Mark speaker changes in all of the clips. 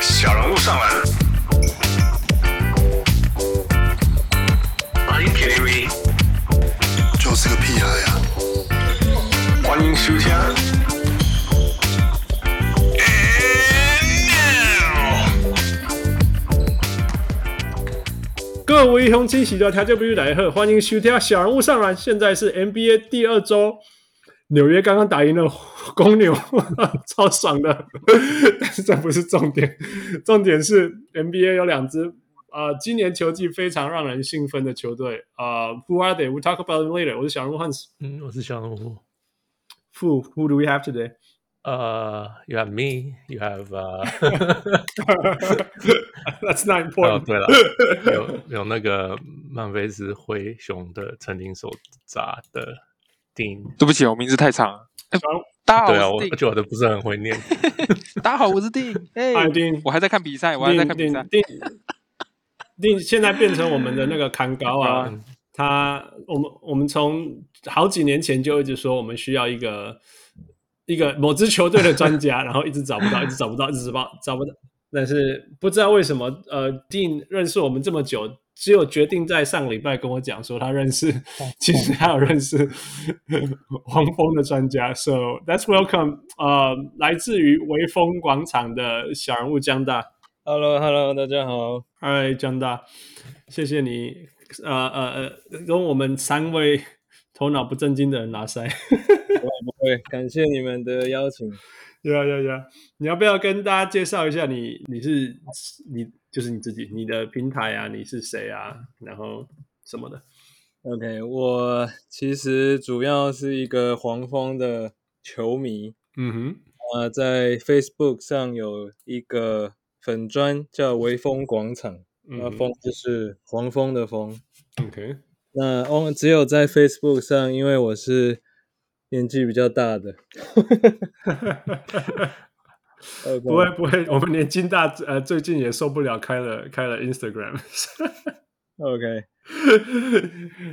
Speaker 1: 小人物上篮。Are you kidding me？
Speaker 2: 就是个屁孩呀、
Speaker 1: 欢迎收听。And
Speaker 3: 各位雄亲喜的条件不遇来贺，欢迎收听小人物上篮。现在是 NBA 第二周，纽约刚刚打赢了公牛， 超爽的。 但是这不是重点，重点是 NBA 有两支呃，今年球季非常让人兴奋的球队啊、呃、，Who are they? We talk about them later。我是小人物汉斯。
Speaker 4: 嗯，我是小人物。
Speaker 3: Who Who do we have today?
Speaker 4: 呃、y o u have me, you have 呃、
Speaker 3: That's not
Speaker 4: 哦，
Speaker 3: important.
Speaker 4: 对了，有有那个漫威之灰熊的曾经所砸的钉。
Speaker 5: 对不起，我名字太长了。
Speaker 3: 小人物
Speaker 5: 大
Speaker 4: 对
Speaker 5: 家
Speaker 4: 啊，
Speaker 5: 好，
Speaker 4: 我
Speaker 5: 我
Speaker 4: 而
Speaker 5: 是丁。
Speaker 4: 且我都不是很会 念。
Speaker 5: 大家好，我是丁。哎，
Speaker 3: 艾丁
Speaker 5: 我还在看比赛，我还在
Speaker 3: 定
Speaker 5: 看比赛
Speaker 3: 定。定定，现在变成我们的那个砍高啊
Speaker 4: 嗯，
Speaker 3: 他我们我们从好几年前就一直说我们需要一个一个某支球队的专家，然后一直找不到，一直找不到，一直找不到，找不到。但是不知道为什么，呃，定认识我们这么久，只有决定在上礼拜跟我讲说他认识， 其实他有认识黄蜂的专家。So that's welcome，呃，来自于微风广场的小人物江大。
Speaker 6: Hello，Hello，大家好。
Speaker 3: 嗨，江大，谢谢你，呃呃呃，跟我们三位头脑不正经的人拉塞。
Speaker 6: 对，感谢你们的邀请。
Speaker 3: 呀呀呀！你要不要跟大家介绍一下你？你是你就是你自己，你的平台啊，你是谁啊？然后什么的？
Speaker 6: OK，我其实主要是一个黄蜂的球迷。
Speaker 3: 嗯哼，
Speaker 6: 呃，在 Facebook 上有一个粉砖叫“微风广场”，那、
Speaker 3: 嗯
Speaker 6: 风就是黄蜂的风。
Speaker 3: ，OK，
Speaker 6: 那哦，只有在 Facebook 上，因为我是年纪比较大的。OK
Speaker 3: 不会不会，我们年纪大，呃，最近也受不了，开了开了 Instagram。
Speaker 6: OK，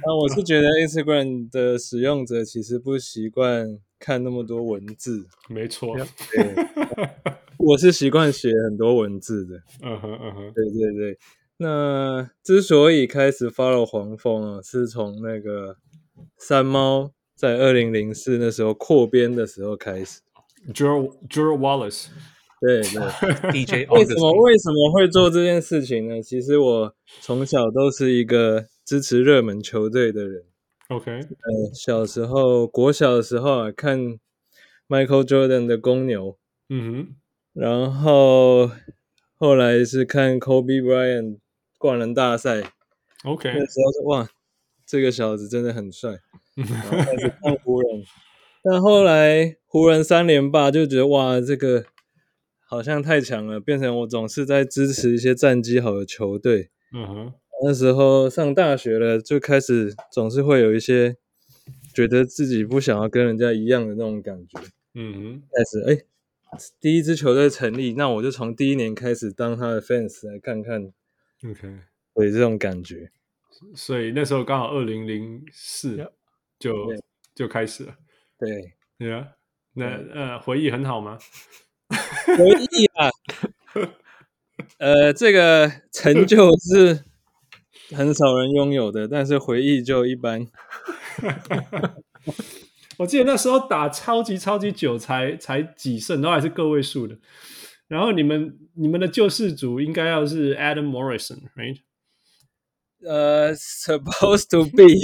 Speaker 6: 那我是觉得 Instagram 的使用者其实不习惯看那么多文字，
Speaker 3: 没错，
Speaker 6: 我是习惯写很多文字的。
Speaker 3: 嗯哼嗯哼，
Speaker 6: 对对对，那之所以开始 follow 黄蜂啊，是从那个山猫在二零零四那时候扩编的时候开始。
Speaker 3: j e r j e r Wallace，
Speaker 6: 对对，
Speaker 4: DJ
Speaker 6: 为什么
Speaker 4: August
Speaker 6: 为什么会做这件事情呢？其实我从小都是一个支持热门球队的人。
Speaker 3: OK，
Speaker 6: 呃，小时候，国小的时候啊，看 Michael Jordan 的公牛，
Speaker 3: 嗯
Speaker 6: 然后后来是看 Kobe Bryant 灌篮大赛，
Speaker 3: 哼，OK，
Speaker 6: 那时候是哇，这个小子真的很帅，然后开始看湖人，但后来湖人三连霸就觉得哇，这个好像太强了，变成我总是在支持一些战绩好的球队，
Speaker 3: 嗯哼。
Speaker 6: 那时候上大学了，就开始总是会有一些觉得自己不想要跟人家一样的那种感觉。
Speaker 3: 嗯
Speaker 6: 开始哎，第一支球队成立，那我就从第一年开始当他的 fans 来看看，
Speaker 3: 哼，OK，
Speaker 6: 有这种感觉。
Speaker 3: 所以那时候刚好二零零四
Speaker 4: Yep
Speaker 3: 就
Speaker 6: 对
Speaker 3: 就开始了，
Speaker 6: 对，
Speaker 3: 对啊，那呃回忆很好吗？
Speaker 6: 回忆啊，呃，这个成就是 很少人拥有的，但是回忆就一般。
Speaker 3: 我记得那时候打超级超级久才才几胜，都还是个位数的。然后你们你们的救世主应该要是 Adam Morrison，right？
Speaker 6: 呃，supposed to be，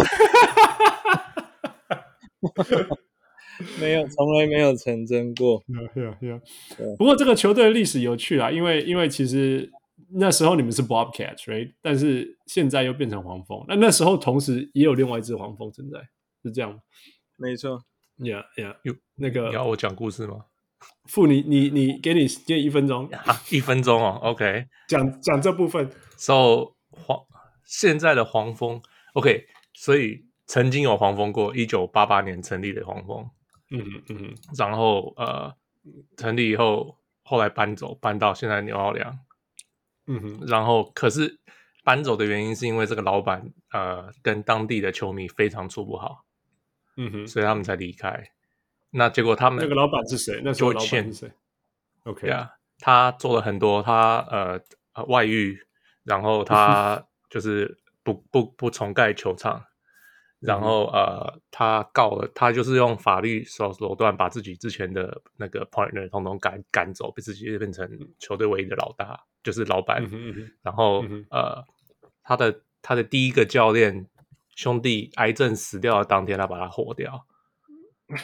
Speaker 6: 没有，从来没有成真过。
Speaker 3: Yeah, yeah, yeah. 不过这个球队的历史有趣啊，因为因为其实那时候你们是 Bobcats，right？但是现在又变成黄蜂，那那时候同时也有另外一只黄蜂存在，是这样吗
Speaker 6: 没错，
Speaker 3: ？Yeah, yeah.
Speaker 4: 有
Speaker 3: 那个
Speaker 4: 你要我讲故事吗？
Speaker 3: 付你你你给你给你一分钟
Speaker 4: 啊，一分钟哦，OK。
Speaker 3: 讲讲这部分。
Speaker 4: So 黄现在的黄蜂，OK，所以曾经有黄蜂过，一九八八年成立的黄蜂，
Speaker 3: 嗯哼嗯哼
Speaker 4: 然后呃成立以后，后来搬走，搬到现在纽奥良，
Speaker 3: 嗯哼
Speaker 4: 然后可是搬走的原因是因为这个老板呃跟当地的球迷非常处不好，
Speaker 3: 嗯哼，
Speaker 4: 所以他们才离开。那结果他们
Speaker 3: 那个老板是谁？那时候
Speaker 4: George
Speaker 3: 老板是
Speaker 4: Chen
Speaker 3: 谁？OK，
Speaker 4: 对啊，他做了很多，他呃呃外遇，然后 他就是不不不重盖球场，
Speaker 3: 嗯
Speaker 4: 然后呃他告了，他就是用法律手手段把自己之前的那个 partner 统统赶赶走，被自己变成球队唯一的老大，就是老板。
Speaker 3: 嗯哼嗯哼
Speaker 4: 然后、
Speaker 3: 嗯
Speaker 4: 呃他的他的第一个教练兄弟癌症死掉的当天，他把他火掉。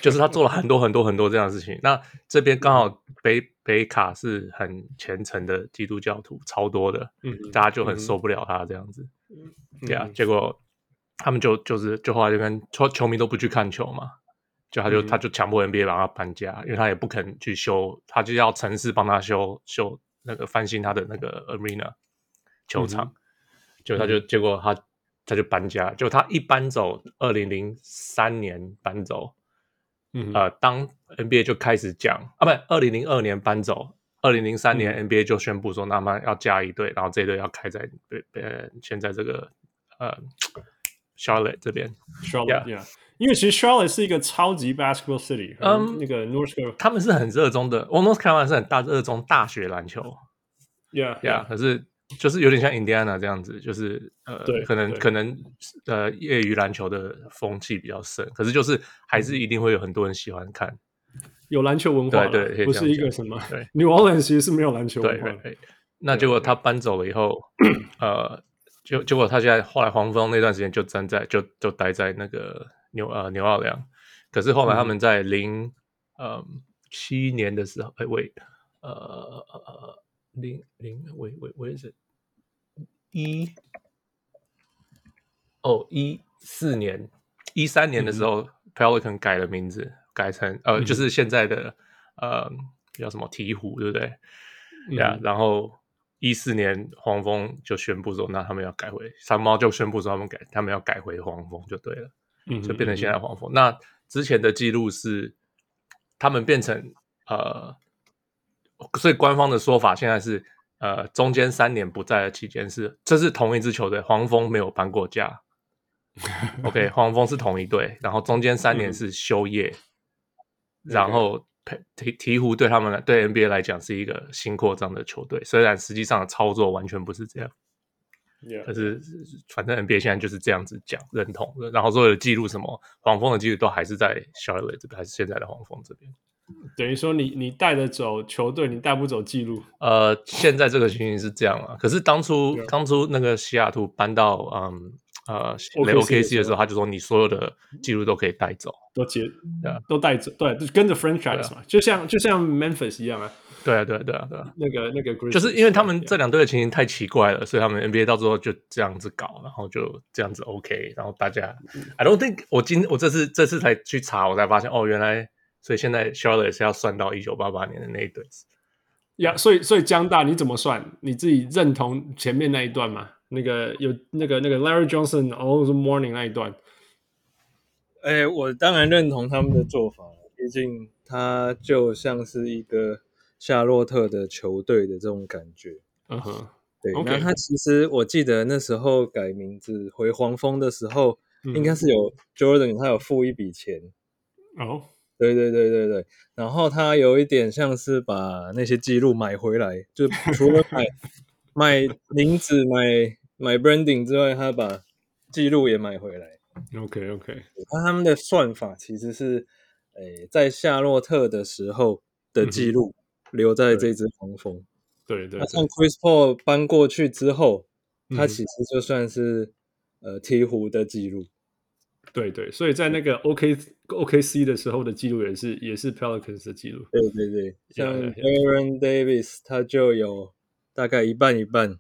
Speaker 4: 就是他做了很多很多很多这样的事情。那这边刚
Speaker 3: 嗯
Speaker 4: 好北北卡是很虔诚的基督教徒，超多的，
Speaker 3: 嗯哼
Speaker 4: 大家就
Speaker 3: 嗯
Speaker 4: 很
Speaker 3: 哼
Speaker 4: 受不了他这样子。对啊，
Speaker 3: 嗯
Speaker 4: 结果他们就就是就后来就跟球球迷都不去看球嘛，就他就、
Speaker 3: 嗯
Speaker 4: 他就强迫 NBA 把他搬家，因为他也不肯去修，他就要城市帮他修修那个翻新他的那个 arena 球
Speaker 3: 嗯
Speaker 4: 场，结果他就、结果他他就搬家，就他一搬走，二零零三年搬走，
Speaker 3: 嗯哼
Speaker 4: 呃，当 NBA 就开始讲啊，不，二零零二年搬走，二零零三
Speaker 3: 嗯
Speaker 4: 年 NBA 就宣布说，那么要加一队，然后这一队要开在呃呃现在这个呃 Charlotte 这边，
Speaker 3: ，Charlotte，yeah 因为其实 Charlotte 是一个超级 basketball city，
Speaker 4: 嗯
Speaker 3: 那个 North Carolina，
Speaker 4: 他们是很热衷的，我 North Carolina 是很大热衷大学篮球，
Speaker 3: yeah
Speaker 4: yeah，可是就是有点像 Indiana 这样子，就是呃，
Speaker 3: 对
Speaker 4: 可能
Speaker 3: 对
Speaker 4: 可能呃，业余篮球的风气比较盛，可是就是还是一定会有很多人喜欢看，
Speaker 3: 有篮球嗯文化啦，
Speaker 4: 对对可以
Speaker 3: 不
Speaker 4: 这
Speaker 3: 是
Speaker 4: 样
Speaker 3: 一个
Speaker 4: 讲
Speaker 3: 什么
Speaker 4: 对
Speaker 3: New Orleans 其实是没有篮球
Speaker 4: 对
Speaker 3: 文化
Speaker 4: 对
Speaker 3: 的，
Speaker 4: 对。那结果他搬走了以后，呃，结结果他现在后来黄蜂那段时间就站在就就待在那个牛呃牛奥良，可是后来他们在零呃七年的时候，哎喂，呃呃零零喂喂喂是一哦一四年一三年的时候、p e l i c a n 改了名字，改成呃、就是现在的呃叫什么鹈鹕对不对？对啊，然后一四年黄蜂就宣布说，那他们要改回山猫就宣布说他们改，他们要改回黄蜂就对了，
Speaker 3: 嗯哼
Speaker 4: 就变成现在黄蜂。那之前的记录是他们变成呃，所以官方的说法现在是呃，中间三年不在的期间是这是同一支球队，黄蜂没有搬过家。OK，黄 蜂是同一队，然后中间三年
Speaker 3: 嗯
Speaker 4: 是休业，然后佩鹈鹈鹕对他们来对 NBA 来讲是一个新扩张的球队，虽然实际上的操作完全不是这样，
Speaker 3: Yeah
Speaker 4: 可是反正 NBA 现在就是这样子讲认同的，然后所有的记录什么黄蜂的记录都还是在 Charlotte 这边，还是现在的黄蜂这边。
Speaker 3: 等于说你你带得走球队，你带不走记录。
Speaker 4: 呃，现在这个情形是这样啊，可是当初
Speaker 3: 对啊
Speaker 4: 当初那个西雅图搬到嗯呃
Speaker 3: OKC 的
Speaker 4: OKC 的
Speaker 3: 时
Speaker 4: 时
Speaker 3: 候
Speaker 4: 候，他就说你所有的记录都可以带走。
Speaker 3: 都结
Speaker 4: Yeah
Speaker 3: 都带走，对，就跟着
Speaker 4: 啊
Speaker 3: franchise 嘛，就像就像 Memphis 一样啊，
Speaker 4: 对啊，对啊，对啊，对啊。
Speaker 3: 那个那个 Grizzlies，
Speaker 4: 就是因为他们
Speaker 3: yeah
Speaker 4: 这两队的情形太奇怪了，所以他们 NBA 到最后就这样子搞，然后就这样子 OK，然后大家 I don't think 我今我这次这次才去查，我才发现哦，原来所以现在 Charlotte 是要算到一九八八年的那一队，
Speaker 3: 呀所以所以江大你怎么算？你自己认同前面那一段吗？那个有那个那个 Larry Johnson All the Morning 那一段，
Speaker 6: 哎，我当然认同他们的做法，毕竟他就像是一个夏洛特的球队的这种感觉。
Speaker 3: 嗯哼，
Speaker 6: 对
Speaker 3: OK
Speaker 6: 那他其实我记得那时候改名字回黄蜂的时候，
Speaker 3: 嗯
Speaker 6: 应该是有 Jordan 他有付一笔钱，
Speaker 3: 哦，
Speaker 6: 对对对对对，然后他有一点像是把那些记录买回来，就除了 买买名字、买买 branding 之外，他把记录也买回来。
Speaker 3: OK OK，
Speaker 6: 那他们的算法其实是，诶，在夏洛特的时候的记录留在这支黄蜂。
Speaker 3: 对对
Speaker 6: 那
Speaker 3: 对
Speaker 6: 像 Chris Paul 搬过去之后，
Speaker 3: 嗯
Speaker 6: 他其实就算是、呃鹈鹕的记录。
Speaker 3: 对对，所以在那个 OK OKC 的时候的记录也是也是 Pelicans 的记录，
Speaker 6: 对对对，像
Speaker 3: Yeah, yeah, yeah.
Speaker 6: Aaron Davis 他就有大概一半一半。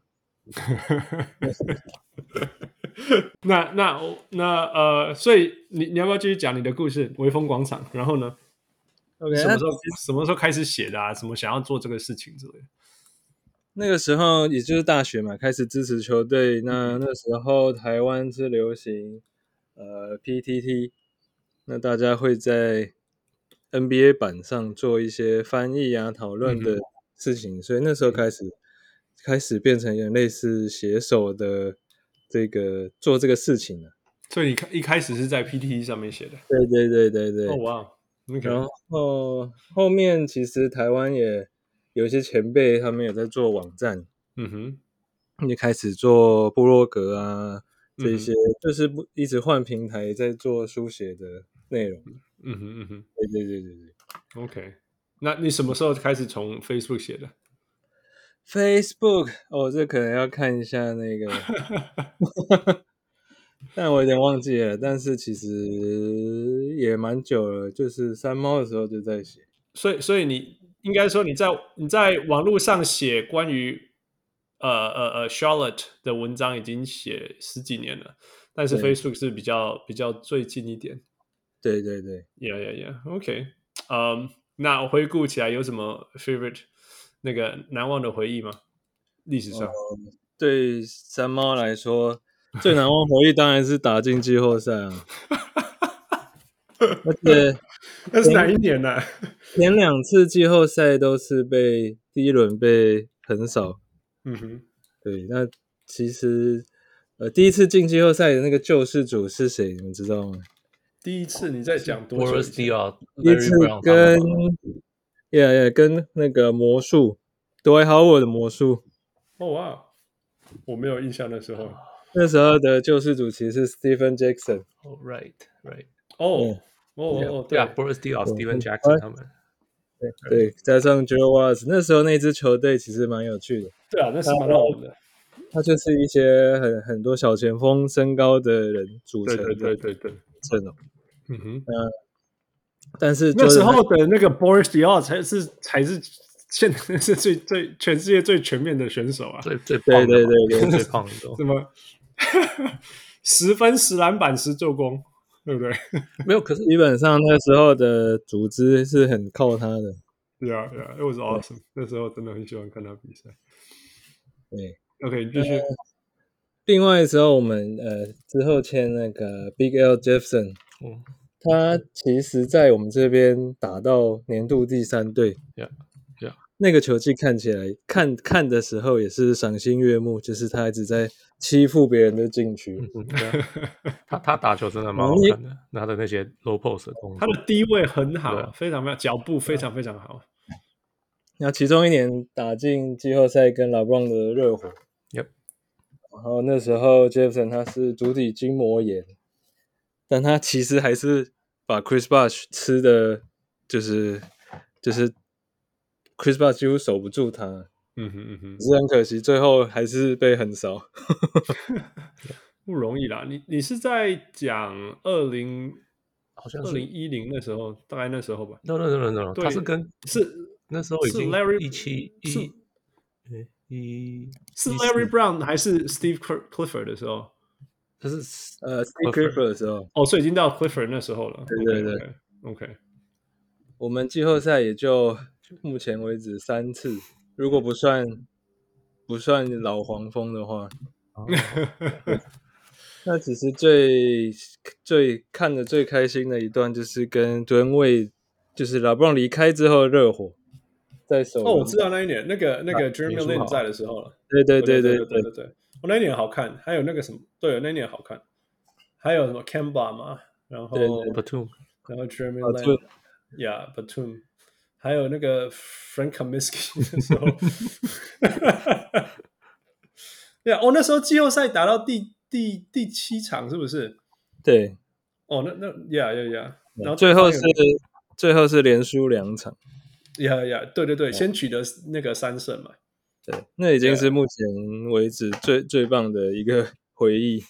Speaker 3: 那那我那呃，所以你你要不要继续讲你的故事？微风广场，然后呢，
Speaker 6: OK，
Speaker 3: 什
Speaker 6: 那
Speaker 3: 么时候什么时候开始写的啊？什么想要做这个事情之类的？
Speaker 6: 那个时候也就是大学嘛，开始支持球队。那
Speaker 3: 嗯
Speaker 6: 那时候台湾是流行呃 PTT，那大家会在
Speaker 3: 嗯
Speaker 6: NBA 版上做一些翻译啊、讨论的事情，所以那时候开始开始变成有点类似携手的这个做这个事情了。
Speaker 3: 所以你看一开始是在 PTT 上面写的。
Speaker 6: 对对对对对
Speaker 3: 哦哇，OK，
Speaker 6: 然后后面其实台湾也有一些前辈他们也在做网站，
Speaker 3: 嗯哼，
Speaker 6: 也开始做部落格啊这
Speaker 3: 嗯
Speaker 6: 些，就是不一直换平台在做书写的内容。
Speaker 3: 嗯哼，嗯哼。
Speaker 6: 对对对对对。
Speaker 3: OK，那你什么时候开始从 Facebook 写的？
Speaker 6: Facebook，哦，这可能要看一下那个，但我有点忘记了。但是其实也蛮久了，就是山猫的时候就在写。
Speaker 3: 所以，所以你应该说你在你在网络上写关于呃呃呃 Charlotte 的文章已经写十几年了，但是
Speaker 6: 对
Speaker 3: Facebook 是比较比较最近一点。
Speaker 6: 对对对，
Speaker 3: Yeah, yeah, yeah. OK，嗯、那回顾起来有什么 favorite 那个难忘的回忆吗？历史上、
Speaker 6: 对山猫来说，最难忘回忆当然是打进季后赛啊。而且
Speaker 3: 那是哪一年呢、
Speaker 6: 前两次季后赛都是被第一轮被横扫，
Speaker 3: 嗯哼，
Speaker 6: 对，那其实呃，第一次进季后赛的那个救世主是谁？你们知道吗？
Speaker 3: 第一次你在讲多久以
Speaker 4: Boris
Speaker 3: 前？
Speaker 4: Diaw、
Speaker 6: 第一
Speaker 4: Larry
Speaker 6: 次
Speaker 4: Brown 他
Speaker 6: 跟
Speaker 4: 们嘛，
Speaker 6: 呀呀，跟那个魔术德怀豪尔的魔术，
Speaker 3: 哦哇，我没有印象那时
Speaker 4: 嗯
Speaker 3: 候。
Speaker 6: 那时候的救世主其实是 Stephen Jackson。
Speaker 4: Oh, right, right.
Speaker 3: 哦哦哦，对
Speaker 4: Yeah, Boris Diaw、Steven
Speaker 6: 嗯
Speaker 4: Jackson 他们。
Speaker 6: 对，加上 Joe Watts，那时候那支球队其实蛮有趣的，
Speaker 3: 对啊，那是蛮好玩的。
Speaker 6: 它就是一些很很多小前锋身高的人组
Speaker 3: 对
Speaker 6: 成
Speaker 3: 对
Speaker 6: 的
Speaker 3: 对对对，
Speaker 6: 阵容。
Speaker 3: 嗯哼，
Speaker 4: 呃
Speaker 6: 但是
Speaker 3: 那时
Speaker 6: Jordan
Speaker 3: 候的那个 Boris Diaw 才是才是现在是最最全世界最全面的选手啊，
Speaker 4: 最最胖的嘛，
Speaker 6: 对对对对
Speaker 4: 最胖的都
Speaker 3: 什么十分十篮板十助攻，对不对？
Speaker 4: 没有。可是
Speaker 6: 基本上那时候的组织是很靠他的。
Speaker 3: 对啊对啊，It was awesome。那时候真的很喜欢看他比赛。
Speaker 6: 对，
Speaker 3: OK，你继
Speaker 4: 呃
Speaker 3: 续。
Speaker 6: 另外的时候，我们呃之后签那个 Big L Jefferson，
Speaker 4: 嗯
Speaker 6: 他其实在我们这边打到年度第三队。
Speaker 4: Yeah, yeah
Speaker 6: 那个球季看起来看看的时候也是赏心悦目，就是他一直在欺负别人的禁区。
Speaker 4: 嗯对啊他他打球真的蛮好看的，他的那些 low post 的动
Speaker 3: 他
Speaker 4: 作，
Speaker 3: 的低位很好
Speaker 4: 对啊
Speaker 3: 啊，非常非常，脚步非常非常好。
Speaker 6: 那其中一年打进季后赛跟 LeBron 的热火
Speaker 4: Yep
Speaker 6: 然后那时候 Jefferson 他是足底筋膜炎，但他其实还是把 Chris Bosh 吃的，就是就是 Chris Bosh 几乎守不住他，
Speaker 3: 嗯哼嗯哼
Speaker 6: 只，是很可惜，最后还是被横扫。
Speaker 3: 不容易啦。你你是在讲二零
Speaker 4: 好像
Speaker 3: 二
Speaker 4: 是
Speaker 3: 零一零那时候，大概那时候吧？
Speaker 4: no no no no no，
Speaker 3: 对
Speaker 4: 他是跟
Speaker 3: 是
Speaker 4: 那时候已
Speaker 3: 是
Speaker 4: 经
Speaker 3: Larry-
Speaker 4: 一七
Speaker 3: 是
Speaker 4: 一对一，
Speaker 3: 是
Speaker 4: 一四
Speaker 3: Larry Brown 还是 Steve Cl- Clifford 的时候？
Speaker 4: 他是
Speaker 6: 呃 s t
Speaker 4: Clifford
Speaker 6: e v Clifford 的时候，
Speaker 3: 哦，所以已经到 Clifford 那时候了。
Speaker 6: 对对对
Speaker 3: o k
Speaker 6: 我们季后赛也就 目前为止三次，如果不算不算老黄蜂的话，那其实最最看的最开心的一段就是跟吨位，就是老布朗离开之后的热火在首轮
Speaker 3: 哦，我知道那一年那个那个 Jeremy
Speaker 4: 林书豪
Speaker 3: Lin 在的时候了。
Speaker 6: 对对对
Speaker 3: 对
Speaker 6: 对
Speaker 3: 对对对，我、哦、那一年好看，还有那个什么，对，那一年好看，还有什么 Camba 嘛，然后
Speaker 6: 对对
Speaker 4: Batum
Speaker 3: 然后 Jeremy
Speaker 6: 啊对
Speaker 3: Lin，Yeah Batum，还有那个 Frank Kaminsky 的时候， 对啊，哦，那时候季后赛打到第第第七场是不是？
Speaker 6: 对
Speaker 3: 哦，那那 Yeah Yeah Yeah，然后
Speaker 6: 最后
Speaker 3: 对
Speaker 6: 是
Speaker 3: 方有
Speaker 6: 最后是连输两场，
Speaker 3: 呀呀，对对对，先取得那个三胜嘛。
Speaker 6: 对，那已经是目前为止最最棒的一个回忆。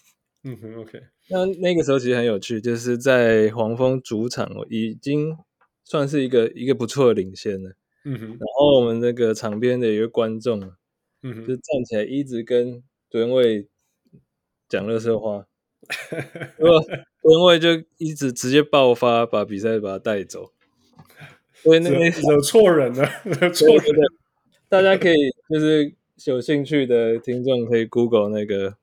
Speaker 3: 嗯哼，OK，
Speaker 6: 那那个时候其实很有趣，就是在黄蜂主场哦已经算是一个一个不错的领先了。
Speaker 3: 嗯哼，
Speaker 6: 然后我们那个场边的一个观众啊
Speaker 3: 嗯哼，
Speaker 6: 就站起来一直跟杜恩卫讲乐色话，结果杜恩卫就一直直接爆发，把比赛把他带走。所以那 那
Speaker 3: 惹惹错人了，惹错人了。
Speaker 6: 大家可以就是有兴趣的听众可以 Google 那个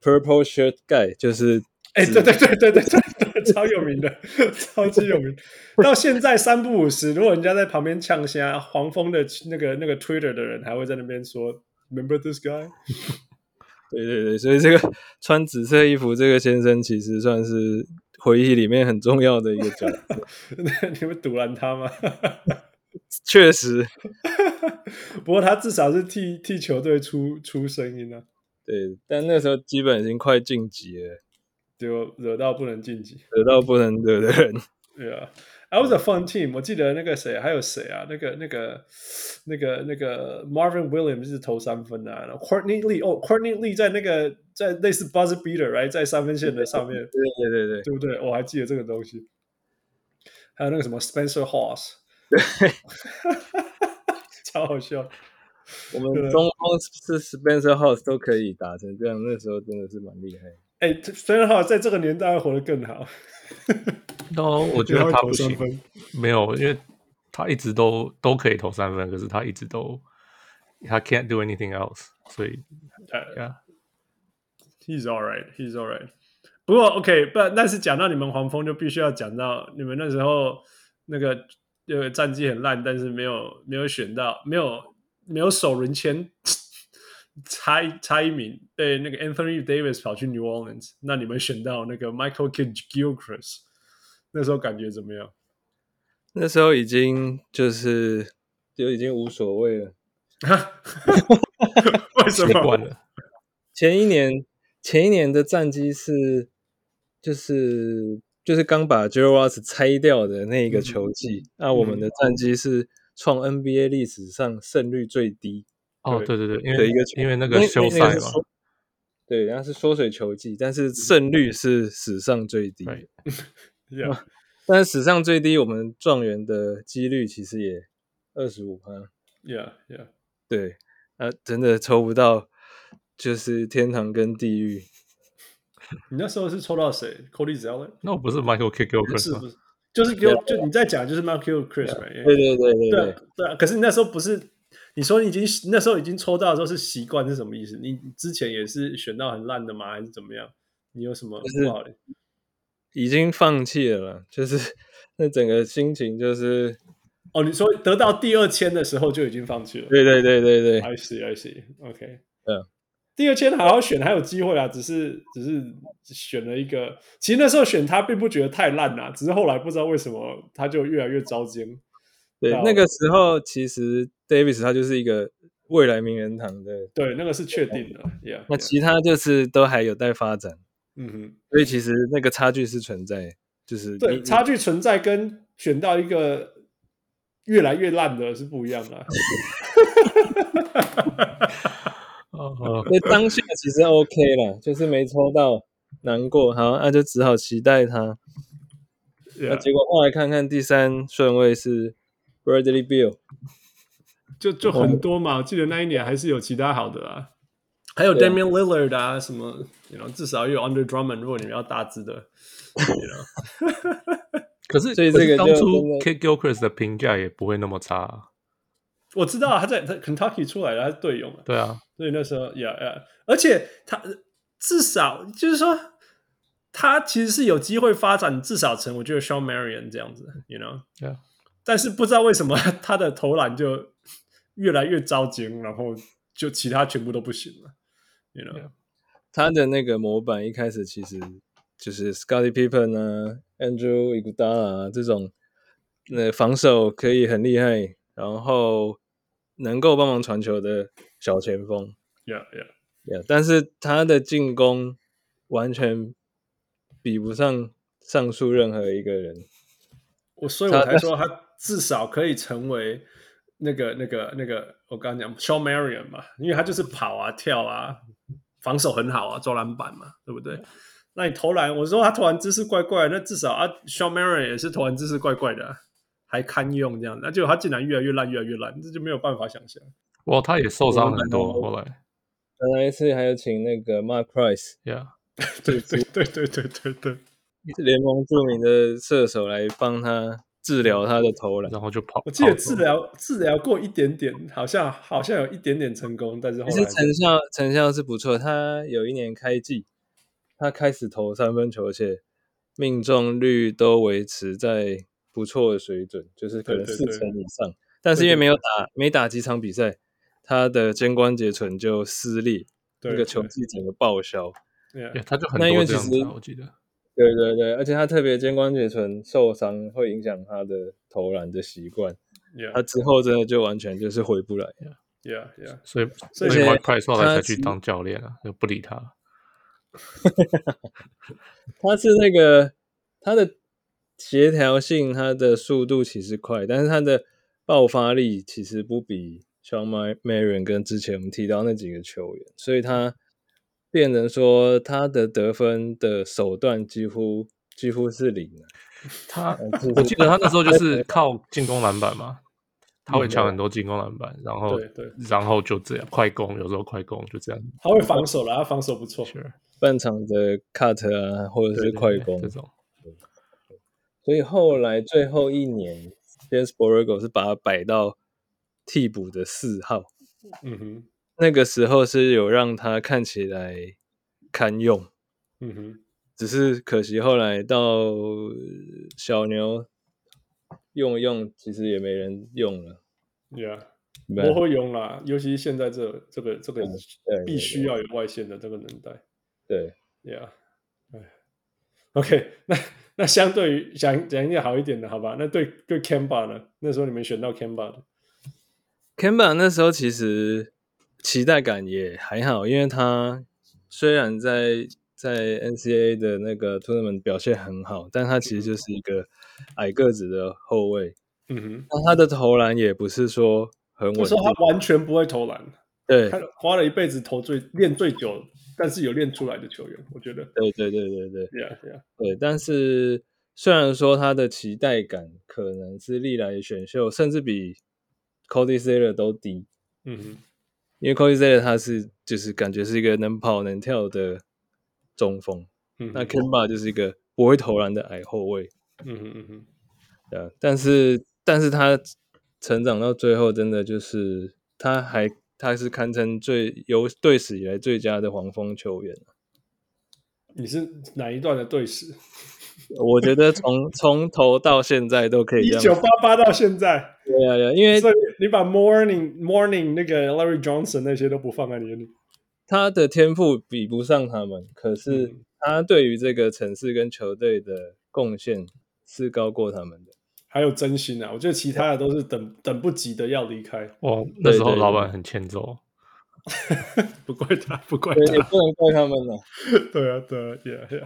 Speaker 6: Purple Shirt Guy，就是
Speaker 3: 哎，对对对对对对对，超有名的，超级有名。到现在三不五十，如果人家在旁边呛虾，黄蜂的那个那个 Twitter 的人还会在那边说 Remember this guy？
Speaker 6: 对对对，所以这个穿紫色衣服这个先生，其实算是回忆里面很重要的一个角色。
Speaker 3: 你们堵拦他吗？
Speaker 6: 确实，
Speaker 3: 不过他至少是替替球队出出声音啊，
Speaker 6: 对，但那时候基本已经快晋级了，
Speaker 3: 就惹到不能晋级。
Speaker 6: 得到不能得的人。
Speaker 3: Yeah, I was a fun team. 我记得那个谁，还有谁啊？那个、那个、那个、那个 Marvin Williams 是投三分的、啊，然后 Courtney Lee 哦，Courtney Lee 在那个在类似 buzzer beater，right，在三分线的上面，
Speaker 6: 对对对对，
Speaker 3: 对不对？我还记得这个东西。还有那个什么 Spencer Hawes，超好笑。
Speaker 6: 我们中锋是 Spencer House 都可以打成这样，那时候真的是蛮厉害的。
Speaker 3: 哎，Spencer Hawes 在这个年代活得更好，
Speaker 4: no，我觉
Speaker 3: 他
Speaker 4: 得
Speaker 3: 会
Speaker 4: 他
Speaker 3: 投
Speaker 4: 不
Speaker 3: 三
Speaker 4: 行，
Speaker 3: 分。
Speaker 4: 没有，因为他一直都都可以投三分，可是他一直都他 can't do anything else，所以
Speaker 3: 呃
Speaker 4: yeah，
Speaker 3: Uh, He's all right. He's all right. 不过 OK，不，但是讲到你们黄蜂，就必须要讲到你们那时候那个呃战绩很烂，但是没有没有选到，没有没有首轮签， 差一差一名被那个 Anthony Davis 跑去 New Orleans，那你们选到那个 Michael Kidd Gilchrist，那时候感觉怎么样？
Speaker 6: 那时候已经就是就已经无所谓了。
Speaker 3: 为什
Speaker 4: 习惯
Speaker 3: 么？
Speaker 4: 了。
Speaker 6: 前一年前一年的战绩是就是就是刚把 j e r o s 拆掉的那一
Speaker 4: 嗯
Speaker 6: 个球季，那、我们的战绩是创 NBA 历史上胜率最低
Speaker 4: 哦，
Speaker 3: 对
Speaker 4: 对对对，因
Speaker 6: 的
Speaker 4: 为
Speaker 6: 一个球，
Speaker 4: 因为那个休
Speaker 6: 那
Speaker 4: 赛
Speaker 6: 个是
Speaker 4: 嘛，
Speaker 6: 缩对，然后是缩水球季，但是胜率是史上最低。
Speaker 4: 对，
Speaker 3: Yeah，
Speaker 6: 但是史上最低，我们状元的几率其实也二十五趴。
Speaker 3: yeah, yeah.
Speaker 6: 对，呃，真的抽不到，就是天堂跟地狱。
Speaker 3: 你那时候是抽到谁？Cody Zeller？
Speaker 4: 那我不是 Michael 啊 K. g i l c h r i
Speaker 3: 是
Speaker 4: s
Speaker 3: 不是？就是给我，就你在讲，就是 Michael Chris，对
Speaker 6: 啊对对对对
Speaker 3: 对
Speaker 6: 对
Speaker 3: 啊，对啊，可是你那时候不是你说你已经那时候已经抽到的时候是习惯是什么意思？你之前也是选到很烂的吗？还是怎么样？你有什么
Speaker 6: 就是
Speaker 3: 不好的？
Speaker 6: 已经放弃了啦，就是那整个心情就是，
Speaker 3: 哦，你说得到第二签的时候就已经放弃了
Speaker 6: 对对对对对，
Speaker 3: ？I see, I see. OK，
Speaker 6: 嗯，
Speaker 3: 第二签好好选，还有机会啦，只是只是选了一个，其实那时候选他并不觉得太烂啦，只是后来不知道为什么他就越来越糟践。
Speaker 6: 对
Speaker 3: 到
Speaker 6: 那个时候其实 Davis 他就是一个未来名人堂的，
Speaker 3: 对，啊那个是确定的，Yeah。
Speaker 6: 那其他就是都还有待发展，
Speaker 3: 嗯哼。
Speaker 6: 所以其实那个差距是存在，就是你
Speaker 3: 对，差距存在跟选到一个越来越烂的是不一样的 啊。
Speaker 4: 哦，
Speaker 6: 那当下其实 OK 了，就是没抽到，难过，好，那、就只好期待他。那
Speaker 3: Yeah，
Speaker 6: 结果后来看看第三顺位是 Bradley Bill，
Speaker 3: 就就很多嘛，我记得那一年还是有其他好的啊，还有
Speaker 6: 对啊
Speaker 3: Damian Lillard 啊，什么，you know，至少也有 Under Drummond，如果你们要大只的，you know，
Speaker 4: 可是
Speaker 6: 所以
Speaker 4: 可是
Speaker 6: 这个
Speaker 4: 当
Speaker 6: 就
Speaker 4: 初
Speaker 6: 真的
Speaker 4: K. g i l c h r i s 的评价也不会那么差啊，
Speaker 3: 我知道啊他在他 Kentucky 出来的，他是队友嘛，
Speaker 4: 对啊，
Speaker 3: 所以那时候，yeah yeah，而且他至少就是说，他其实是有机会发展，至少成我觉得 Sean Marion 这样子，you know，
Speaker 4: 对啊，
Speaker 3: 但是不知道为什么 他的投篮就越来越糟精，然后就其他全部都不行了，you know，
Speaker 4: Yeah.
Speaker 6: 他的那个模板一开始其实就是 Scotty Pippen 啊、Andrew Iguodala 啊这种，那、防守可以很厉害，然后能够帮忙传球的小前锋，
Speaker 3: yeah yeah，
Speaker 6: yeah, 但是他的进攻完全比不上上述任何一个人。
Speaker 3: 我所以我才说他至少可以成为那个那个那个我刚刚讲 Sean Marion 嘛，因为他就是跑啊跳啊，防守很好啊，抓篮板嘛，对不对？那你投篮，我说他投篮姿势怪怪，那至少啊，Sean Marion 也是投篮姿势怪怪的啊、还堪用这样，那结果他竟然越来越烂，越来越烂，这就没有办法想象。
Speaker 4: 哇，他也受伤很多，
Speaker 6: 我们
Speaker 4: 后来
Speaker 6: 本来是还有请那个 Mark Price
Speaker 4: ，Yeah，
Speaker 3: 对对对对对对对。
Speaker 6: 联盟著名的射手来帮他治疗他的投篮。
Speaker 4: 然后就跑，
Speaker 3: 我记得
Speaker 4: 跑走
Speaker 3: 治疗治疗过一点点，好像好像有一点点成功，但是后
Speaker 6: 其实
Speaker 3: 来
Speaker 6: 成效成效是不错，他有一年开季，他开始投三分球，而且命中率都维持在不错的水准，就是可能
Speaker 3: 对对
Speaker 6: 四
Speaker 3: 对
Speaker 6: 成以上。但是因为没有打没打几场比赛，他的肩关节唇就撕裂，
Speaker 3: 对
Speaker 6: 那个球
Speaker 3: 对
Speaker 6: 季整个报销。
Speaker 4: 对
Speaker 3: Yeah，
Speaker 4: 他就很
Speaker 6: 那因
Speaker 4: 多
Speaker 6: 为
Speaker 4: 这
Speaker 6: 其
Speaker 4: 样
Speaker 6: 实
Speaker 4: 子啊，我记得。
Speaker 6: 对对对，而且他特别肩关节唇受伤，会影响他的投篮的习惯。
Speaker 3: yeah
Speaker 6: 他之后真的就完全就是回不来。
Speaker 3: yeah yeah，
Speaker 4: 所以
Speaker 3: 所
Speaker 4: 所
Speaker 3: 以
Speaker 4: 以
Speaker 3: 现在
Speaker 4: Mark Price 后来
Speaker 6: 他
Speaker 4: 才去
Speaker 6: 其
Speaker 4: 当教练啊，就不理他。
Speaker 6: 他是那个他的协调性，他的速度其实快，但是他的爆发力其实不比 Sean Ma- Marion 跟之前我们提到那几个球员，所以他变成说他的得分的手段几乎几乎是零了。
Speaker 4: 他
Speaker 6: 呃就
Speaker 4: 我
Speaker 6: 是
Speaker 4: 记得他那时候就是靠进攻篮板嘛，他
Speaker 6: 嗯
Speaker 4: 会抢很多进攻篮板，然后
Speaker 3: 对对
Speaker 4: 然后就这样快攻，有时候快攻就这样。
Speaker 3: 他会防守了，他防守不错。
Speaker 4: Sure，
Speaker 6: 半场的 cut 啊，或者
Speaker 4: 对
Speaker 6: 是
Speaker 4: 对
Speaker 6: 快
Speaker 4: 对
Speaker 6: 攻
Speaker 4: 这，种。
Speaker 6: 所以后来最后一年 j a m e s b o r r e g o 是把他摆到替补的四号。
Speaker 3: 嗯哼，
Speaker 6: 那个时候是有让他看起来堪用，
Speaker 3: 嗯哼，
Speaker 6: 只是可惜后来到呃小牛用一用，其实也没人用了。
Speaker 3: yeah，
Speaker 6: 明白
Speaker 3: 不会用啦，尤其现在这这个这个
Speaker 6: 对
Speaker 3: 必须要有外线的这个能带。
Speaker 6: 对，
Speaker 3: Yeah，哎，OK，那那相对于讲讲一点好一点的，好吧？那对对 Camba 呢？那时候你们选到 Camba 的，
Speaker 6: Kemba 那时候其实期待感也还好，因为他虽然在在 NCAA 的那个 tournament 表现很好，但他其实就是一个矮个子的后卫，
Speaker 3: 嗯
Speaker 6: 那他的投篮也不是说很
Speaker 3: 哼，
Speaker 6: 稳
Speaker 3: 那时
Speaker 6: 定
Speaker 3: 候，他完全不会投篮，
Speaker 6: 对
Speaker 3: 他花了一辈子投最练最久，但是有练出来的球员，我觉得
Speaker 6: 对对对对对。
Speaker 3: ，Yeah Yeah，
Speaker 6: 对，但是虽然说他的期待感可能是历来的选秀，甚至比 Cody s a l e r 都低，
Speaker 3: 嗯哼，
Speaker 6: 因为 Cody s a l e r 他是就是感觉是一个能跑能跳的中锋，
Speaker 3: 嗯哼
Speaker 6: 那 Kemba 就是一个不会投篮的矮后卫，
Speaker 3: 嗯哼嗯哼，
Speaker 6: 对啊，但是但是他成长到最后，真的就是他还他是堪称最有队史以来最佳的黄蜂球员。啊
Speaker 3: 你是哪一段的队史？
Speaker 6: 我觉得从从头到现在都可以
Speaker 3: 一
Speaker 6: 这样
Speaker 3: 九
Speaker 6: 说，
Speaker 3: 八八到现在，
Speaker 6: 对啊，对啊因为
Speaker 3: 所以你把 Morning Morning 那个 Larry Johnson 那些都不放在你眼里，
Speaker 6: 他的天赋比不上他们，可是
Speaker 3: 嗯
Speaker 6: 他对于这个城市跟球队的贡献是高过他们的。
Speaker 3: 还有真心啊，我觉得其他的都是等等不及的要离开，
Speaker 4: 哇，那时候
Speaker 6: 对
Speaker 4: 老板很欠揍。
Speaker 3: 不怪他，不怪
Speaker 6: 对，
Speaker 3: 他
Speaker 6: 也。不能怪他们了。
Speaker 3: 对啊，对啊，Yeah Yeah。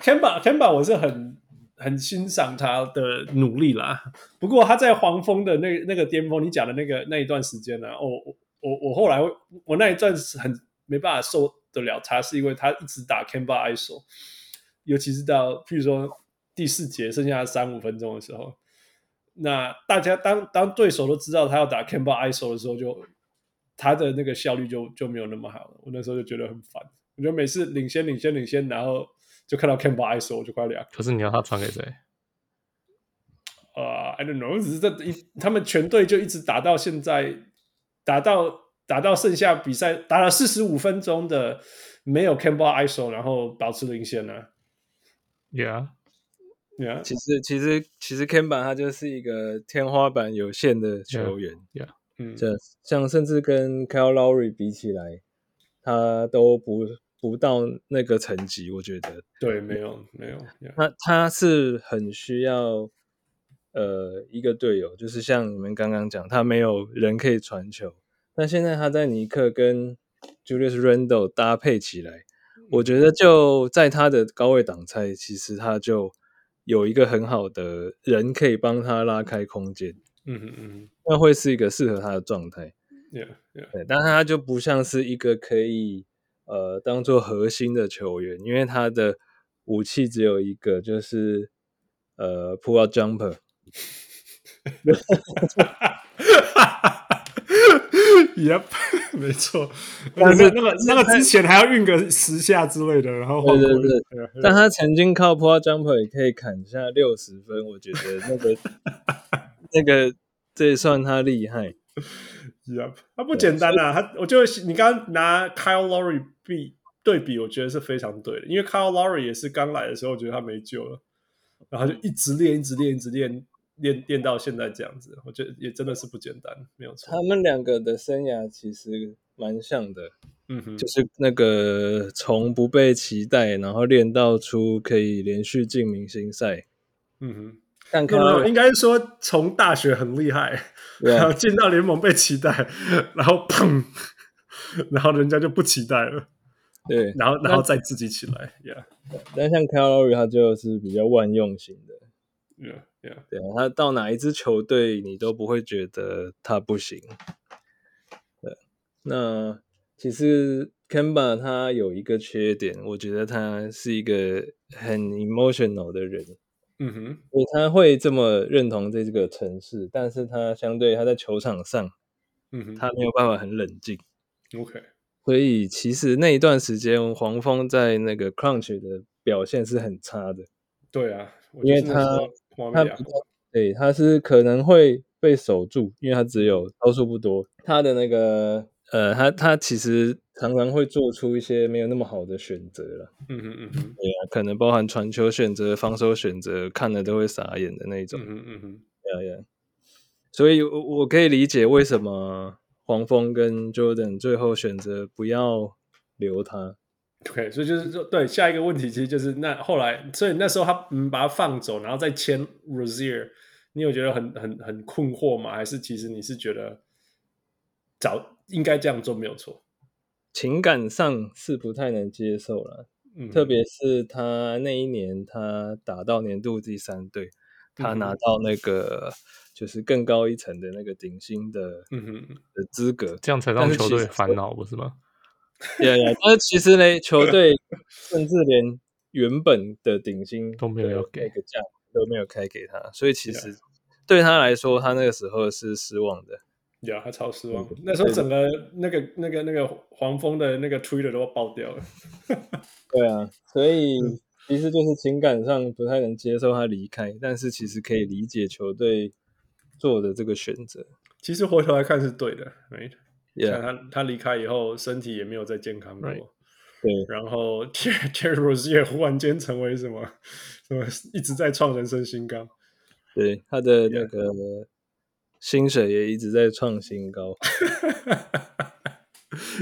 Speaker 3: Kemba Kemba，我是很很欣赏他的努力啦。不过他在黄蜂的那那个巅峰，你讲的那个那一段时间呢、我我我我后来会我那一段是很没办法受得了他，是因为他一直打 Kemba ISO，尤其是到譬如说第四节剩下三五分钟的时候，那大家当当对手都知道他要打 Kemba ISO 的时候就他的那个效率就就没有那么好了。我那时候就觉得很烦，我觉得每次领先领先领先，然后就看到 Kemba ISO 我就快凉。
Speaker 4: 可是你要他传给谁？
Speaker 3: 呃，I don't know，只是这一他们全队就一直打到现在，打到打到剩下比赛打了四十五分钟的没有 Kemba ISO，然后保持领先呢、啊。
Speaker 4: Yeah，
Speaker 3: Yeah，
Speaker 6: 其实，其实，其实 Kemba 他就是一个天花板有限的球员。
Speaker 3: 嗯，
Speaker 6: 这像甚至跟 Kyle Lowry 比起来，他都不不到那个层级。我觉得
Speaker 3: 对，没有没有，yeah，
Speaker 6: 他他是很需要呃一个队友，就是像你们刚刚讲，他没有人可以传球。那现在他在尼克跟 Julius Randle 搭配起来，我觉得就在他的高位挡拆，其实他就有一个很好的人可以帮他拉开空间，
Speaker 3: 嗯哼嗯
Speaker 6: 那会是一个适合他的状态。
Speaker 3: 哼，yeah yeah，
Speaker 6: 对，但他就不像是一个可以呃当做核心的球员，因为他的武器只有一个，就是呃 pull out jumper。
Speaker 3: yep，没错，
Speaker 6: 但是
Speaker 3: 那个那个之前还要运个十下之类的，然后换
Speaker 6: 对
Speaker 3: 过
Speaker 6: 对对
Speaker 3: 去
Speaker 6: 但他曾经靠 pull out jumper 也可以砍下六十分，我觉得那个那个这也算他厉害。
Speaker 3: Yep，他不简单啊！他，我就你刚刚拿 Kyle Lowry 比对比，我觉得是非常对的，因为 Kyle Lowry 也是刚来的时候，我觉得他没救了，然后就一直练，一直练，一直练，练练到现在这样子，我觉得也真的是不简单，没有错
Speaker 6: 他。们两个的生涯其实蛮像的，
Speaker 3: 嗯哼，
Speaker 6: 就是那个从不被期待，然后练到出可以连续进明星赛。
Speaker 3: 嗯哼。
Speaker 6: 但
Speaker 3: 没
Speaker 6: 看
Speaker 3: 有没
Speaker 6: 到
Speaker 3: 有，应该说从大学很厉害，
Speaker 6: 对啊
Speaker 3: 然后进到联盟被期待，然后砰，然后人家就不期待了，
Speaker 6: 对，
Speaker 3: 然后然后再自己起来，yeah
Speaker 6: 但像 c a l o r y 他就是比较万用型的，
Speaker 3: yeah yeah，
Speaker 6: 对啊，他到哪一支球队你都不会觉得他不行。对，那其实 Kemba 他有一个缺点，我觉得他是一个很 emotional 的人，
Speaker 3: 嗯哼，
Speaker 6: 所以他会这么认同这个城市，但是他相对他在球场上
Speaker 3: 嗯哼，
Speaker 6: 他没有办法很冷静。
Speaker 3: OK，
Speaker 6: 所以其实那一段时间，黄蜂在那个 Crunch 的表现是很差的。
Speaker 3: 对啊，我
Speaker 6: 因为
Speaker 3: 就是那时候画
Speaker 6: 他
Speaker 3: 面
Speaker 6: 比
Speaker 3: 啊
Speaker 6: 较，对，他是可能会被守住，因为他只有招数不多。他的那个呃，他他其实常常会做出一些没有那么好的选择了，
Speaker 3: 嗯哼嗯哼
Speaker 6: 对啊，可能包含传球选择、防守选择，看了都会傻眼的那一种。
Speaker 3: 嗯哼嗯哼，
Speaker 6: 对啊，对啊所以我我可以理解为什么黄蜂跟 Jordan 最后选择不要留他。
Speaker 3: OK，所以就是说，对下一个问题，其实就是那后来，所以那时候他嗯把他放走，然后再签 Rozier，你有觉得很很很困惑吗？还是其实你是觉得早应该这样做没有错？
Speaker 6: 情感上是不太能接受了，
Speaker 3: 嗯哼，
Speaker 6: 特别是他那一年他打到年度第三队，他
Speaker 3: 嗯
Speaker 6: 拿
Speaker 3: 哼
Speaker 6: 到那个就是更高一层的那个顶薪的
Speaker 3: 嗯哼
Speaker 6: 的资格。
Speaker 4: 这样才
Speaker 6: 但
Speaker 4: 让
Speaker 6: 是
Speaker 4: 球
Speaker 6: 其
Speaker 4: 队
Speaker 6: 实
Speaker 4: 烦恼，不是吗？
Speaker 6: 呀呀，但是其实呢，球 队甚至连原本的顶薪
Speaker 4: 都没有
Speaker 6: 的
Speaker 4: 要
Speaker 6: 那
Speaker 4: 给
Speaker 6: 个价都没有开给他，所以其
Speaker 3: Yeah
Speaker 6: 实对他来说，他那个时候是失望的。
Speaker 3: 呀，啊他超
Speaker 6: 嗯
Speaker 3: 失望。那时候整个那个那个那个黄蜂的那个 Twitter 都要爆掉了。
Speaker 6: 对啊，所以其实就是情感上不太能接受他离开，但是其实可以理解球队做的这个选择。
Speaker 3: 其实回头来看是对的，right？像
Speaker 6: Yeah，
Speaker 3: 他他离开以后，身体也没有再健康过。
Speaker 4: Right
Speaker 6: 对
Speaker 3: 然后 Terry Terry Rozier 忽然间成为什么什么一直在创人生新高。
Speaker 6: 对，他的
Speaker 3: Yeah.
Speaker 6: 那个薪水也一直在创新高。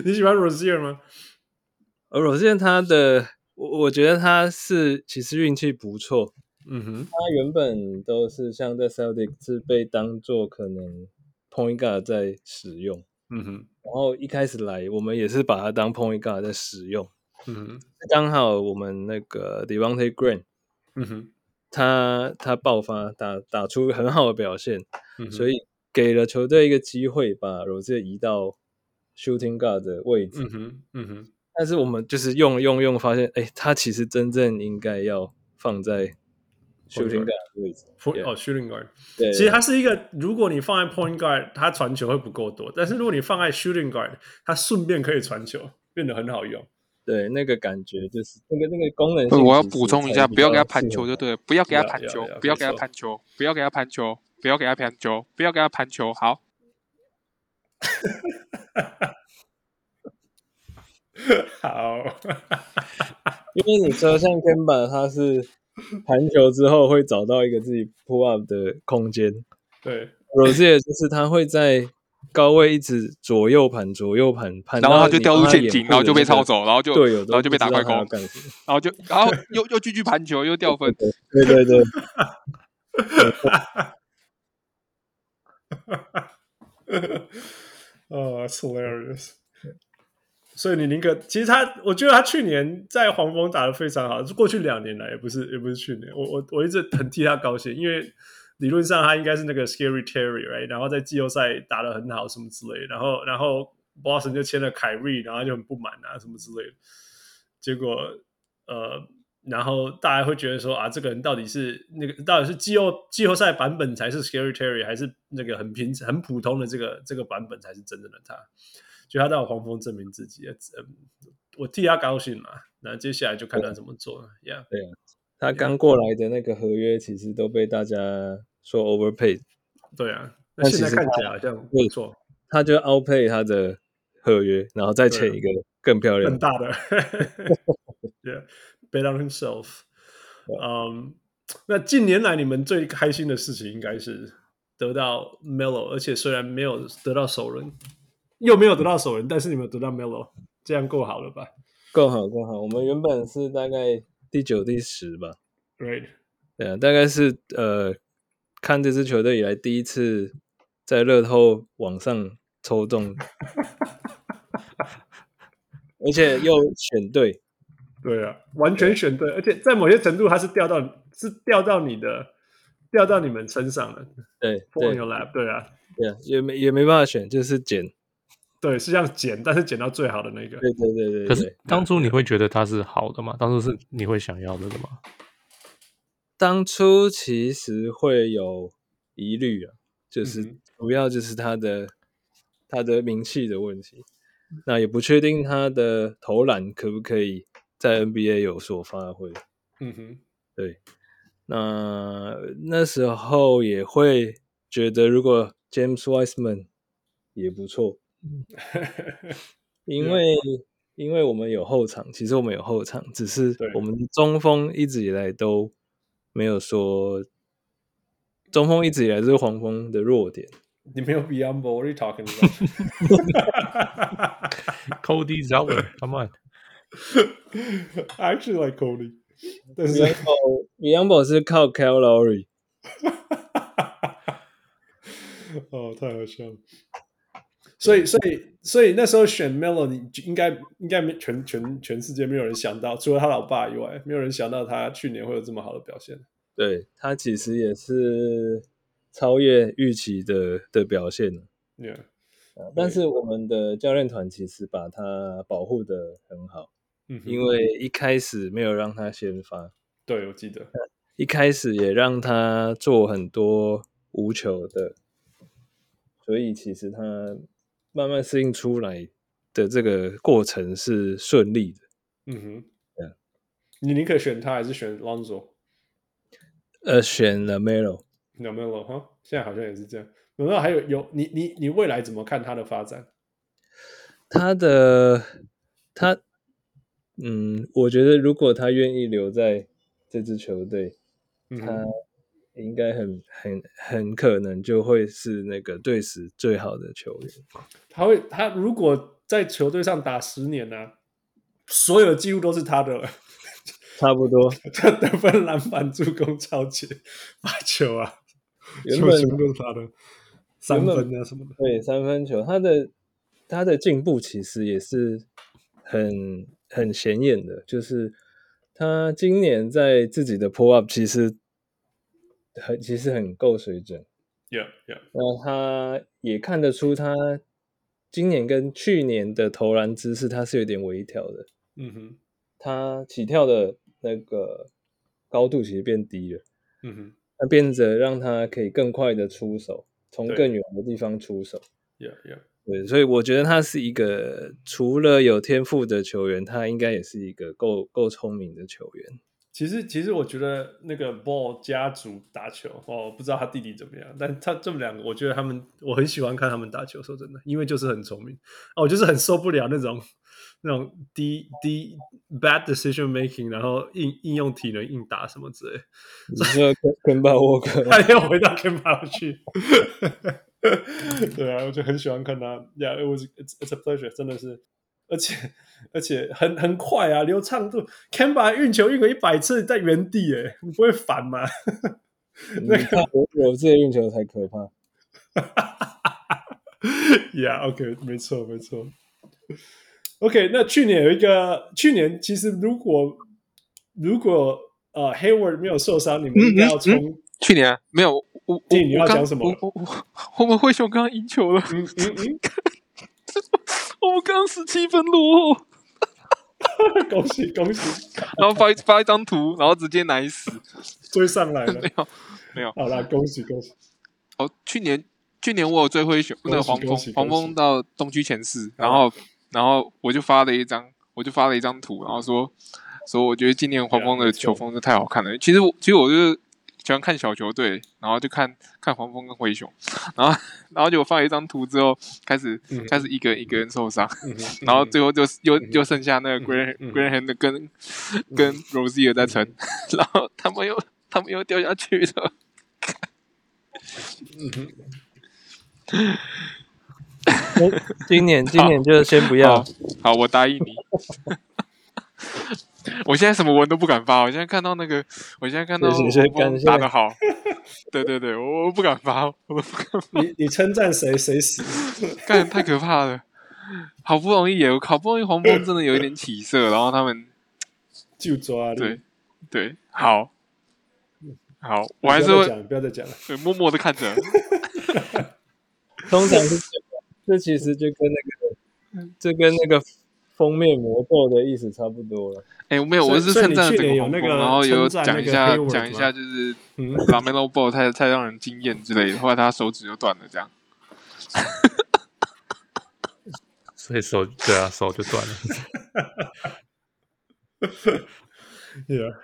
Speaker 3: 你喜欢 Rozier 吗？
Speaker 6: 而罗健他的，我我觉得他是其实运气不错，
Speaker 3: 嗯哼，
Speaker 6: 他原本都是像在 Celtic 是被当做可能 point guard 在使用，
Speaker 3: 嗯哼，
Speaker 6: 然后一开始来我们也是把他当 point guard 在使用，
Speaker 3: 嗯哼，
Speaker 6: 刚好我们那个 Devonte Green
Speaker 3: 嗯哼，
Speaker 6: 他他爆发打打出很好的表现，
Speaker 3: 嗯哼
Speaker 6: 所以给了球队一个机会，把罗杰移到 shooting guard 的位置。
Speaker 3: 嗯哼，嗯哼，
Speaker 6: 但是我们就是用用用，发现哎，他其实真正应该要放在 shooting guard 的位置。
Speaker 3: Point-
Speaker 6: Yeah
Speaker 3: 哦，shooting guard。
Speaker 6: 对，
Speaker 3: 其实他是一个，如果你放在 point guard，他传球会不够多；但是如果你放在 shooting guard，他顺便可以传球，变得很好用。
Speaker 6: 对那个感觉就是那个那个功能
Speaker 5: 呃
Speaker 6: 性。
Speaker 5: 我要补充一下，不要给他盘球就
Speaker 6: 的。
Speaker 5: 对了，不要给他
Speaker 3: 呀
Speaker 5: 盘
Speaker 3: 呀
Speaker 5: 球
Speaker 3: 呀，
Speaker 5: 不要
Speaker 3: 没
Speaker 5: 给他
Speaker 3: 错
Speaker 5: 盘球，不要给他盘球，不要给他盘球，不要给他盘球。好，
Speaker 3: 好，
Speaker 6: 因为你说像 Kemba，他是盘球之后会找到一个自己 pull up 的空间。
Speaker 3: 对，
Speaker 6: Rose 就是他会在高位一直左右盘左右盘盘，
Speaker 5: 然后他就掉入陷
Speaker 6: 你
Speaker 5: 阱，
Speaker 6: 帮
Speaker 5: 然
Speaker 6: 他掩护
Speaker 5: 后就被
Speaker 6: 的那
Speaker 5: 抄
Speaker 6: 个
Speaker 5: 走，然后就
Speaker 6: 队友
Speaker 5: 然
Speaker 6: 都
Speaker 5: 后就被打
Speaker 6: 不知
Speaker 5: 快
Speaker 6: 道他要
Speaker 5: 攻，
Speaker 6: 干什么。
Speaker 5: 然后就然后又又继续盘球，又掉分。
Speaker 6: 对对对，
Speaker 3: 哦、i t s hilarious。所以你宁可，其实他，我觉得他去年在黄蜂打得非常好，过去两年来也不是也不是去年，我我我一直很替他高兴，因为理论上他应该是那个 Scary Terry，right？然后在季后赛打得很好什么之类的，然后然后 Boston 就签了凯瑞，然后他就很不满啊什么之类的，结果呃，然后大家会觉得说啊，这个人到底是那个到底是季后季后赛版本才是 Scary Terry，还是那个很平很普通的这个这个版本才是真正的他？就他到黄蜂证明自己，嗯，我替他高兴嘛。那接下来就看他怎么做了。Yeah，
Speaker 6: 他刚过来的那个合约其实都被大家说 overpay，
Speaker 3: 对啊。那
Speaker 6: 但
Speaker 3: 现在
Speaker 6: 其实
Speaker 3: 看起
Speaker 6: 他
Speaker 3: 来好像不错，
Speaker 6: 他就 outpay 他的合约，然后再
Speaker 3: 对啊
Speaker 6: 签一个更漂亮
Speaker 3: 更
Speaker 6: 的。
Speaker 3: 大的。Yeah，bet on himself。嗯，那近年来你们最开心的事情应该是得到 Melo，而且虽然没有得到首轮，又没有得到首轮，但是你们有得到 Melo，这样够好了吧
Speaker 6: 够好够好。我们原本是大概第九、第十吧，
Speaker 3: ？Right，
Speaker 6: 对啊，大概是呃，看这支球队以来第一次在乐透网上抽 中，而且又选对，
Speaker 3: 对啊，完全选对，而且在某些程度它是掉到是掉到你的掉到你们身上了
Speaker 6: 对
Speaker 3: ，fall in
Speaker 6: 对
Speaker 3: your lap，对啊，
Speaker 6: 对啊，也没也没办法选，就是捡，
Speaker 3: 对，是这样捡，但是捡到最好的那个。
Speaker 6: 对对对对对。
Speaker 4: 可是当初你会觉得它是好的吗？当初是你会想要的吗？
Speaker 6: 当初其实会有疑虑啊，就是
Speaker 3: 嗯
Speaker 6: 主要就是他的、他的名气的问题，那也不确定他的投篮可不可以在 NBA 有所发挥。
Speaker 3: 嗯哼，
Speaker 6: 对，那那时候也会觉得，如果 James Wiseman 也不错，
Speaker 3: 啊
Speaker 6: 因为因为我们有后场，其实我们有后场，只是
Speaker 3: 对
Speaker 6: 我们的中锋一直以来都没有说，中锋一直以来是黄蜂的弱点。
Speaker 3: 你没有 Beyond b o w l e talking about？
Speaker 4: Cody Zeller，Come on，
Speaker 3: I actually like Cody，但
Speaker 6: 米扬
Speaker 3: 是
Speaker 6: 宝，米扬宝是靠 Cal Lowry，
Speaker 3: 哦，太好笑了。所以，所以，所以那时候选 Melo，你就应该应该没全全全世界没有人想到，除了他老爸以外，没有人想到他去年会有这么好的表现。
Speaker 6: 对他其实也是超越预期的的表现了。
Speaker 3: Yeah，
Speaker 6: 但
Speaker 3: 对
Speaker 6: 是我们的教练团其实把他保护的很好，
Speaker 3: 嗯哼，
Speaker 6: 因为一开始没有让他先发，
Speaker 3: 对我记得，
Speaker 6: 一开始也让他做很多无球的，所以其实他慢慢适应出来的这个过程是顺利的。
Speaker 3: 嗯哼
Speaker 6: Yeah，
Speaker 3: 你宁可选他还是选 Lonzo？
Speaker 6: 呃，选了 Melo，
Speaker 3: 有没有哈？现在好像也是这样。有没有还有有你你你未来怎么看他的发展？
Speaker 6: 他的他，嗯，我觉得如果他愿意留在这支球队，
Speaker 3: 嗯哼
Speaker 6: 他应该很很很可能就会是那个队史最好的球员。
Speaker 3: 他会，他如果在球队上打十年呢、所有记录都是他的了。
Speaker 6: 差不多，
Speaker 3: 他得分、篮板、助攻、超前、罚球啊，
Speaker 6: 原
Speaker 3: 球
Speaker 6: 本
Speaker 3: 全部都是他的，三分啊什么的。
Speaker 6: 对三分球，他的他的进步其实也是很很显眼的，就是他今年在自己的 pull up 其实很其实很够水准，
Speaker 3: Yeah, yeah，
Speaker 6: 那他也看得出他今年跟去年的投篮姿势他是有点微调的，
Speaker 3: 嗯哼，
Speaker 6: 他起跳的那个高度其实变低了。
Speaker 3: 嗯哼
Speaker 6: 那变着让他可以更快的出手，从
Speaker 3: 对
Speaker 6: 更远的地方出手。
Speaker 3: ，Yeah, yeah，
Speaker 6: 对，所以我觉得他是一个除了有天赋的球员，他应该也是一个够够聪明的球员。
Speaker 3: 其实，其实我觉得那个 Ball 家族打球哦，不知道他弟弟怎么样，但他这么两个，我觉得他们，我很喜欢看他们打球。说真的，因为就是很聪明哦，我就是很受不了那种那种低低 bad decision making，然后应应用体能硬打什么之类的。
Speaker 6: 你说跟跟巴沃 克
Speaker 3: 他要回到 k e m b 去。对啊，我就很喜欢看他。Yeah, it was it's it's a pleasure，真的是，而且而且很很快啊，流畅度。k e m b a 运球运个一百次在原地，哎，你不会烦吗？
Speaker 6: 那个我我这个运球才可怕。
Speaker 3: yeah, OK，没错，没错。OK，那去年有一个，去年其实如果如果呃 Hayward 没有受伤，你们应该要冲。嗯
Speaker 5: 去年啊没有我我我
Speaker 3: 弟你要
Speaker 5: 我刚
Speaker 3: 讲什么
Speaker 5: 我我我我们灰熊刚刚赢球了，
Speaker 3: 嗯嗯
Speaker 5: 我们刚刚十七分落后，
Speaker 3: 嗯， 恭喜恭喜，
Speaker 5: 然后发一发一张图，然后直接奶死。
Speaker 3: 追上来了。
Speaker 5: 没有没有
Speaker 3: 好啦，恭喜恭喜。
Speaker 5: 哦，去年去年我有追灰熊，
Speaker 3: 恭喜
Speaker 5: 那个黄
Speaker 3: 恭
Speaker 5: 蜂
Speaker 3: 喜，
Speaker 5: 黄
Speaker 3: 恭喜嗯
Speaker 5: 蜂到东区前四，然后然后我就发了一张，我就发了一张图，然后说说我觉得今年黄蜂
Speaker 3: 对啊没
Speaker 5: 的
Speaker 3: 错
Speaker 5: 球风是太好看了。其实我其实我就是喜欢看小球队，然后就看看黄蜂跟灰熊，然后然后就我发了一张图之后，开始
Speaker 3: 嗯
Speaker 5: 开始一个一个人受伤，
Speaker 3: 嗯哼
Speaker 5: 然后
Speaker 3: 嗯哼
Speaker 5: 最后就又又剩下那个 Green
Speaker 3: 嗯
Speaker 5: Green Hand 跟跟 Rosie 在撑，然后他们又他们又掉下去了。
Speaker 6: 今年今年就先不要
Speaker 5: 好，好，我答应你。 我现在什么文都不敢发，我现在看到那个，我现在看到
Speaker 6: 是是是
Speaker 5: 汪峰
Speaker 6: 感谢
Speaker 5: 打的好， 对对对，我我不敢发，我都不敢
Speaker 3: 你你称赞谁谁死？
Speaker 5: 干太可怕了，好不容易耶，我好不容易黄蜂真的有一点起色，然后他们
Speaker 3: 就抓你
Speaker 5: 对对好，好，
Speaker 3: 不
Speaker 5: 我
Speaker 3: 要
Speaker 5: 还
Speaker 3: 再
Speaker 5: 是会
Speaker 3: 讲，不要再讲了。
Speaker 5: 对默默的 看着，
Speaker 6: 通常是这样这其实就跟那个这跟那个封面魔咒的意思差不多了。
Speaker 5: 哎，我没有，
Speaker 3: 所以
Speaker 5: 我是称赞了
Speaker 3: 所
Speaker 5: 整黄
Speaker 3: 以你去年有那
Speaker 5: 蜂，
Speaker 3: 个
Speaker 5: 然后有讲一下
Speaker 3: 称赞那个 Hayward 吗
Speaker 5: 讲一下就是
Speaker 3: 嗯
Speaker 5: l a m e l o Ball 太太让人惊艳之类的，后来他手指就断了，这样
Speaker 4: 所以手对啊，手就 断了。
Speaker 3: Yeah.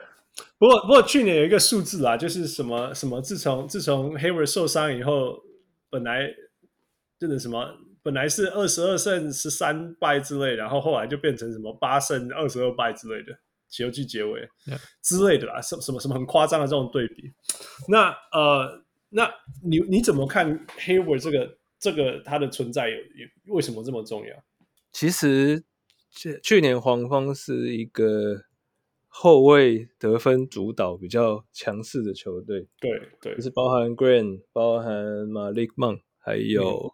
Speaker 3: 不过，不过去年有一个数字啊，就是什么什么，自从自从 Hayward 受伤以后，本来真的什么，本来是二十二胜十三败之类，然后后来就变成什么八胜二十二败之类的，球季结尾
Speaker 4: Yeah.
Speaker 3: 之类的啦，什什么什么很夸张的这种对比。那呃，那你你怎么看 Hayward 这个这个他的存在有有为什么这么重要？
Speaker 6: 其实去去年黄蜂是一个后卫得分主导比较强势的球队，
Speaker 3: 对对
Speaker 6: 就是包含 Green、包含 Malik Monk，还有、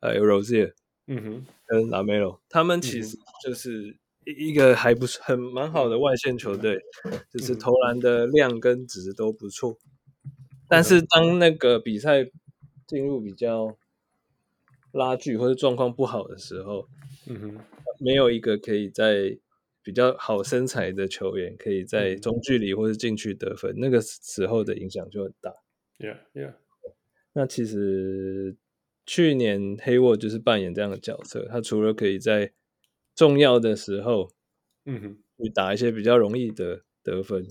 Speaker 6: 还有 Rosier
Speaker 3: 嗯哼，
Speaker 6: 跟 Lamelo，他
Speaker 3: 嗯
Speaker 6: 们其实就是一一个还不是很蛮好的外线球队，就是
Speaker 3: 嗯
Speaker 6: 投篮的量跟值都不错。但是
Speaker 3: 嗯
Speaker 6: 当那个比赛进入比较拉锯或者状况不好的时候，
Speaker 3: 嗯哼，
Speaker 6: 没有一个可以在比较好身材的球员可以在
Speaker 3: 嗯
Speaker 6: 中距离或者禁区得分，那个时候的影响就很大。
Speaker 3: ，Yeah Yeah，
Speaker 6: 那其实去年黑沃就是扮演这样的角色，他除了可以在重要的时候
Speaker 3: 嗯哼，
Speaker 6: 去打一些比较容易的得分，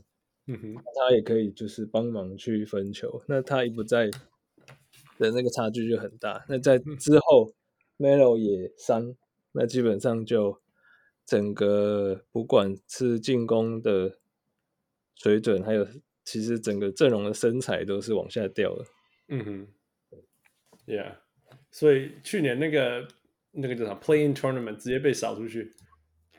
Speaker 3: 嗯哼，
Speaker 6: 他也可以就是帮忙去分球。那他一不在的那个差距就很大。那在之后、m e l o 也伤，那基本上就整个不管是进攻的水准，还有其实整个阵容的身材都是往下掉的。
Speaker 3: 嗯哼，Yeah，所以去年那个那个叫啥 Playing Tournament 直接被扫出去，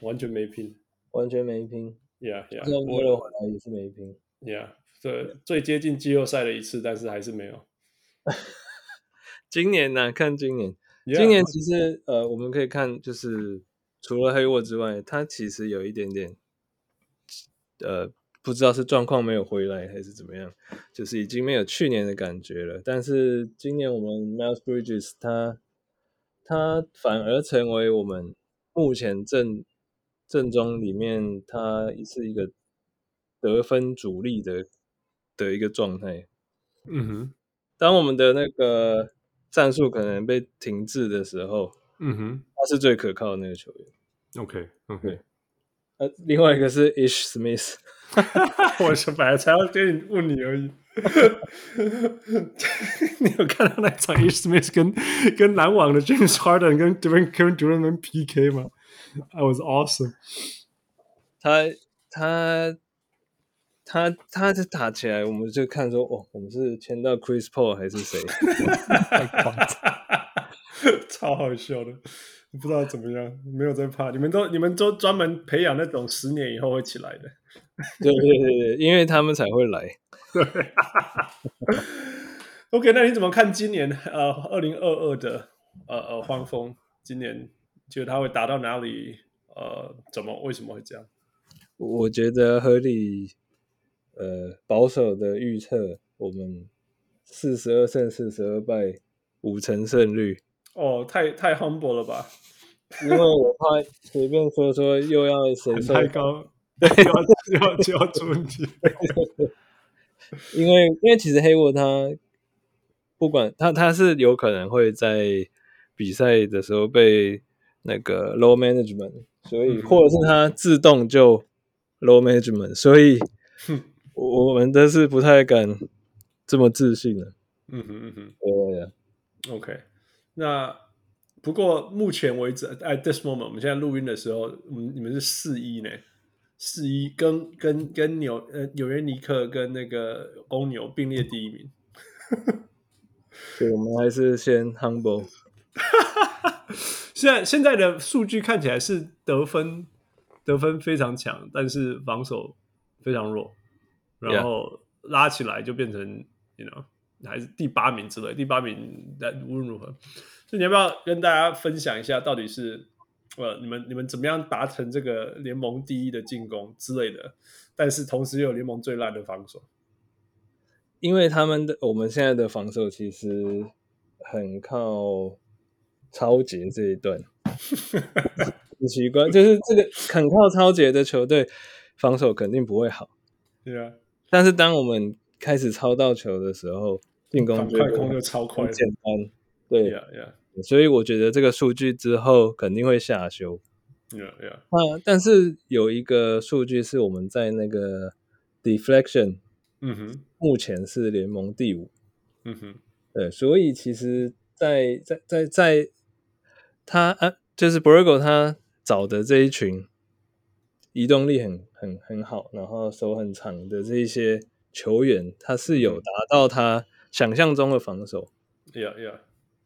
Speaker 3: 完全没拼。
Speaker 6: 完全没拼，
Speaker 3: Yeah
Speaker 6: 现在
Speaker 3: Yeah，
Speaker 6: 梅罗回来也是没拼。
Speaker 3: Yeah，这最接近季后赛的一次，但是还是没有。
Speaker 6: 今年呢、看今年
Speaker 3: Yeah,
Speaker 6: 今年其实呃，我们可以看就是除了黑沃之外，他其实有一点点呃，不知道是状况没有回来还是怎么样，就是已经没有去年的感觉了。但是今年我们 Miles Bridges 他他反而成为我们目前正正中里面，他是一个得分主力的的一个状态。
Speaker 3: 嗯哼，
Speaker 6: 当我们的那个战术可能被停滞的时候，
Speaker 3: 嗯哼
Speaker 6: 他是最可靠的那个球员。
Speaker 3: ，OK
Speaker 6: 对呃，另外一个是 Ish Smith，
Speaker 3: 我是本来才要跟你问你而已。 你有看到那场 Ish Smith 跟跟篮网的 James Harden 跟 Durant Kevin Durant 们 PK 吗？I was awesome。
Speaker 6: 他他他他这打起来，我们就看说，哦，我们是签到 Chris Paul 还是谁？
Speaker 3: 超好笑的，不知道怎么样，没有在怕。你们都你们都专门培养那种十年以后会起来的。
Speaker 6: 对对对对，因为他们才会来。
Speaker 3: OK，那你怎么看今年呃二零二二的呃呃黄蜂？今年觉得他会打到哪里？呃，怎么为什么会这样？
Speaker 6: 我觉得合理，呃，保守的预测，我们四十二胜四十二败，五成胜率。
Speaker 3: 哦，太太 humble 了吧，
Speaker 6: 因为我怕随便说说又要谁受
Speaker 3: 太高， 要要就要出问题。
Speaker 6: 因为因为其实黑沃他不管他他是有可能会在比赛的时候被那个 low management，所以、
Speaker 3: 嗯
Speaker 6: 或者是他自动就 low management，所以我我们都是不太敢这么自信的。
Speaker 3: 嗯哼嗯哼。
Speaker 6: 对啊
Speaker 3: OK，那不过目前为止，at this moment，我们现在录音的时候，我们你们是四一呢，四一跟跟跟纽呃纽约尼克跟那个公牛并列第一名。
Speaker 6: 所以我们还是先 humble。
Speaker 3: 现在现在的数据看起来是得分得分非常强，但是防守非常弱，然后拉起来就变成 you know 还是第八名之类，第八名但无论如何，所以你要不要跟大家分享一下，到底是呃你们你们怎么样达成这个联盟第一的进攻之类的，但是同时又有联盟最烂的防守？
Speaker 6: 因为他们的我们现在的防守其实很靠超杰这 一段，很奇怪，就是这个很靠超杰的球队防守肯定不会好，
Speaker 3: 对啊，
Speaker 6: 但是当我们开始抄到球的时候，进攻
Speaker 3: 反
Speaker 6: 就
Speaker 3: 快攻就超快
Speaker 6: 很
Speaker 3: 了，
Speaker 6: 简单，对
Speaker 3: yeah yeah
Speaker 6: 所以我觉得这个数据之后肯定会下修。
Speaker 3: yeah yeah，
Speaker 6: 那但是有一个数据是我们在那个 deflection
Speaker 3: 嗯哼
Speaker 6: 目前是联盟第五，
Speaker 3: 嗯哼
Speaker 6: 对，所以其实在，在在在他啊，就是 Borrego 他找的这一群移动力很很很好，然后手很长的这一些球员，他是有达到他想象中的防守，
Speaker 3: yeah yeah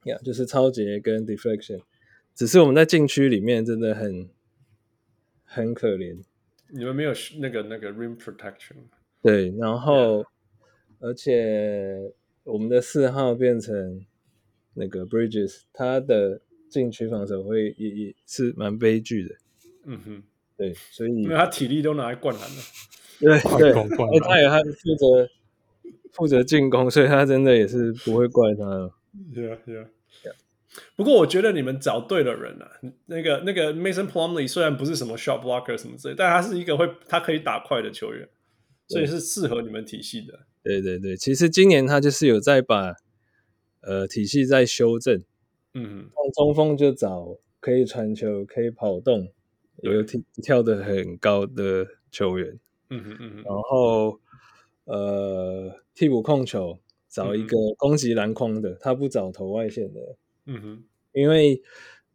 Speaker 6: 呀、就是超节跟 deflection，只是我们在禁区里面真的很很可怜，
Speaker 3: 你们没有那个那个 rim protection，
Speaker 6: 对，然后而且我们的四号变成那个 Bridges，他的禁区防守会也也是蛮悲剧的，
Speaker 3: 嗯哼，
Speaker 6: 对，所以
Speaker 3: 因为他体力都拿来灌篮了。
Speaker 6: 对对，
Speaker 4: 攻灌
Speaker 6: 哎，
Speaker 4: 篮
Speaker 6: 他也他负责负责进攻，所以他真的也是不会怪他了。
Speaker 3: Yeah, yeah. 不过我觉得你们找对了人了、啊那个那个 Mason Plumley 虽然不是什么 shot blocker 什么之类，但他是一个会他可以打快的球员，所以是适合你们体系的。
Speaker 6: 对对对，其实今年他就是有在把呃体系在修正，
Speaker 3: 嗯
Speaker 6: 像中锋就找可以传球、可以跑动、有跳跳得很高的球员，
Speaker 3: 嗯哼嗯哼
Speaker 6: 然后呃替补控
Speaker 3: 嗯
Speaker 6: 球找一个攻击篮筐的，他不找投外线的，
Speaker 3: 嗯哼
Speaker 6: 因为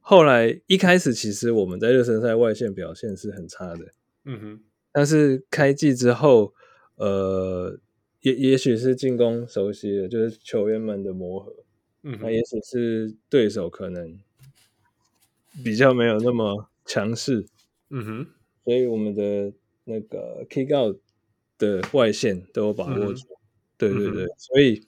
Speaker 6: 后来一开始其实我们在热身赛外线表现是很差的，
Speaker 3: 嗯哼
Speaker 6: 但是开季之后，呃，也也许是进攻熟悉了，就是球员们的磨合，
Speaker 3: 嗯
Speaker 6: 那
Speaker 3: 哼
Speaker 6: 也许是对手可能比较没有那么强势，
Speaker 3: 嗯哼
Speaker 6: 所以我们的那个 kick out 的外线都有把握住。对对对，所以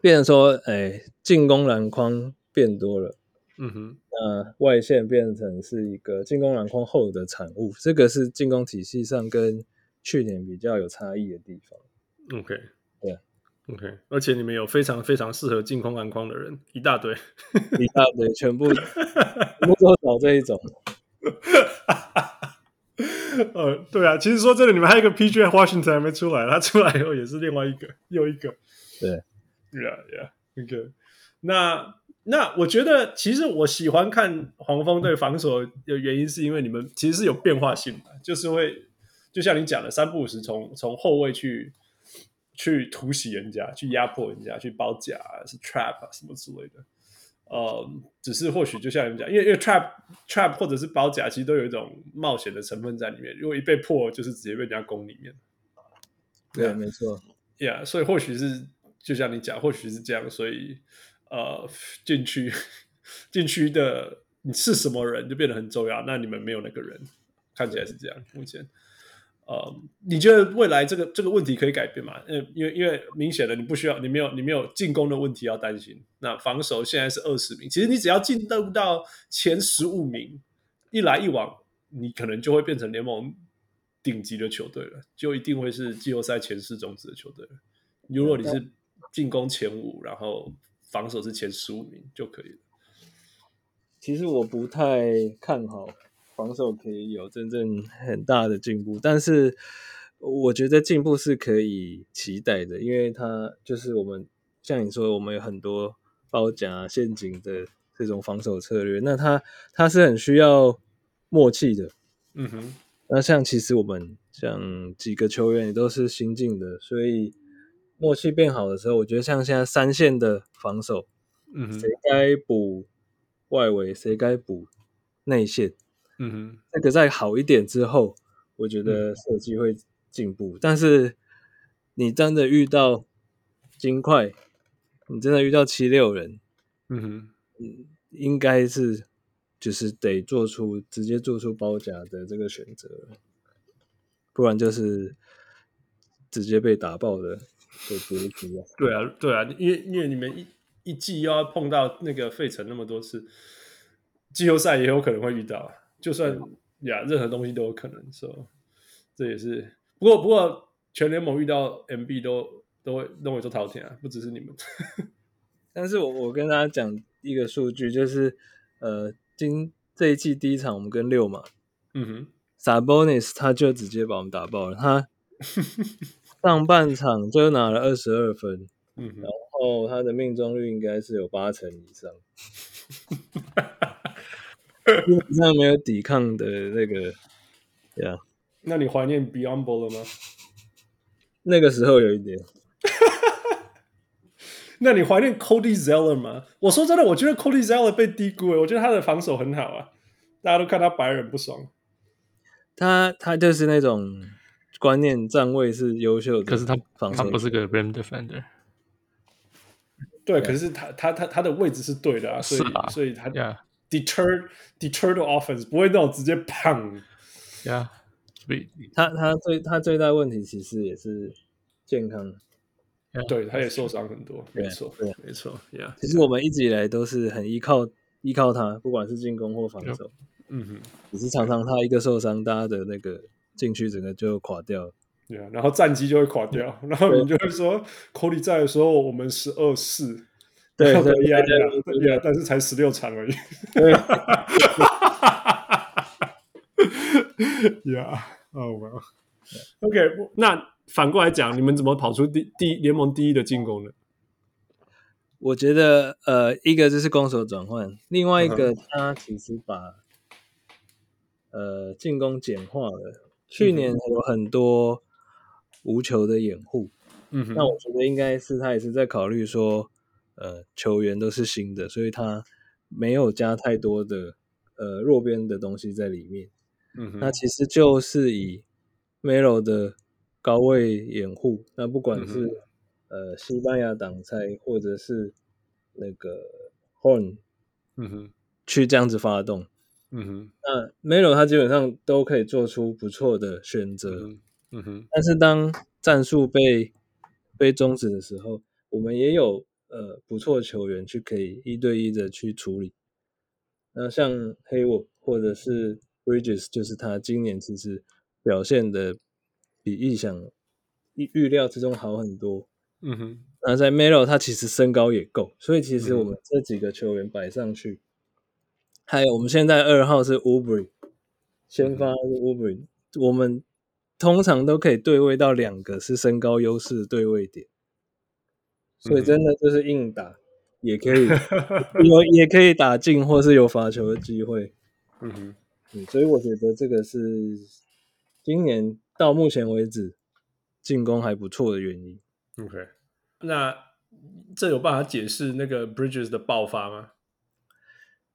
Speaker 6: 变成说，哎，进攻篮筐变多了。
Speaker 3: 嗯哼
Speaker 6: 那外线变成是一个进攻篮筐后的产物，这个是进攻体系上跟去年比较有差异的地方。
Speaker 3: ，OK，
Speaker 6: 对
Speaker 3: ，OK，而且你们有非常非常适合进空篮筐的人，一大堆。
Speaker 6: 一大堆全部全部都找这一种，
Speaker 3: 呃，对啊，其实说真的，你们还有一个 PJ Washington 还没出来，他出来以后也是另外一个又一个。
Speaker 6: 对
Speaker 3: ，Yeah Yeah OK 那。那我觉得，其实我喜欢看黄蜂队防守的原因，是因为你们其实是有变化性的，就是会就像你讲的，三不五时从从后卫去去突袭人家，去压迫人家，去包夹啊、是 trap 啊什么之类的。呃，只是或许就像你们讲，因为因为 trap trap 或者是包夹，其实都有一种冒险的成分在里面。如果一被破，就是直接被人家攻里面。
Speaker 6: 对，没错，
Speaker 3: Yeah，所以或许是就像你讲，或许是这样，所以呃，禁 区禁区的你是什么人就变得很重要。那你们没有那个人，看起来是这样。目前，呃，你觉得未来这个这个问题可以改变吗？因为因为因为明显的你不需要，你没有你没有进攻的问题要担心。那防守现在是二十名，其实你只要进入到前十五名，一来一往，你可能就会变成联盟顶级的球队了，就一定会是季后赛前四种子的球队了。如果你是进攻前五，然后防守是前十五名就可以了。
Speaker 6: 其实我不太看好防守可以有真正很大的进步，但是我觉得进步是可以期待的，因为它就是我们像你说，我们有很多包夹啊陷阱的这种防守策略，那它它是很需要默契的。
Speaker 3: 嗯哼，
Speaker 6: 那像其实我们像几个球员也都是新进的，所以默契变好的时候，我觉得像现在三线的防守，
Speaker 3: 嗯哼
Speaker 6: 谁，该补外围，谁该补内线，
Speaker 3: 嗯哼，
Speaker 6: 那个再好一点之后，我我觉得设计会进步。但是你真的遇到金块，你真的遇到七六人，
Speaker 3: 嗯哼，
Speaker 6: 应该是就是得做出直接做出包夹的这个选择了，不然就是直接被打爆的的结局啊。
Speaker 3: 对啊，对啊，因为因为你们一一季又要碰到那个费城那么多次，季后赛也有可能会遇到，就算呀，
Speaker 4: 啊
Speaker 3: 任何东西都有可能，所、以这也是不过不过全联盟遇到 MB 都都会认为说淘天啊，不只是你们，
Speaker 6: 但是我我跟大家讲一个数据，就是呃，今这一季第一场我们跟六嘛
Speaker 3: 嗯哼，
Speaker 6: ，Sabonis 他就直接把我们打爆 了，他上半场就拿了二十二分，
Speaker 3: 嗯哼。
Speaker 6: 哦，他的命中率应该是有八成以上，基本上没有抵抗的那个，对啊，
Speaker 3: 那你怀念 Beyond 了吗？
Speaker 6: 那个时候有一点，
Speaker 3: 那你怀念 Cody Zeller 吗？我说真的，我觉得 Cody Zeller 被低估了，我觉得他的防守很好啊，大家都看他白人不爽。
Speaker 6: 他他就是那种观念站位是优秀的，
Speaker 4: 可是他
Speaker 6: 防
Speaker 4: 他
Speaker 6: 守
Speaker 4: 不是个 rim defender，
Speaker 3: 对，可是他他他他的位置是对的啊，所以
Speaker 4: 啊是啊
Speaker 3: 所以他
Speaker 4: ，yeah
Speaker 3: deter deter 的 offense 不会那种直接砰。
Speaker 4: yeah，所以
Speaker 6: 他他最他最大问题其实也是健康，
Speaker 3: 对，他也受伤很多，
Speaker 6: 对
Speaker 3: 没错
Speaker 6: 对，
Speaker 3: 没错，Yeah，
Speaker 6: 其实我们一直以来都是很依靠依靠他，不管是进攻或防守，
Speaker 3: 嗯哼
Speaker 6: 只是常常他一个受伤，大家的那个禁区整个就垮掉了。
Speaker 3: ，Yeah，然后战绩就会垮掉，然后你就会说 Cody 在的时候我们十二四，
Speaker 6: 对
Speaker 3: 然后
Speaker 6: 对
Speaker 3: 呀
Speaker 6: 对
Speaker 3: 呀
Speaker 6: 对
Speaker 3: 呀，但是才十六场而已。
Speaker 6: 对
Speaker 3: yeah. Oh well. OK，我那反过来讲，你们怎么跑出第第联盟第一的进攻呢？
Speaker 6: 我觉得呃，一个就是攻守转换，另外一个他其实把呃进攻简化了。去年有很多无球的掩护，
Speaker 3: 嗯哼
Speaker 6: 那我觉得应该是他也是在考虑说，呃，球员都是新的，所以他没有加太多的呃弱边的东西在里面。
Speaker 3: 嗯
Speaker 6: 那
Speaker 3: 哼，
Speaker 6: 其实就是以 Melo 的高位掩护，那不
Speaker 3: 嗯
Speaker 6: 管是、呃西班牙挡拆或者是那个 Horn
Speaker 3: 嗯哼，
Speaker 6: 去这样子发动，
Speaker 3: 嗯哼，
Speaker 6: 那 Melo 他基本上都可以做出不错的选择。
Speaker 3: 嗯嗯哼，
Speaker 6: 但是当战术被被终止的时候，我们也有呃不错的球员去可以一对一的去处理。那像黑我或者是 Bridges，就是他今年其实表现的比预想预预料之中好很多。
Speaker 3: 嗯哼，
Speaker 6: 那在 Melo 他其实身高也够，所以其实
Speaker 3: 嗯
Speaker 6: 我们这几个球员摆上去，还有我们现在二号是 Ubry，先
Speaker 3: 嗯
Speaker 6: 发是 Ubry，、我们通常都可以对位到两个是身高优势的对位点，所以
Speaker 3: 嗯
Speaker 6: 真的就是硬打、也 可以有也可以打进或是有罚球的机会，
Speaker 3: 嗯哼，
Speaker 6: 嗯，所以我觉得这个是今年到目前为止进攻还不错的原因。
Speaker 3: OK，那这有办法解释那个 Bridges 的爆发吗？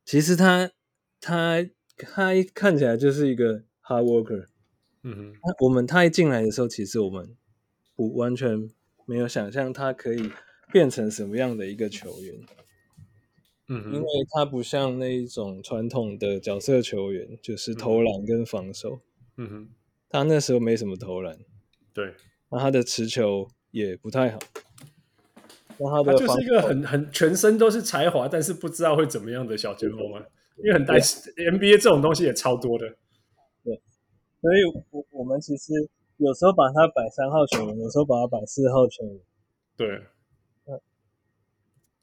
Speaker 6: 其实他他他一看起来就是一个 hard worker。
Speaker 3: 嗯哼，
Speaker 6: 那我们他一进来的时候，其实我们不完全没有想象他可以变成什么样的一个球员，
Speaker 3: 嗯
Speaker 6: 因为
Speaker 3: 哼，
Speaker 6: 他不像那一种传统的角色球员，就是投篮跟防守。
Speaker 3: 嗯哼，
Speaker 6: 他那时候没什么投篮，
Speaker 3: 对，
Speaker 6: 那他的持球也不太好。那他
Speaker 3: 他
Speaker 6: 的
Speaker 3: 就
Speaker 6: 防
Speaker 3: 是一个很很全身都是才华，但是不知道会怎么样的小前锋啊，因为很担心 NBA 这种东西也超多的。
Speaker 6: 所以我我们其实有时候把他摆三号球员，有时候把他摆四号球员，
Speaker 3: 对，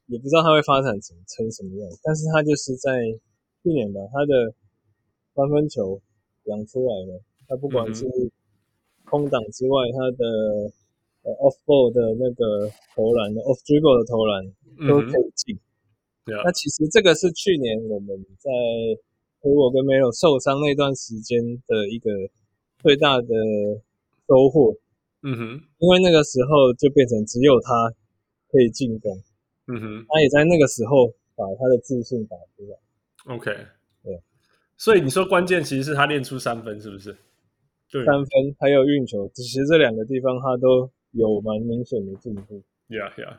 Speaker 6: 也不知道他会发展成成什么样，但是他就是在去年吧，他的三分球养出来了，他不
Speaker 3: 嗯
Speaker 6: 管是空档之外，他的呃 off ball 的那个投篮，off dribble 的投篮都
Speaker 3: 嗯
Speaker 6: 可
Speaker 3: 哼，
Speaker 6: 以进。
Speaker 3: 对啊
Speaker 6: 那其实这个是去年我们在如果跟 Melo 受伤那段时间的一个最大的收获，
Speaker 3: 嗯哼，
Speaker 6: 因为那个时候就变成只有他可以进攻。
Speaker 3: 嗯哼。
Speaker 6: 他也在那个时候把他的自信打出来。
Speaker 3: OK，
Speaker 6: 对，
Speaker 3: 所以你说关键其实是他练出三分，是不是？对
Speaker 6: 三分还有运球，其实这两个地方他都有蛮明显的进步。
Speaker 3: ，Yeah Yeah。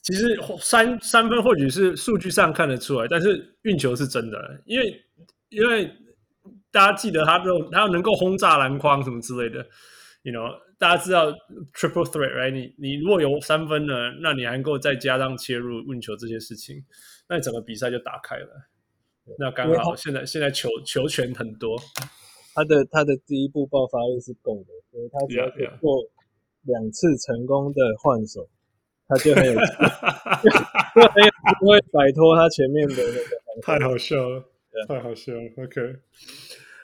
Speaker 3: 其实三三分或许是数据上看得出来，但是运球是真的，因为因为大家记得他这种他能够轰炸篮筐什么之类的，you know，大家知道 triple threat，right？你你如果有三分呢，那你还能够再加上切入运球这些事情，那整个比赛就打开了。那刚
Speaker 6: 因为
Speaker 3: 好
Speaker 6: 他
Speaker 3: 现在现在球球权很多，
Speaker 6: 他的他的第一步爆发力是够的，所以他只要
Speaker 3: Yeah,
Speaker 6: 可以
Speaker 3: yeah.
Speaker 6: 做两次成功的换手，他就很有机 会摆脱他前面的那个。
Speaker 3: 太好笑了，太好笑了。OK，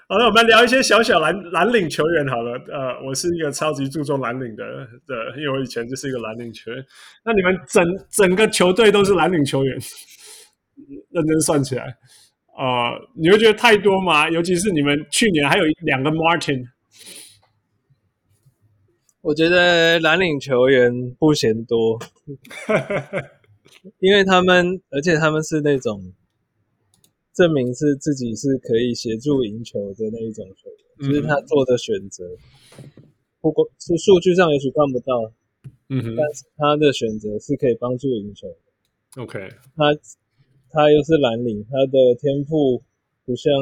Speaker 3: 好了，我们聊一些小小蓝蓝领球员好了。呃，我是一个超级注重蓝领的的，因为我以前就是一个蓝领球员。那你们整整个球队都是蓝领球员， 认真算起来，呃，你会觉得太多吗？尤其是你们去年还有两个 Martin，
Speaker 6: 我觉得蓝领球员不嫌多，因为他们，而且他们是那种证明是自己是可以协助赢球的那一种球员，就是他做的选择，不过是数据上也许看不到，
Speaker 3: 嗯哼
Speaker 6: 但是他的选择是可以帮助赢球的。
Speaker 3: ，OK，
Speaker 6: 他他又是蓝领，他的天赋不像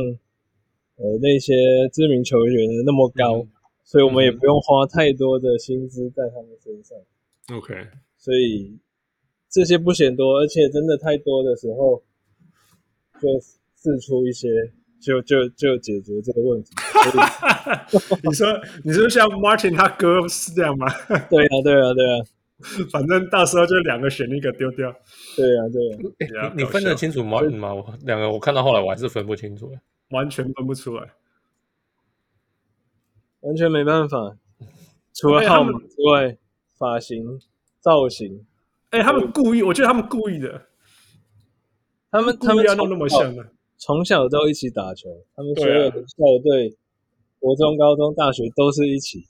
Speaker 6: 呃那些知名球员那么高，所以我们也不用花太多的薪资在他们身上，
Speaker 3: OK，
Speaker 6: 所以这些不嫌多，而且真的太多的时候，就试出一些，就就就解决这个问题。 所以
Speaker 3: 你说你是不是像 Martin 他哥是这样吗？
Speaker 6: 对啊，对啊，对啊，
Speaker 3: 反正到时候就两个选一个丢掉。
Speaker 6: 对啊，对啊，
Speaker 3: Yeah，
Speaker 4: 哎你
Speaker 3: 搞
Speaker 4: 分得
Speaker 3: 笑
Speaker 4: 清楚 Martin 吗？嗯我两个我看到后来我还是分不清楚。欸
Speaker 3: 完全分不出来。
Speaker 6: 完全没办法，除
Speaker 3: 哎
Speaker 6: 了
Speaker 3: 他
Speaker 6: 号
Speaker 3: 们
Speaker 6: 码之外，发型、造型。
Speaker 3: 哎、他们故意，我觉得他们故意的，
Speaker 6: 他们他
Speaker 3: 故
Speaker 6: 们
Speaker 3: 意要弄
Speaker 6: 从
Speaker 3: 那么
Speaker 6: 小
Speaker 3: 像的。
Speaker 6: 从小都一起打球，他们所
Speaker 3: 对啊
Speaker 6: 有的校队、国中、高中、大学都是一起。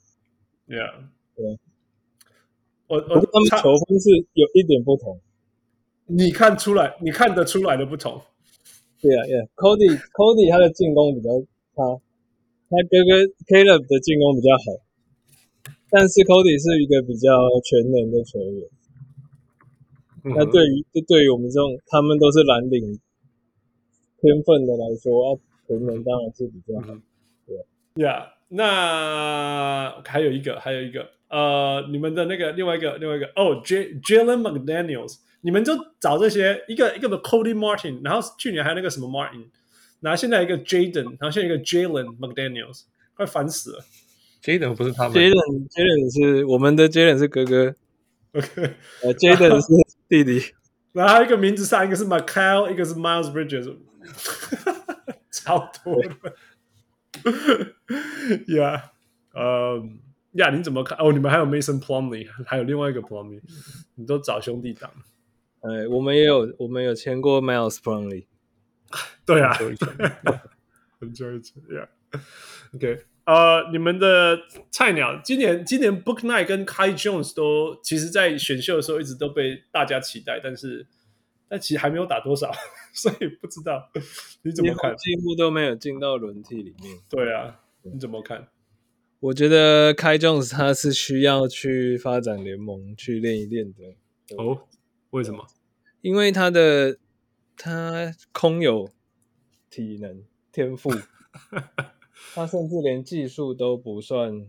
Speaker 3: Yeah，
Speaker 6: 对
Speaker 3: 我
Speaker 6: 不过
Speaker 3: 我
Speaker 6: 他们
Speaker 3: 哦差，
Speaker 6: 球风是有一点不同。
Speaker 3: 你看出来，你看得出来的不同。
Speaker 6: 对啊，Yeah，Cody Cody 他的进攻比较差，他哥哥 Caleb 的进攻比较好，但是 Cody 是一个比较全能的球员。
Speaker 3: 嗯
Speaker 6: 那啊对于就对于我们这种他们都是蓝领天分的来说，啊，全能当然是比较好。
Speaker 3: Yeah，那还有一个，还有一个，呃，你们的那个另外一个，另外一个，哦，J Jalen McDaniel's，你们就找这些一个一个的 Cody Martin，然后去年还有那个什么 Martin，然后现在一个 Jaden，然后现在一个 Jalen McDaniel's，快烦死了。
Speaker 4: Jaden 不是他们，
Speaker 6: Jalen Jalen 是我们的 Jalen 是哥哥，
Speaker 3: OK。
Speaker 6: 呃，Jaden 是弟弟。
Speaker 3: 然后还有一个名字上，一个是 Michael，一个是 Miles Bridges，超多的。yeah，呃、呀，你怎么看？哦，你们还有 Mason Plumley，还有另外一个 Plumley，你都找兄弟党。
Speaker 6: 哎，我们也有，我们有签过 Miles Plumlee。
Speaker 3: 对啊，很纠结。Yeah，OK，、OK，呃，你们的菜鸟今年今年 Book Night 跟 Kai Jones 都其实，在选秀的时候一直都被大家期待，但是但其实还没有打多少， 所以不知道你怎
Speaker 6: 几
Speaker 3: 么
Speaker 6: 乎
Speaker 3: 看？
Speaker 6: 几乎都没有进到轮替里面。
Speaker 3: 对啊，你怎么看？
Speaker 6: 我觉得开 Jones 他是需要去发展联盟去练一练的，
Speaker 3: 哦，为什么？
Speaker 6: 因为他的他空有体能天赋，他甚至连技术都不算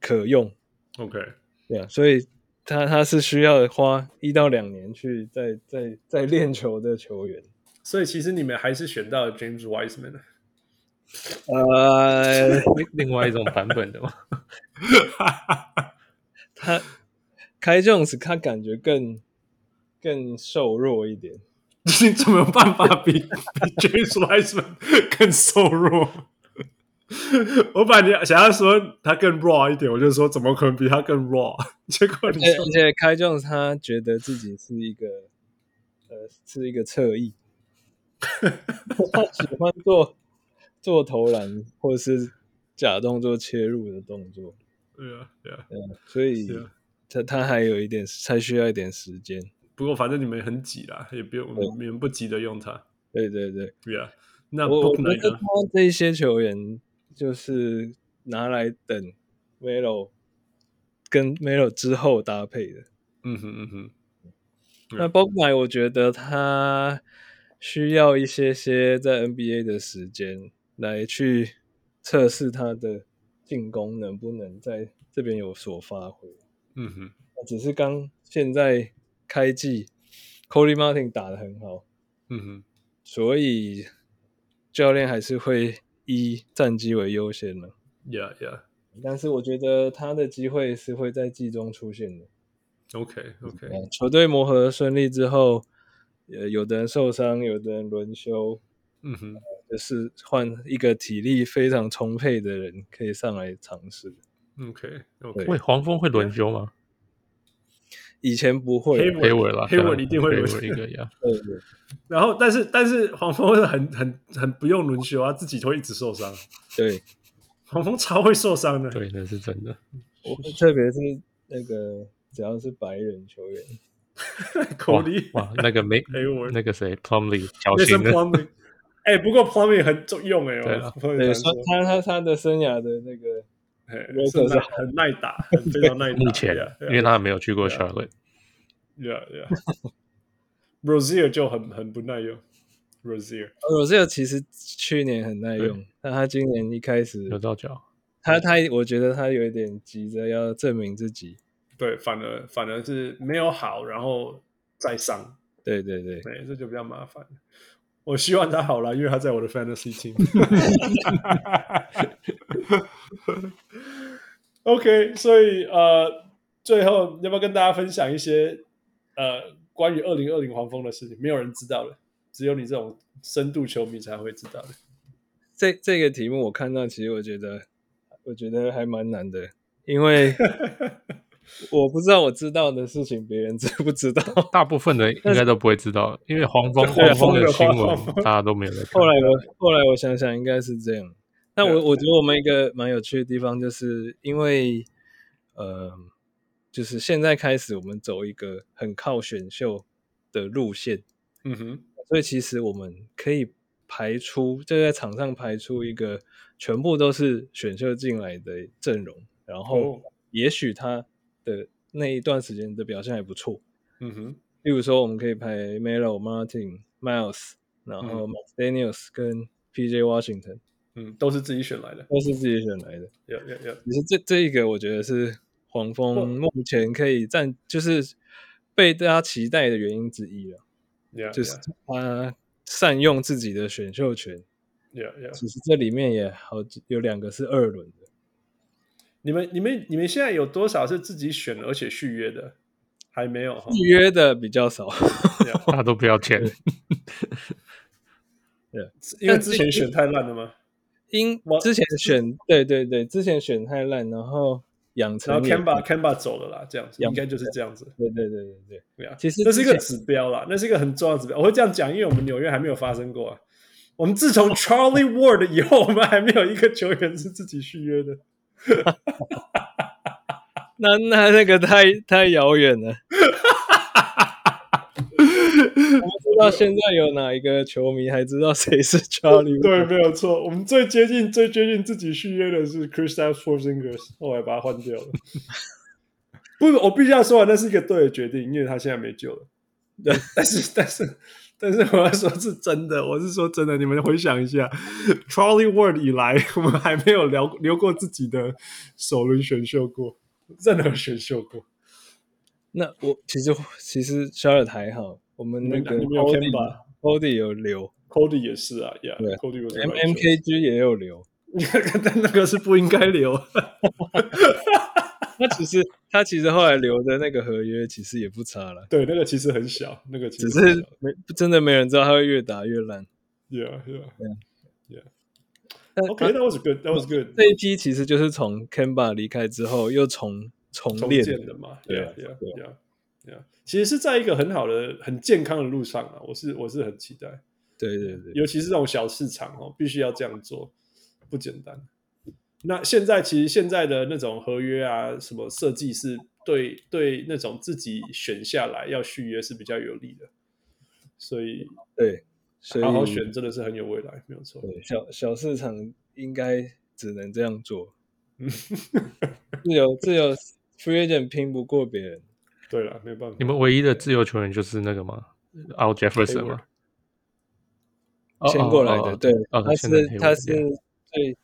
Speaker 6: 可用，
Speaker 3: OK，
Speaker 6: 对啊，所以他他是需要花一到两年去再再再练球的球员。
Speaker 3: 所以其实你们还是选到了 James Wiseman。
Speaker 6: 呃，
Speaker 4: 另另外一种版本 的嘛。
Speaker 6: 他开 Jones 他感觉更更瘦弱一点，
Speaker 3: 你怎么有办法比比 James Wiseman 更瘦弱？我本来想要说他更 raw 一点，我就说怎么可能比他更 raw？结 果你
Speaker 6: 而且
Speaker 3: 说
Speaker 6: 而且开 Jones 他觉得自己是一个呃是一个 侧翼，他喜欢做做投篮或是假动作切入的动作，
Speaker 3: 对啊对啊，
Speaker 6: 所以
Speaker 3: 是啊
Speaker 6: 他他还有一点还需要一点时间。
Speaker 3: 不过反正你们很挤啦，也不用
Speaker 6: 对
Speaker 3: 你们不急着用它，
Speaker 6: 对对对，
Speaker 3: 对啊。那
Speaker 6: 我我
Speaker 3: Book
Speaker 6: 觉
Speaker 3: Night
Speaker 6: 得他这些球员就是拿来等 Melo 跟 Melo 之后搭配的。
Speaker 3: 嗯哼嗯哼，
Speaker 6: 那 b o g m a 我觉得他需要一些些在 NBA 的时间来去测试他的进攻能不能在这边有所发挥。
Speaker 3: 嗯哼，
Speaker 6: 只是刚现在开季 c o l y Martin 打得很好，
Speaker 3: 嗯哼，
Speaker 6: 所以教练还是会以战绩为优先嘛。
Speaker 3: 呀呀
Speaker 6: 但是我觉得他的机会是会在季中出现的。
Speaker 3: ，OK OK，
Speaker 6: 呃球队磨合顺利之后，呃，有的人受伤，有的人轮休，
Speaker 3: 嗯哼，
Speaker 6: 就是换一个体力非常充沛的人可以上来尝试。
Speaker 3: OK OK，
Speaker 4: 喂，黄蜂会轮休吗？
Speaker 6: 以前不会，啊
Speaker 3: 黑
Speaker 4: 黑尾啦，
Speaker 3: 黑尾一定会
Speaker 4: 黑
Speaker 3: 轮
Speaker 4: 尾一个 呀。
Speaker 6: 对对
Speaker 3: 然后，但是但是黄蜂是很很很不用轮休啊，自己会一直受伤。
Speaker 6: 对，
Speaker 3: 黄蜂超会受伤的，
Speaker 4: 对，那是真的。
Speaker 6: 我特别是那个只要是白人球员，
Speaker 3: 口
Speaker 4: 哇
Speaker 3: 里
Speaker 4: 哇，那个 没
Speaker 3: 黑我
Speaker 4: 那个谁 Plumley 小
Speaker 3: 那是
Speaker 4: 型的
Speaker 3: plumbing。哎，不过 plumbing 很重用哎，
Speaker 4: 对啊
Speaker 3: 我不
Speaker 6: 对，
Speaker 3: 能
Speaker 6: 说
Speaker 3: 说，
Speaker 6: 他他他的生涯的那个
Speaker 3: 哎
Speaker 6: ，Roker
Speaker 3: 是
Speaker 6: 是
Speaker 3: 耐很耐打，很非常耐打。
Speaker 4: 目前，因为他没有去过
Speaker 3: Yeah
Speaker 4: Charlotte。
Speaker 3: yeah yeah Rosier 就很很不耐用，Rosier
Speaker 6: 呃 Rosier 其实去年很耐用，但他今年一开始
Speaker 4: 有到脚，
Speaker 6: 他他我觉得他有一点急着要证明自己。
Speaker 3: 对，反而反而是没有好，然后再伤，
Speaker 6: 对对对，
Speaker 3: 对，这就比较麻烦。我希望他好了，因为他在我的 fantasy team。OK，所以呃，最后要不要跟大家分享一些呃关于二零二零黄蜂的事情？没有人知道的，只有你这种深度球迷才会知道的。
Speaker 6: 这这个题目我看到，其实我觉得我觉得还蛮难的，因为我不知道我知道的事情别人知不知道。
Speaker 4: 大部分的应该都不会知道，因为黄蜂
Speaker 3: 对
Speaker 4: 黄蜂的新
Speaker 3: 黄
Speaker 4: 闻
Speaker 3: 蜂的
Speaker 4: 大家都没有在看
Speaker 6: 后。来我后来我想想，应该是这样。那
Speaker 3: 对
Speaker 6: 我我觉得我们一个蛮有趣的地方，就是因为呃，就是现在开始我们走一个很靠选秀的路线，
Speaker 3: 嗯哼，
Speaker 6: 所以其实我们可以排出，就在场上排出一个全部都是选秀进来的阵容，然
Speaker 3: 哦
Speaker 6: 后也许他的那一段时间的表现还不错。
Speaker 3: 嗯哼，
Speaker 6: 例如说，我们可以排 Melo、Martin、Miles，然后 m a s d a n i e l s 跟 P.J. Washington
Speaker 3: 嗯，都是自己选来的。
Speaker 6: 都是自己选来的。
Speaker 3: 有有有，
Speaker 6: 只是这这一个，我觉得是黄蜂
Speaker 3: 不
Speaker 6: 目前可以占，就是被大家期待的原因之一了，
Speaker 3: 有
Speaker 6: 就是他善用自己的选秀权。
Speaker 3: 有有。
Speaker 6: 其实这里面也好几有两个是二轮的，
Speaker 3: 你们你们你们现在有多少是自己选而且续约的？还没有哈。
Speaker 6: 预约的比较少。
Speaker 4: 大家都不要钱，
Speaker 3: 因为之前选太烂了吗？
Speaker 6: 因
Speaker 3: 我
Speaker 6: 之前选对对对，之前选太烂，然后养
Speaker 3: 然后
Speaker 6: 成也
Speaker 3: Canva Canva 走了啦，这样子
Speaker 6: 养
Speaker 3: 应该就是这样子。
Speaker 6: 对对对对对。
Speaker 3: 对啊，
Speaker 6: 其实
Speaker 3: 这是一个
Speaker 6: 之
Speaker 3: 指标啦，那是一个很重要的指标。我会这样讲，因为我们纽约还没有发生过啊。我们自从 Charlie Ward 以后，我们还没有一个球员是自己续约的。
Speaker 6: 那那那个太太遥 远了。我不知道现在有哪一个球迷还知道谁是 Charlie？
Speaker 3: 对，，没有错。我们最接近、最接近自己续约的是 c h r i s t a f Porzingis，后来把他换掉了。不，我必须要说啊，那是一个对的决定，因为他现在没救了。对，但是，但是，但是，我要说是真的，我是说真的。你们回想一下，Charlie Ward 以来，我们还没有聊留过自己的首轮选秀过，任何选秀过。
Speaker 6: 那我其实其实 Charlotte 还好，我们那
Speaker 3: 你们
Speaker 6: 个
Speaker 3: 你们有
Speaker 6: Cody
Speaker 3: Kemba
Speaker 6: Cody 有留
Speaker 3: Cody 也是啊，Yeah，
Speaker 6: 对
Speaker 3: Cody 我
Speaker 6: ，M M K G 也有留。
Speaker 3: 但那个是不应该 留。
Speaker 6: 那其实他其实后来留的那个合约其实也不差了，
Speaker 3: 对，那个其实很小，那个其
Speaker 6: 只
Speaker 3: 实很
Speaker 6: 是
Speaker 3: 小
Speaker 6: 没真的没人知道他会越打越烂。
Speaker 3: Yeah, yeah, yeah.
Speaker 6: 但
Speaker 3: Okay, that was good. That was good.
Speaker 6: 这一批其实就是从 Kemba 离开之后又重重
Speaker 3: 重
Speaker 6: 练
Speaker 3: 建的嘛
Speaker 6: 对
Speaker 3: ，Yeah,
Speaker 6: 啊
Speaker 3: yeah,
Speaker 6: 对
Speaker 3: yeah, yeah. 其实是在一个很好的、很健康的路上啊，我是我是很期待，
Speaker 6: 对对对，
Speaker 3: 尤其是这种小市场哦，必须要这样做，不简单。那现在其实现在的那种合约啊，什么设计是对对那种自己选下来要续约是比较有利的，所以
Speaker 6: 对，所以
Speaker 3: 好好选真的是很有未来，没有错。
Speaker 6: 对小小市场应该只能这样做。
Speaker 3: 嗯
Speaker 6: 自由自由 free agent 拼不过别人。
Speaker 3: 对了，没有办法
Speaker 4: 你。们唯一的自由球员就是那个吗？Al Jefferson 吗？哦
Speaker 6: 签过来的，
Speaker 4: 哦哦
Speaker 6: 对，
Speaker 4: 哦
Speaker 6: 他
Speaker 4: 签的
Speaker 6: 是他是最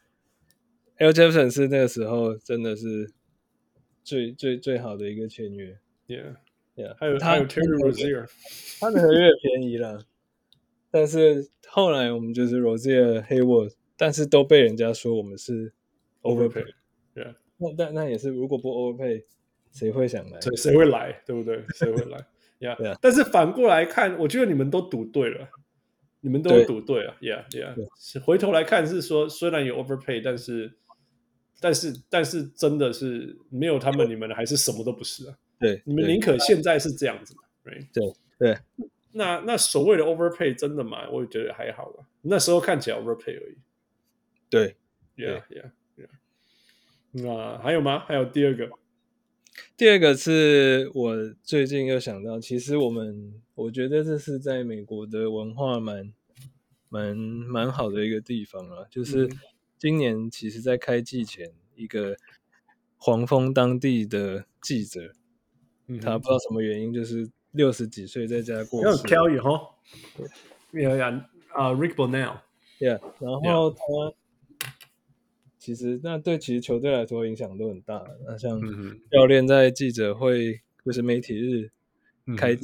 Speaker 6: l Jefferson 是那个时候真的是最最最好的一个签约。
Speaker 3: Yeah，
Speaker 6: Yeah，
Speaker 3: 还有
Speaker 6: 他
Speaker 3: 还有 Terry
Speaker 6: 他的
Speaker 3: Rozier，
Speaker 6: 他的合约也便宜了，但是后来我们就是 Rozier、Hayward，但是都被人家说我们是 overpay。
Speaker 3: Yeah，
Speaker 6: 那那那也是，如果不 overpay，谁会想来？
Speaker 3: 谁谁会来，对不对？谁会来
Speaker 6: 对
Speaker 3: ？Yeah，
Speaker 6: 啊
Speaker 3: 但是反过来看，我觉得你们都赌对了，你们都
Speaker 6: 对
Speaker 3: 赌对了。Yeah，Yeah，
Speaker 6: 对
Speaker 3: 是回头来看是说，虽然有 overpay，但是但是但是真的是没有他们，你们还是什么都不是啊。
Speaker 6: 对，
Speaker 3: 你们
Speaker 6: 对
Speaker 3: 宁可现在是这样子嘛，right？
Speaker 6: 对对。
Speaker 3: 那那所谓的 overpay 真的吗？我也觉得还好吧。那时候看起来 overpay 而已。
Speaker 6: 对
Speaker 3: Yeah, yeah, yeah. 那还有吗？还有第二个
Speaker 6: 第二个是我最近又想到，其实我们我觉得这是在美国的文化蛮蛮蛮好的一个地方啊，就是今年其实在开季前，一个黄蜂当地的记者，
Speaker 3: 嗯
Speaker 6: 他不知道什么原因，就是六十几岁在家过
Speaker 3: 要
Speaker 6: 世
Speaker 3: tell you 哈，要要啊，Rick Bonnell，
Speaker 6: ，Yeah，然后他其实那对其实球队来说影响都很大，那像。
Speaker 4: 嗯
Speaker 6: 教练在记者会，就是媒体日
Speaker 4: 哼
Speaker 6: 开、开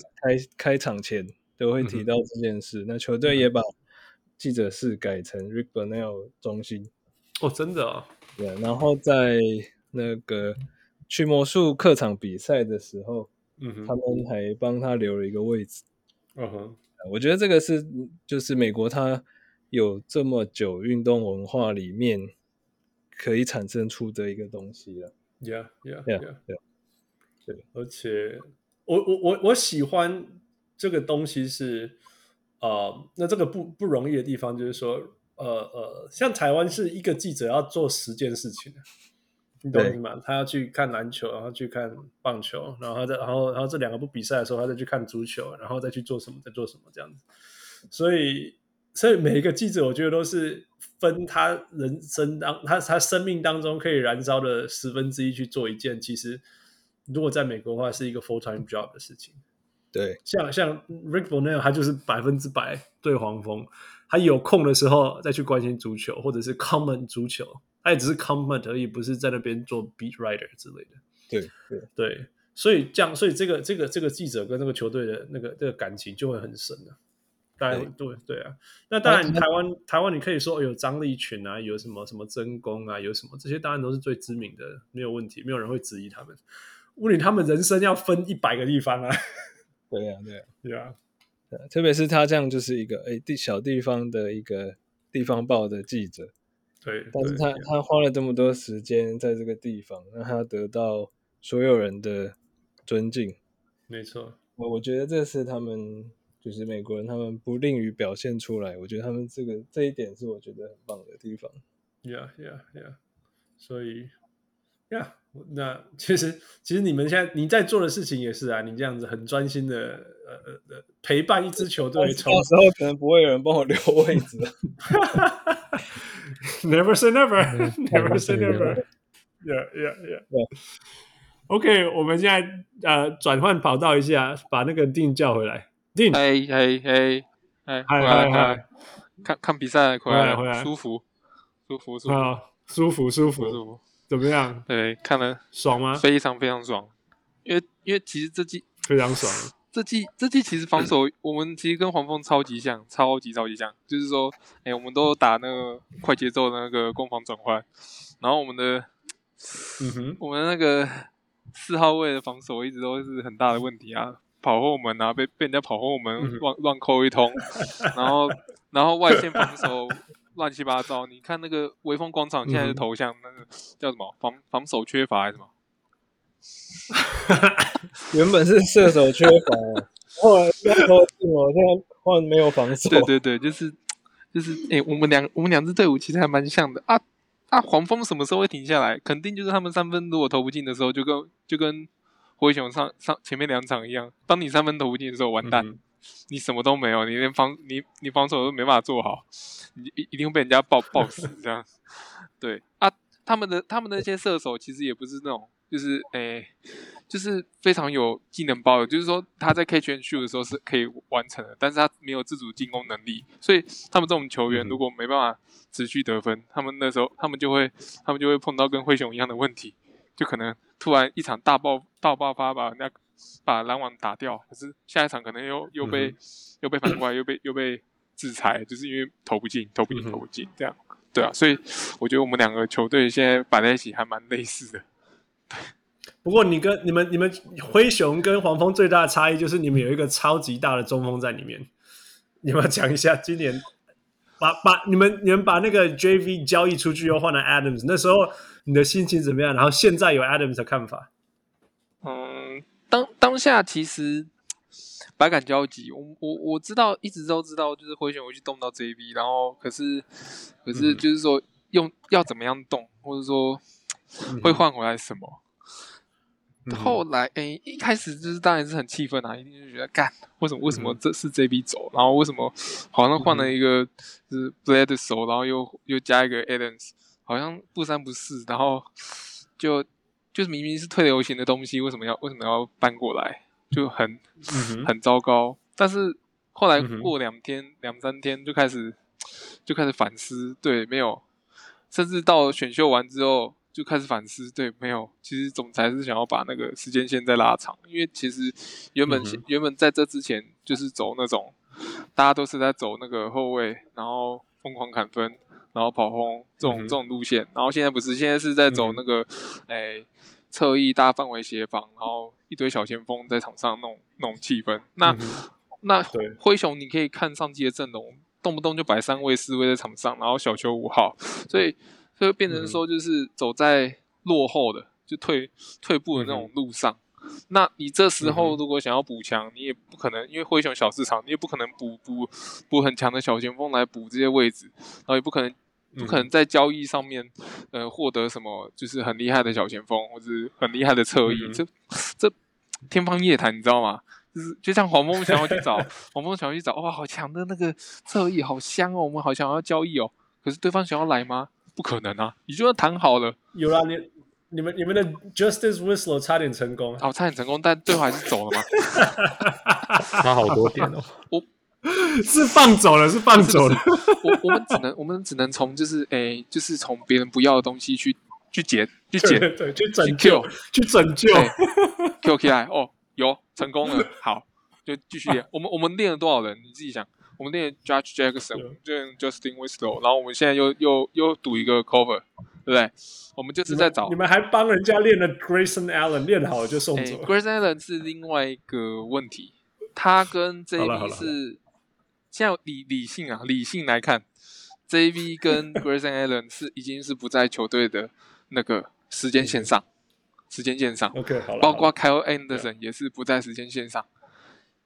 Speaker 6: 开场前都会提到这件事。那球队也把记者室改成 Rick Bonnell 中心，
Speaker 3: 哦，真的啊，
Speaker 6: 对。然后在那个驱魔术客场比赛的时候，
Speaker 3: 嗯
Speaker 6: 他
Speaker 3: 哼，
Speaker 6: 们还帮他留了一个位置。
Speaker 3: 嗯哼，
Speaker 6: 我觉得这个是就是美国它有这么久运动文化里面可以产生出的一个东西了。
Speaker 3: Yeah, yeah,
Speaker 6: Yeah,
Speaker 3: yeah.
Speaker 6: yeah.
Speaker 3: 而且我我我我喜欢这个东西是，呃，那这个不不容易的地方就是说，呃呃，像台湾是一个记者要做十件事情，啊你懂
Speaker 6: 对
Speaker 3: 意思吗？他要去看篮球，然后去看棒球，然后他再然后然后这两个不比赛的时候，他再去看足球，然后再去做什么，再做什么这样子。所以所以每一个记者，我觉得都是分他人生当他他生命当中可以燃烧的十分之一去做一件，其实如果在美国的话，是一个 full time job 的事情。
Speaker 6: 对，
Speaker 3: 像像 Rick Bonnell，他就是百分之百对黄蜂，他有空的时候再去关心足球，或者是 comment 足球，他也只是 comment 而已，不是在那边做 beat writer 之类的。
Speaker 6: 对，对。
Speaker 3: 对，所以这样，所以这个这个这个记者跟这个球队的那个这个感情就会很深的、当然，对对啊，那当然，台湾台湾你可以说有张立群啊，有什么什么曾公啊，有什么这些，当然都是最知名的，没有问题，没有人会质疑他们。问题他们人生要分一百个地方啊，
Speaker 6: 对呀、对呀、
Speaker 3: 对啊，
Speaker 6: 对啊特别是他这样就是一个哎地小地方的一个地方报的记者，
Speaker 3: 对，
Speaker 6: 但是
Speaker 3: 对
Speaker 6: 他他花了这么多时间在这个地方，让他得到所有人的尊敬，
Speaker 3: 没错，
Speaker 6: 我我觉得这是他们就是美国人他们不吝于表现出来，我觉得他们这个这一点是我觉得很棒的地方。
Speaker 3: Yeah, yeah, yeah. 所以，Yeah，我那其实其实你们现在你在做的事情也是啊，你这样子很专心的呃呃呃陪伴一支球队
Speaker 6: 但是
Speaker 3: 从
Speaker 6: 到时候可能不会有人帮我留位置，啊
Speaker 3: Never say never, 嗯 never say
Speaker 4: say
Speaker 3: never.
Speaker 4: never.
Speaker 3: Yeah, yeah, yeah. OK，我们现在呃转换跑道一下，把那个定叫回来。 定，
Speaker 5: 哎哎哎哎，
Speaker 3: 嗨
Speaker 5: 回来
Speaker 3: 嗨
Speaker 5: 了回来了，看看比赛回来
Speaker 3: 回来回来
Speaker 5: 了，舒服舒服舒服
Speaker 3: 啊，舒服舒服，
Speaker 5: 舒服，
Speaker 3: 怎么样？
Speaker 5: 对，看了
Speaker 3: 爽吗？
Speaker 5: 非常非常爽，因为因为其实这季
Speaker 3: 非常爽。
Speaker 5: 这季这季其实防守，我们其实跟黄蜂超级像，超级超级像，就是说，哎，我们都打那个快节奏的那个攻防转换，然后我们的
Speaker 3: 嗯哼，
Speaker 5: 我们那个四号位的防守一直都是很大的问题啊，跑后门啊，被被人家跑后门乱乱扣一通，然后然后外线防守乱七八糟。你看那个微风广场现在的头像，那个叫什么防防守缺乏还是什么？
Speaker 6: 原本是射手缺乏，啊 后来要投进我现在换没有防守，
Speaker 5: 对对对，就是就是，哎、我们两我们两支队伍其实还蛮像的啊啊！黄蜂什么时候会停下来？肯定就是他们三分如果投不进的时候，就跟就跟灰熊上上前面两场一样，当你三分投不进的时候，完蛋，
Speaker 3: 嗯
Speaker 5: 你什么都没有，你连防你你 防守都没办法做好，你一一定会被人家爆爆死这样。对啊，他们的他们的那些射手其实也不是那种，就是诶、就是非常有技能包的，就是说他在 catch and shoot 的时候是可以完成的，但是他没有自主进攻能力，所以他们这种球员如果没办法持续得分，他们那时候他们就会他们就会碰到跟灰熊一样的问题，就可能突然一场大爆大爆发把人家把篮网打掉，可是下一场可能又又被、又被反过来又被又被制裁，就是因为投不进，投不进，投不进这样。对啊，所以我觉得我们两个球队现在摆在一起还蛮类似的。
Speaker 3: 不过你跟你们你们灰熊跟黄蜂最大的差异就是你们有一个超级大的中锋在里面。你们要讲一下今年把把你们你们把那个 JV 交易出去又换了 Adams，那时候你的心情怎么样？然后现在有 Adams 的看法，
Speaker 5: 嗯，当当下其实百感交集。我我我知道，一直都知道，就是灰熊会去动到 JB，然后可是可是就是说用、要怎么样动，或者说会换回来什么。嗯
Speaker 3: 嗯
Speaker 5: 后来，诶、一开始就是当然是很气愤啊，一定就觉得干，为什么为什么这是 JB 走，然后为什么好像换了一个就是 Blade 的手，然后又又加一个 Adams，好像不三不四，然后就就是明明是退流行的东西，为什么要为什么要搬过来，就很、
Speaker 3: 嗯哼
Speaker 5: 很糟糕。但是后来
Speaker 3: 嗯哼
Speaker 5: 过两天、两三天就开始就开始反思，对，没有，甚至到选秀完之后就开始反思，对，没有，其实总裁是想要把那个时间线再拉长，因为其实原本、
Speaker 3: 嗯哼
Speaker 5: 原本在这之前就是走那种大家都是在走那个后卫，然后疯狂砍分，然后跑轰这
Speaker 3: 嗯
Speaker 5: 种、
Speaker 3: 哼嗯
Speaker 5: 这种路线，然后现在不是，现在是在走那个，哎、侧翼大范围协防，然后一堆小前锋在场上那种那种气氛。那、那
Speaker 3: 嗯对
Speaker 5: 灰熊，你可以看上季的阵容，动不动就摆三位四位在场上，然后小球五号，所以所以
Speaker 3: 嗯
Speaker 5: 变成说就是走在落后的，就退退步的那
Speaker 3: 嗯
Speaker 5: 种路上。那你这时候如果想要补强，你也不可能，因为灰熊小市场，你也不可能补补补很强的小前锋来补这些位置，然后也不可能不
Speaker 3: 嗯
Speaker 5: 可能在交易上面呃获得什么就是很厉害的小前锋或是很厉害的侧翼，
Speaker 3: 嗯哼
Speaker 5: 这这天方夜谭，你知道吗？就是就像黄蜂想要 去找黄蜂想要去找哇，好强的那个侧翼，好香哦，我们好想要交易哦，可是对方想要来吗？不可能啊！你就算谈好了，
Speaker 3: 有啦，你你们你们的 Justice Whistler 差点成功，
Speaker 5: 哦，差点成功，但最后还是走了 嘛。
Speaker 4: 差好 多点哦。
Speaker 3: 是放走了，是放走了。
Speaker 5: 我我们只能我们只能从就是诶、就是从别人不要的东西去去捡去捡
Speaker 3: 对对，去
Speaker 5: 去
Speaker 3: 拯救
Speaker 5: Q，，
Speaker 3: 去拯救。
Speaker 5: 对，Q 起来哦，有成功了，好，就继续练。我们我们练了多少人？你自己想，我们练了 Judge Jackson，我们练了 Justin Winslow，然后我们现在又又又赌一个 cover，对不对？我们就是在找
Speaker 3: 你们还帮人家练了 Grayson Allen，练好了就送
Speaker 5: 哎
Speaker 3: 走。
Speaker 5: Grayson Allen 是另外一个问题，他跟
Speaker 3: 好了好
Speaker 5: JB
Speaker 3: 了
Speaker 5: 是现在理理性啊，理性来看，JB 跟 Grayson Allen 是已经是不在球队的那个时间线上，时间线上，
Speaker 3: OK，好了，啊
Speaker 5: 包括 Kyle Anderson 也是不在时间线上。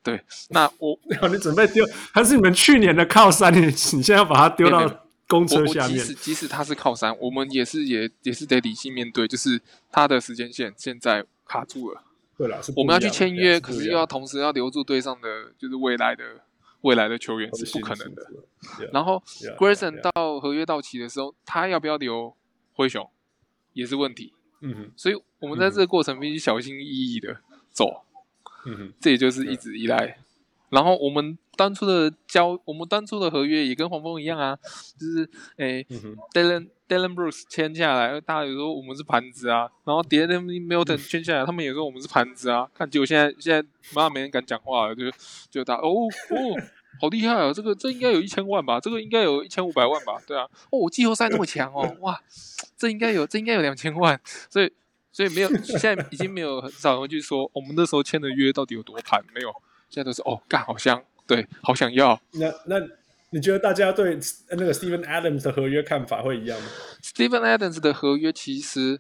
Speaker 5: 对，那 我
Speaker 3: 好了啊你准备丢，还是你们去年的靠山？你你现在要把它丢
Speaker 5: 没有没
Speaker 3: 到公
Speaker 5: 我
Speaker 3: 车
Speaker 5: 我
Speaker 3: 下
Speaker 5: 即
Speaker 3: 面
Speaker 5: 使？即使他是靠山，我们也是也也是得理性面对，就是他的时间线现在卡住了，
Speaker 3: 对了，是不
Speaker 5: 我们要去
Speaker 3: 一样的
Speaker 5: 签
Speaker 3: 对
Speaker 5: 约，可
Speaker 3: 不
Speaker 5: 是
Speaker 3: 一
Speaker 5: 又
Speaker 3: 样
Speaker 5: 要同时要留住队上的就是未来的未来的球
Speaker 3: 哦
Speaker 5: 员是不可能的。。然后
Speaker 3: Yeah,
Speaker 5: Grayson
Speaker 3: yeah.
Speaker 5: 到合约到期的时候，他要不要留灰熊也是问题，
Speaker 3: 嗯哼，
Speaker 5: 所以我们在这个过程必须小心翼翼的走。
Speaker 3: 嗯哼，
Speaker 5: 这也就是一直以来。然后我们当初的交，我们当初的合约也跟黄蜂一样啊，就是诶、
Speaker 3: 嗯哼，
Speaker 5: d y l a n Dylan Brooks 签下来，大家也说我们是盘子啊，然后 Dylan Milton 签下来，他们也说我们是盘子啊。看，结果现在现在妈没人敢讲话了，就就打哦哦，好厉害啊！这个这应该有一千万吧，这个应该有一千五百万吧，对啊。哦，我季后赛那么强哦，哇，这应该有这应该有两千万，所以所以没有，现在已经没有很少人会去说我们那时候签的约到底有多盘，没有，现在都是哦，干好香，对，好想要。
Speaker 3: 那那你觉得大家对那个 Steven Adams 的合约看法会一样吗？
Speaker 5: Steven Adams 的合约其实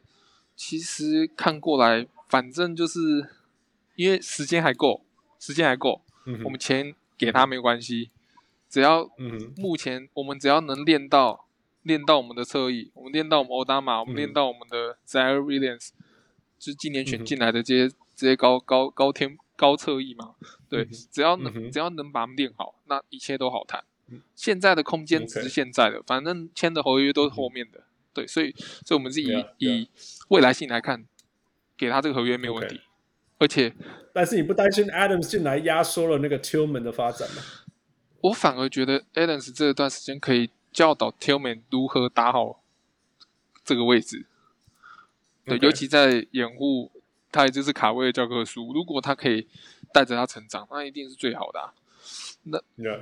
Speaker 5: 其实看过来，反正就是因为时间还够，时间还够，
Speaker 3: 嗯哼
Speaker 5: 我们钱给他没关系，只要
Speaker 3: 嗯哼，
Speaker 5: 目前我们只要能练到练到我们的侧翼，我们练到我们欧达玛，我们练到我们的 Zaire Williams，、就是今年选进来的这些、这些高高高天高侧翼嘛，对，只要能、
Speaker 3: 嗯哼嗯
Speaker 5: 只要能把他们练好，那一切都好谈。现在的空间只是
Speaker 3: OK 嗯
Speaker 5: 现在的，反正签的合约都是后面的，对，所以所以我们是以、
Speaker 3: 对啊对啊
Speaker 5: 以未来性来看，给他这个合约没有问题。而且
Speaker 3: 但是你不担心 Adams 进来压缩了那个 Tillman 的发展吗？
Speaker 5: 我反而觉得 Adams 这段时间可以教导 Tillman 如何打好这个位置。对
Speaker 3: OK
Speaker 5: 尤其在掩护，他也就是卡位的教科书。如果他可以带着他成长，那一定是最好的、啊。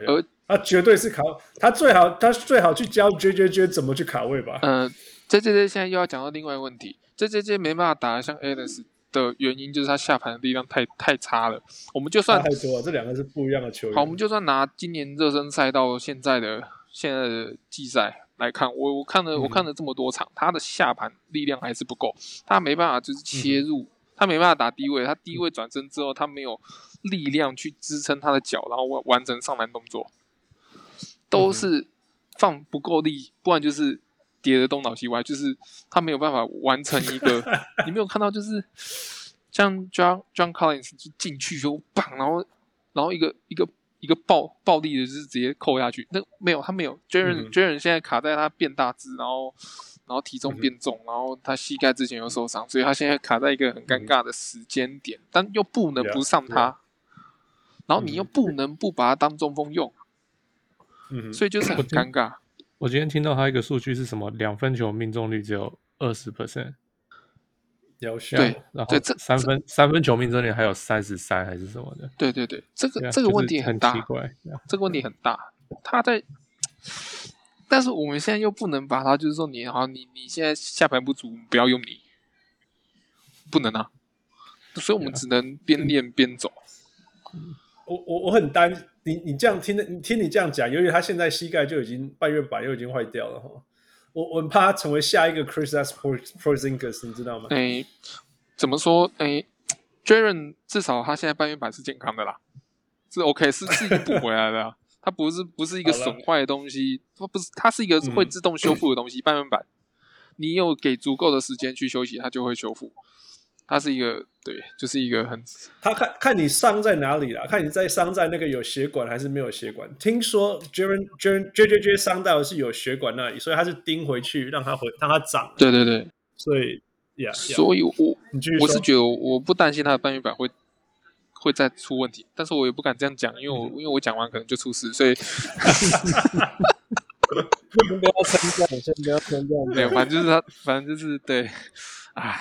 Speaker 3: 呃，他绝对是卡，他最好他最好去教 J J J 怎么去卡位吧。
Speaker 5: 呃，J J J 现在又要讲到另外一个问题，J J J 没办法打得像 Adams 的原因就是他下盘的力量太太差了。我们就
Speaker 3: 差
Speaker 5: 算
Speaker 3: 太多啊了，这两个是不一样的球员。
Speaker 5: 好，我们就算拿今年热身赛到现在的现在的季赛来看，我我看了
Speaker 3: 嗯
Speaker 5: 我看了这么多场，他的下盘力量还是不够，他没办法就是切
Speaker 3: 嗯
Speaker 5: 入，他没办法打低位，他低位转身之后，他没有力量去支撑他的脚，然后完完成上篮动作，都是放不够力，不然就是跌得东倒西歪，就是他没有办法完成一个。你没有看到就是像 John John Collins 就进去就棒，然后然后一个一个一个暴暴力的就是直接扣下去，那没有他没有 Jaren、
Speaker 3: 嗯
Speaker 5: Jaren 现在卡在他变大只，然后然后体
Speaker 4: 嗯
Speaker 5: 重变重，然后他膝盖之前又受伤，所以他现在卡在一个很尴尬的时间点，但又不能
Speaker 3: Yeah，
Speaker 5: 不上他。然后你又不能不把他当中锋用，
Speaker 3: 嗯哼
Speaker 5: 所以就是很尴尬。
Speaker 4: 我今天听到他一个数据是什么？两分球命中率只有二十 percent，
Speaker 3: 有效。
Speaker 5: 对
Speaker 4: 然后
Speaker 5: 对这
Speaker 4: 三分三分球命中率还有三十三还是什么的，
Speaker 5: 对对对，这个、
Speaker 4: 对啊
Speaker 5: 这个
Speaker 4: 就是
Speaker 5: 问题
Speaker 4: 很
Speaker 5: 大，
Speaker 4: 奇怪。对啊
Speaker 5: 这个问题很大。他在，但是我们现在又不能把他，就是说你好，你你现在下盘不足，我们不要用你，不能啊。所以我们只能边练边走。
Speaker 3: 我我我很担心你，你这样听的，你听你这样讲，由于他现在膝盖就已经半月板又已经坏掉了哈，我我很怕他成为下一个 Chris S. Porzingis，你知道吗？
Speaker 5: 哎，怎么说？哎 j a r e n 至少他现在半月板是健康的啦，是 OK，是是已经补回来了啊。它不是不是一个
Speaker 3: 好了嗯
Speaker 5: 损坏的东西，它不是它是一个会自动修复的东西。半月板，你有给足够的时间去休息，它就会修复。它是一个对，就是一个很
Speaker 3: 他看看你伤在哪里啦，看你在伤在那个有血管还是没有血管。听说 Jaren Jaren J J J 伤到的是有血管那里，所以他是钉回去，让他回让他长。
Speaker 5: 对对对，
Speaker 3: 所以，Yeah，, yeah
Speaker 5: 所以我
Speaker 3: 你继续啊说。
Speaker 5: 我是觉得我不担心他的半月板会会再出问题，但是我也不敢这样讲，因为我因为我讲完可能就出事，所以
Speaker 6: 先不要称赞，先不要称赞。
Speaker 5: 对，反正就是他，反正就是对，唉，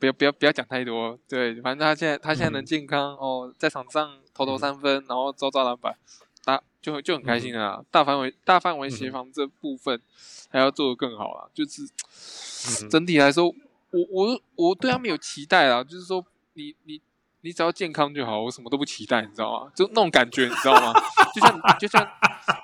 Speaker 5: 不要不要不要讲太多，对，反正他现在他现在能健康、哦，在场上投投三分，然后招招篮板，打就就很开心了啦、大范围大范围协防这部分还要做得更好啦，就是、整体来说，我我我对他们有期待啦，就是说你你。你只要健康就好，我什么都不期待，你知道吗？就那种感觉，你知道吗？就像就像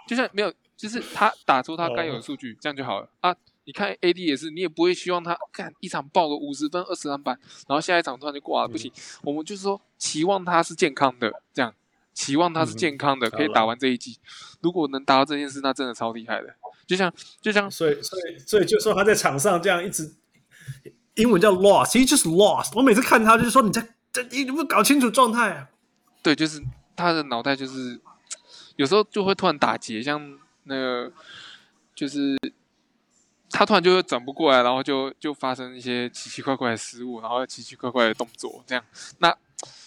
Speaker 5: 就像没有，就是他打出他该有的数据，这样就好了啊。你看 AD 也是，你也不会希望他看一场爆个五十分、二十篮板，然后下一场突然就挂了，不行。我们就是说，期望他是健康的，这样期望他是健康的，
Speaker 3: 好啦
Speaker 5: 可以打完这一季。如果能达到这件事，那真的超厉害的。就像就像
Speaker 3: 所以，所以，所以就说他在场上这样一直，英文叫 lost，he just lost。我每次看他就是说你在这你不搞清楚状态啊。
Speaker 5: 对，就是他的脑袋就是有时候就会突然打结，像那个就是他突然就会转不过来，然后就就发生一些奇奇怪怪的失误，然后奇奇怪怪的动作，这样那。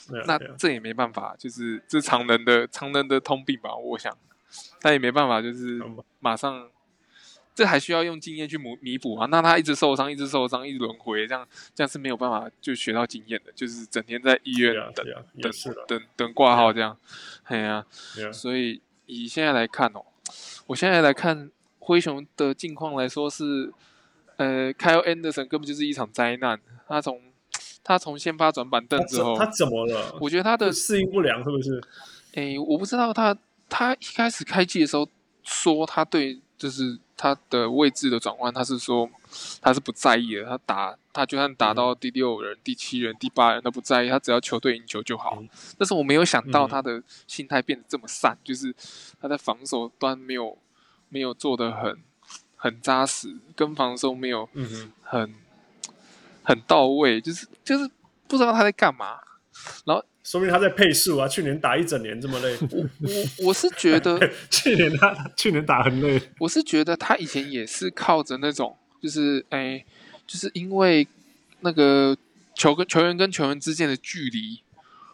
Speaker 3: 对啊
Speaker 5: 那
Speaker 3: 对啊
Speaker 5: 这也没办法，就是这常人的常人的通病吧，我想，但也没办法，就是
Speaker 3: 好吧
Speaker 5: 马上，这还需要用经验去弥弥补啊。那他一直受伤，一直受伤，一直轮回，这样这样是没有办法就学到经验的，就是整天在医院
Speaker 3: 对啊，
Speaker 5: 等
Speaker 3: 对啊，也
Speaker 5: 等
Speaker 3: 是的，
Speaker 5: 等等挂号这样，哎呀、
Speaker 3: 对啊
Speaker 5: 所以以现在来看哦，我现在来看灰熊的近况来说是，呃，Kyle Anderson 根本就是一场灾难。他从他从先发转板凳
Speaker 3: 他
Speaker 5: 之
Speaker 3: 怎
Speaker 5: 后，
Speaker 3: 他怎么了？
Speaker 5: 我觉得他的
Speaker 3: 是适应不良是不是？
Speaker 5: 诶、我不知道他他一开始开季的时候说他对就是他的位置的转换，他是说他是不在意的，他打他就算打到第六人、第七人、第八人都不在意，他只要球队赢球就好。但是我没有想到他的心态变得这么散，就是他在防守端没有没有做的很很扎实，跟防守没有
Speaker 3: 嗯 哼，
Speaker 5: 很很到位，就是就是不知道他在干嘛。
Speaker 3: 说明他在配速啊，去年打一整年这么 累，
Speaker 5: 我我是觉得。
Speaker 3: 去年他去年打很累，
Speaker 5: 我是觉得他以前也是靠着那种就是哎、就是因为那个球跟球员跟球员之间的距离，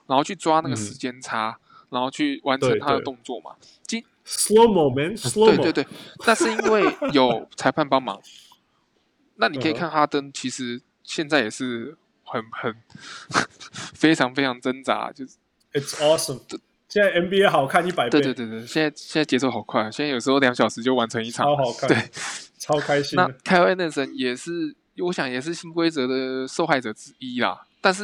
Speaker 5: 然后去抓那个时间差，然后去完成
Speaker 3: 嗯对
Speaker 5: 他的
Speaker 3: 对
Speaker 5: 动作嘛。今
Speaker 3: slow mo man slow
Speaker 5: 对
Speaker 3: mo，
Speaker 5: 对对，那是因为有裁判帮忙。那你可以
Speaker 3: 嗯哼
Speaker 5: 看哈登，其实现在也是很很 非常非常挣扎，就是。
Speaker 3: ，it's awesome。现在 NBA 好看一百倍，
Speaker 5: 对对对对，现在现在节奏好快，啊现在有时候两小时就完成一场。
Speaker 3: 超好看，
Speaker 5: 对，
Speaker 3: 超开心
Speaker 5: 那
Speaker 3: 的。
Speaker 5: 凯恩·恩森也是，我想也是新规则的受害者之一啦。但是，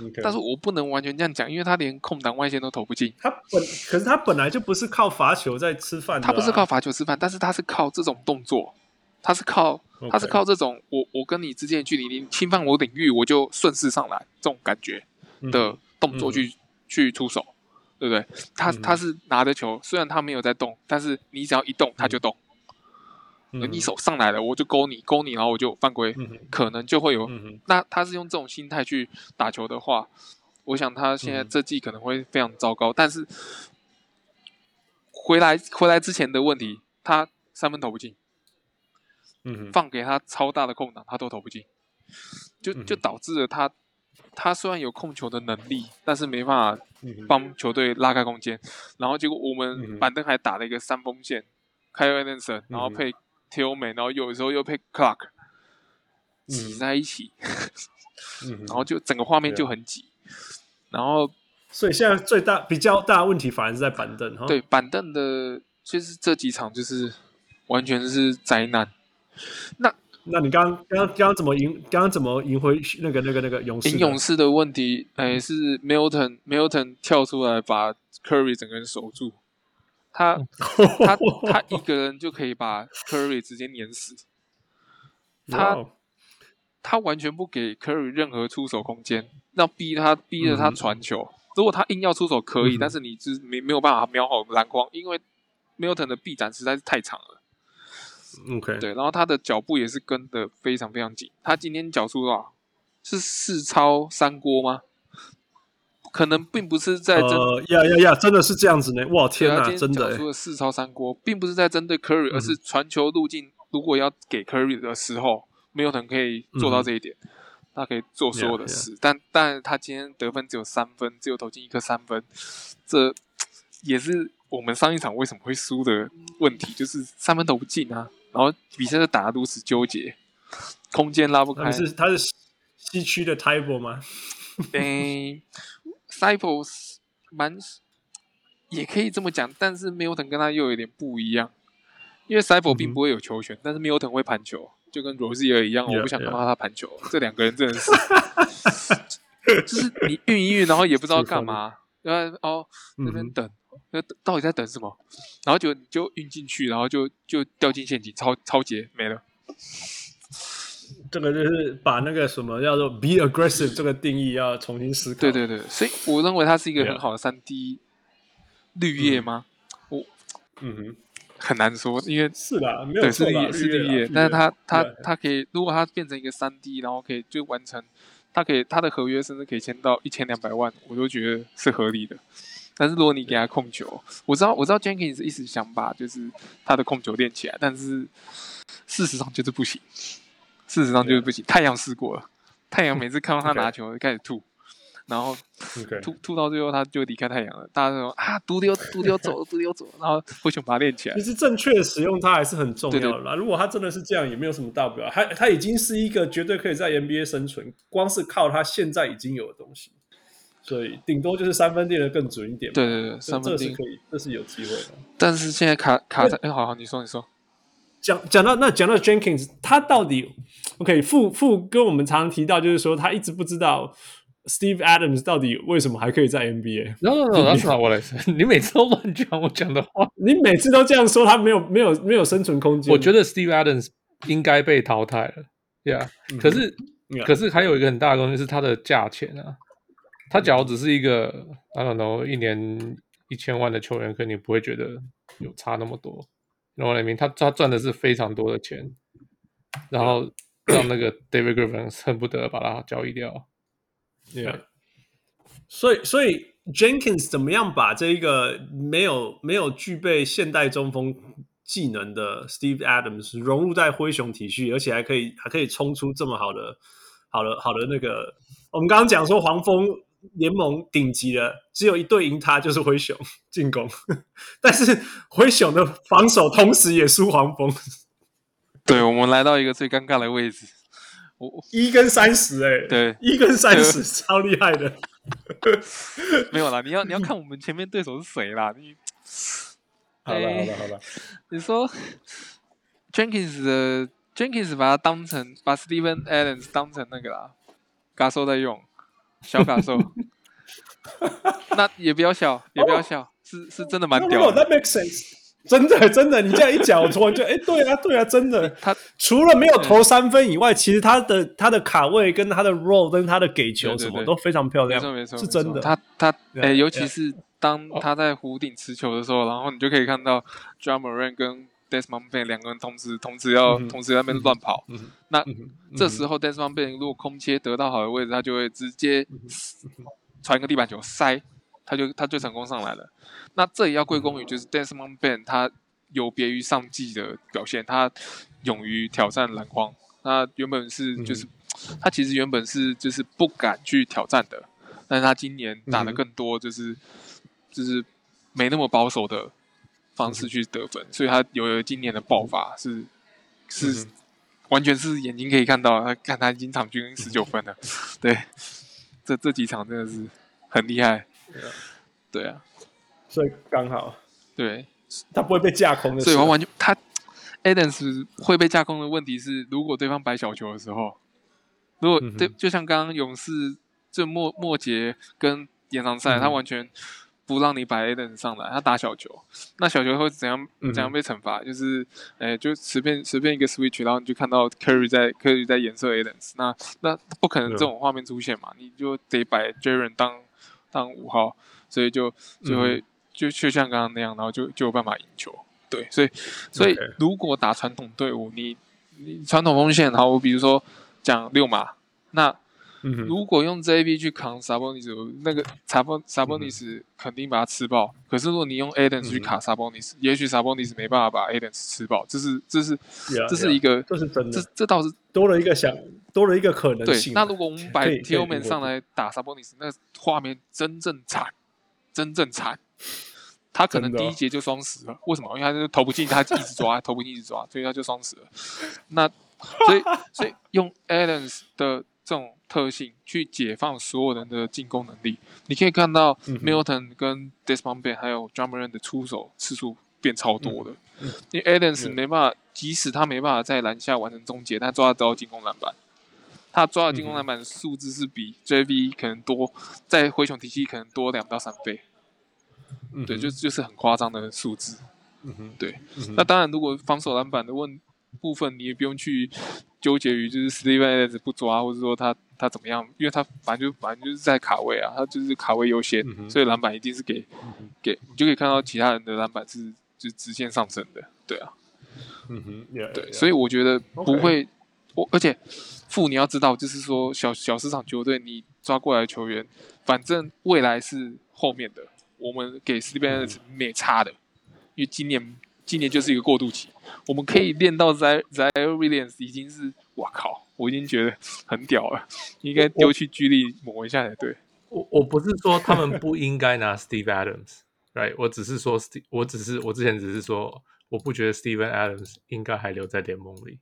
Speaker 3: OK
Speaker 5: 但是我不能完全这样讲，因为他连空档外线都投不进，
Speaker 3: 他本可是他本来就不是靠罚球在吃饭的啊、
Speaker 5: 他不是靠罚球吃饭，但是他是靠这种动作，他是靠
Speaker 3: OK
Speaker 5: 他是靠这种我我跟你之间的距离，你侵犯我领域，我就顺势上来这种感觉
Speaker 3: 嗯
Speaker 5: 的动作去、去出手，对不对？他、
Speaker 3: 嗯
Speaker 5: 他是拿着球，虽然他没有在动，但是你只要一动，他就动。
Speaker 3: 嗯
Speaker 5: 你手上来了，我就勾你，勾你，然后我就犯规，
Speaker 3: 嗯哼
Speaker 5: 可能就会有。
Speaker 3: 嗯哼
Speaker 5: 那他是用这种心态去打球的话，我想他现在
Speaker 3: 嗯哼
Speaker 5: 这季可能会非常糟糕。但是回来回来之前的问题，他三分投不进，
Speaker 3: 嗯哼，
Speaker 5: 放给他超大的空档，他都投不进，就
Speaker 3: 嗯哼
Speaker 5: 就导致了他他虽然有控球的能力，但是没办法
Speaker 3: 嗯哼
Speaker 5: 帮球队拉开空间。然后结果我
Speaker 3: 嗯
Speaker 5: 们
Speaker 3: 哼
Speaker 5: 板凳还打了一个三锋线 k y l e n s o n 然后
Speaker 3: 嗯哼
Speaker 5: 配 Tillman，然后有时候又配 Clark 挤在一起，
Speaker 3: 嗯哼
Speaker 5: 然后就整个画面
Speaker 3: 对啊
Speaker 5: 就很挤。然后
Speaker 3: 所以现在最大比较大的问题反而是在板凳哈。
Speaker 5: 对，板凳的，就是这几场就是完全是灾难。那
Speaker 3: 那你刚刚刚刚怎么赢？刚刚怎么赢回那个那个那个勇士的？
Speaker 5: 赢 勇士的问题，哎，是 Milton Milton 跳出来把 Curry 整个人守住，他
Speaker 3: 哦
Speaker 5: 他他一个人就可以把 Curry 直接碾死，他
Speaker 3: 哇哦
Speaker 5: 他完全不给 Curry 任何出手空间，那逼他逼着他传球。如果他硬要出手可以，
Speaker 3: 嗯
Speaker 5: 但是你就是没没有办法瞄好篮筐，因为 Milton 的臂展实在是太长了。
Speaker 3: OK，
Speaker 5: 对，然后他的脚步也是跟的非常非常紧。他今天脚速多少？是四超三锅吗？可能并不是在针
Speaker 3: 呃，呀呀呀，真的是这样子呢！哇，
Speaker 5: 对
Speaker 3: 天
Speaker 5: 他
Speaker 3: 哪，
Speaker 5: 今
Speaker 3: 真
Speaker 5: 天
Speaker 3: 的
Speaker 5: 讲
Speaker 3: 欸嗯
Speaker 5: 出了四超三锅，并不是在针对 Curry，、而是传球路径如果要给 Curry 的时候，Milton 可以做
Speaker 3: 嗯
Speaker 5: 到这一点，他可以做所有的
Speaker 3: Yeah,
Speaker 5: 事。但但他今天得分只有三分，只有投进一颗三分，这也是我们上一场为什么会输的问题，就是三分投不进啊，然后比赛就打得如此纠结，空间拉不
Speaker 3: 他
Speaker 5: 开啊
Speaker 3: 们。是他是西西区的 Tybo 吗？
Speaker 5: 诶 c y p l e s 蛮也可以这么讲，但是 Milton 跟他又有点不一样，因为 c y p l e
Speaker 3: 嗯
Speaker 5: 并不会有球权，但是 Milton 会盘球，就跟 Rosier 一样，
Speaker 3: Yeah,
Speaker 5: 我不想看到他盘球。这两个人真的是，就是你运一运，然后也不知道干嘛，然后哦那边
Speaker 3: 嗯哼
Speaker 5: 等，那、到底在等什么？然后就你就运进去，然后就就掉进陷阱，超超节没了。
Speaker 3: 这个就是把那个什么叫做 be aggressive 这个定义要重新思考。
Speaker 5: 对对对，所以我认为它是一个
Speaker 3: Yeah
Speaker 5: 很好的三 D 绿叶吗？
Speaker 3: 嗯哼，
Speaker 5: 很难说，因为
Speaker 3: 是啦，没有
Speaker 5: 对，
Speaker 3: 错
Speaker 5: 是
Speaker 3: 啦，
Speaker 5: 绿是
Speaker 3: 绿
Speaker 5: 绿
Speaker 3: 叶
Speaker 5: 叶
Speaker 3: 啦，
Speaker 5: 但是它它
Speaker 3: 对
Speaker 5: 它可以，如果它变成一个三 D，然后可以就完成，它可以它的合约甚至可以签到一千两百万，我都觉得是合理的。但是如果你给他控球，我知道我知道 Jenkins 一直想把就是他的控球练起来，但是事实上就是不行，事实上就是不行。太阳试过了，太阳每次看到他
Speaker 3: OK
Speaker 5: 拿球就开始吐，然后
Speaker 3: OK
Speaker 5: 吐吐到最后他就离开太阳了，大家都说啊独溜独溜走独溜走，然后灰熊把他练起来
Speaker 3: 其。实正确的使用它还是很重要
Speaker 5: 对
Speaker 3: 的啦。如果它真的是这样，也没有什么大不了。它它已经是一个绝对可以在 NBA 生存，光是靠它现在已经有的东西，所以顶多就是三分练的更准一点嘛。
Speaker 5: 对对对，
Speaker 3: 这，
Speaker 5: 三分
Speaker 3: 这是
Speaker 5: 钉
Speaker 3: 可。以，这是有机会的。
Speaker 5: 但是现在卡卡在，哎，好好，你说你说，
Speaker 3: 讲讲到那讲到 Jenkins，他到底 OK？傅傅跟我们常常提到，就是说他一直不知道 Steve Adams 到底为什么还可以在 NBA。
Speaker 4: No no no，that's not what I said。你每 次都乱讲我讲的话。
Speaker 3: 你每次都这样说，他没有没有没有生存空间。
Speaker 4: 我觉
Speaker 3: 得
Speaker 4: 得 Steve Adams 应该被淘汰了，Yeah、可是
Speaker 3: Yeah
Speaker 4: 可是还有一个很大的东西是它的价钱啊。他假如只是一个 I don't know 一年一千万的球员，可能你不会觉得有差那么多。You know what I mean？他他赚的是非常多的钱，然后让那个 David Griffin 恨不得把他交易掉。
Speaker 3: Yeah. 所以，所以 Jenkins 怎么样把这一个没有没有具备现代中锋技能的 Steve Adams 融入在灰熊体系，而且还可以还可以冲出这么好的、好的、好的那个。我们刚刚讲说黄蜂联盟顶级的，只有一队赢他就是灰熊进攻， 但是灰熊的防守同时也输黄蜂
Speaker 5: 对，我们来到一个最尴尬的位置。我
Speaker 3: 一跟三十，哎，
Speaker 5: 对
Speaker 3: 一跟三十超厉害的。
Speaker 5: 没有啦，你要你要看我们前面对手是谁啦。你
Speaker 3: 好了好
Speaker 5: 哎
Speaker 3: 了好了，
Speaker 5: 你说 Jenkins 的 Jenkins 把他当成把 Steven Adams 当成那个啦，嘎兽在用，小嘎 兽。那也不要笑，也不要笑，是是真的蛮屌
Speaker 3: 那
Speaker 5: 的。
Speaker 3: that makes sense。真 的，真的，你这样一讲，我突然就，哎、对啊，对啊，真的。
Speaker 5: 他
Speaker 3: 除了没有投三分以外，其实他的他的卡位、跟他的 roll、跟他的给球
Speaker 5: 对对
Speaker 3: 什么
Speaker 5: 对
Speaker 3: 都非常漂
Speaker 5: 没
Speaker 3: 亮，
Speaker 5: 错没错，
Speaker 3: 是
Speaker 5: 没错
Speaker 3: 真的。哦
Speaker 5: 他
Speaker 3: 对啊
Speaker 5: 他哎、
Speaker 3: 对啊
Speaker 5: 尤其是当他在弧顶持球的时候，然后你就可以看到 d r u m m e r 跟 Desmond Bain 两个人同时同时要、
Speaker 3: 嗯哼
Speaker 5: 同时在那边乱跑。
Speaker 3: 嗯哼
Speaker 5: 那、
Speaker 3: 嗯
Speaker 5: 这时候 Desmond Bain 如果空切得到好的位置，他就会直接
Speaker 3: 嗯
Speaker 5: 传一个地板球塞，他就他就成功上来了。那这也要归
Speaker 3: 嗯
Speaker 5: 功于就是 Desmond Bain 他有别于上季的表现，他勇于挑战篮筐。那原本
Speaker 3: 嗯
Speaker 5: 是就是、他其实原本是就是不敢去挑战的，但是他今年打的更多，就是、就是没那么保守的方式去得分，所以他有了今年的爆发是是、完全是眼睛可以看到，他看他已经场均十九分了，对，这这几场真的是很厉害，对啊，
Speaker 3: 所以刚好
Speaker 5: 对，
Speaker 3: 他不会被架空的。
Speaker 5: 所以完完全他 Adams 会被架空的问题是，如果对方摆小球的时候，如
Speaker 3: 嗯
Speaker 5: 果对、就像刚刚勇士就末末节跟延长
Speaker 3: 嗯
Speaker 5: 赛，他完全不让你摆 Adams 上来，他打小球，那小球会怎样
Speaker 3: 嗯
Speaker 5: 怎样被惩罚？就是哎、就随便随便一个 switch，然后你就看到 Curry 在 Curry 在颜色 Adams，那那不可能
Speaker 3: 啊
Speaker 5: 这种画面出现嘛，你就得摆 Jaren 当当五号，所以就
Speaker 3: 嗯
Speaker 5: 就会、就就像刚刚那样，然后就就有办法赢球。对，所以所以
Speaker 3: OK
Speaker 5: 如果打传统队伍，你你传统锋线，好，我比如说讲六马，那
Speaker 3: 嗯哼
Speaker 5: 如果用 JB 去扛 Sabonis，那个 Sabon
Speaker 3: 嗯
Speaker 5: Sabonis 肯定把它吃爆。可是如果你用 Adams 去卡 Sabonis，、也许 Sabonis 没办法把 Adams 吃爆，这是这是
Speaker 3: Yeah，
Speaker 5: 这是一个
Speaker 3: yeah，这是真
Speaker 5: 这
Speaker 3: 的，
Speaker 5: 这倒是
Speaker 3: 多了一个想，多了一个可能
Speaker 5: 对
Speaker 3: 性。。
Speaker 5: 那如果我们摆
Speaker 3: 可以可以
Speaker 5: t i l m a
Speaker 3: 理
Speaker 5: n
Speaker 3: 解
Speaker 5: 上来打 Sabonis，那画面真正惨，真正惨。他可能
Speaker 3: 真的哦
Speaker 5: 第一节就双十了，为什么？因为他就是投不进，他一直抓， 投不进一直抓，所以他就双十了。那所以所以用 Allen's 的这种特性去解放所有人的进攻能力，你可以看到
Speaker 3: 嗯哼
Speaker 5: Milton 跟 Desmond Bain 还有 d r u m m e r 的出手次数变超多的，因为 Allen's
Speaker 3: 嗯
Speaker 5: 没办法，即使他没办法在篮下完成终结，但他抓得到进攻篮板。他抓的
Speaker 3: 嗯
Speaker 5: 进攻篮板数字是比 JV 可能多，在灰熊体系可能多两到三倍，
Speaker 3: 嗯哼
Speaker 5: 对，就就是很夸张的数字。
Speaker 3: 嗯哼
Speaker 5: 对，
Speaker 3: 嗯哼
Speaker 5: 那当然，如果防守篮板的问部分，你也不用去纠结于就是 Steven Adams 不抓，或者说他他怎么样，因为他反正就反正就是在卡位啊，他就是卡位优先，
Speaker 3: 嗯哼嗯
Speaker 5: 所以篮板一定是给给，你就可以看到其他人的篮板是就直线上升的，对啊。
Speaker 3: 嗯哼，yeah，
Speaker 5: 对，
Speaker 3: yeah，
Speaker 5: 所以我觉得
Speaker 3: OK
Speaker 5: 不会，我而且富你要知道，就是说小小市场球队你抓过来的球员，反正未来是后面的，我们给 s t e v e n 没差的，因为今年今年就是一个过渡期，我们可以练到 Zaire Williams 已经是哇靠，我已经觉得很屌了，应该丢去居力磨一下才对。
Speaker 4: 我我不是说他们不应该拿 Steve Adams，right？我只是说 Steve，我只是我之前只是说，我不觉得 Steven Adams 应该还留在联盟里。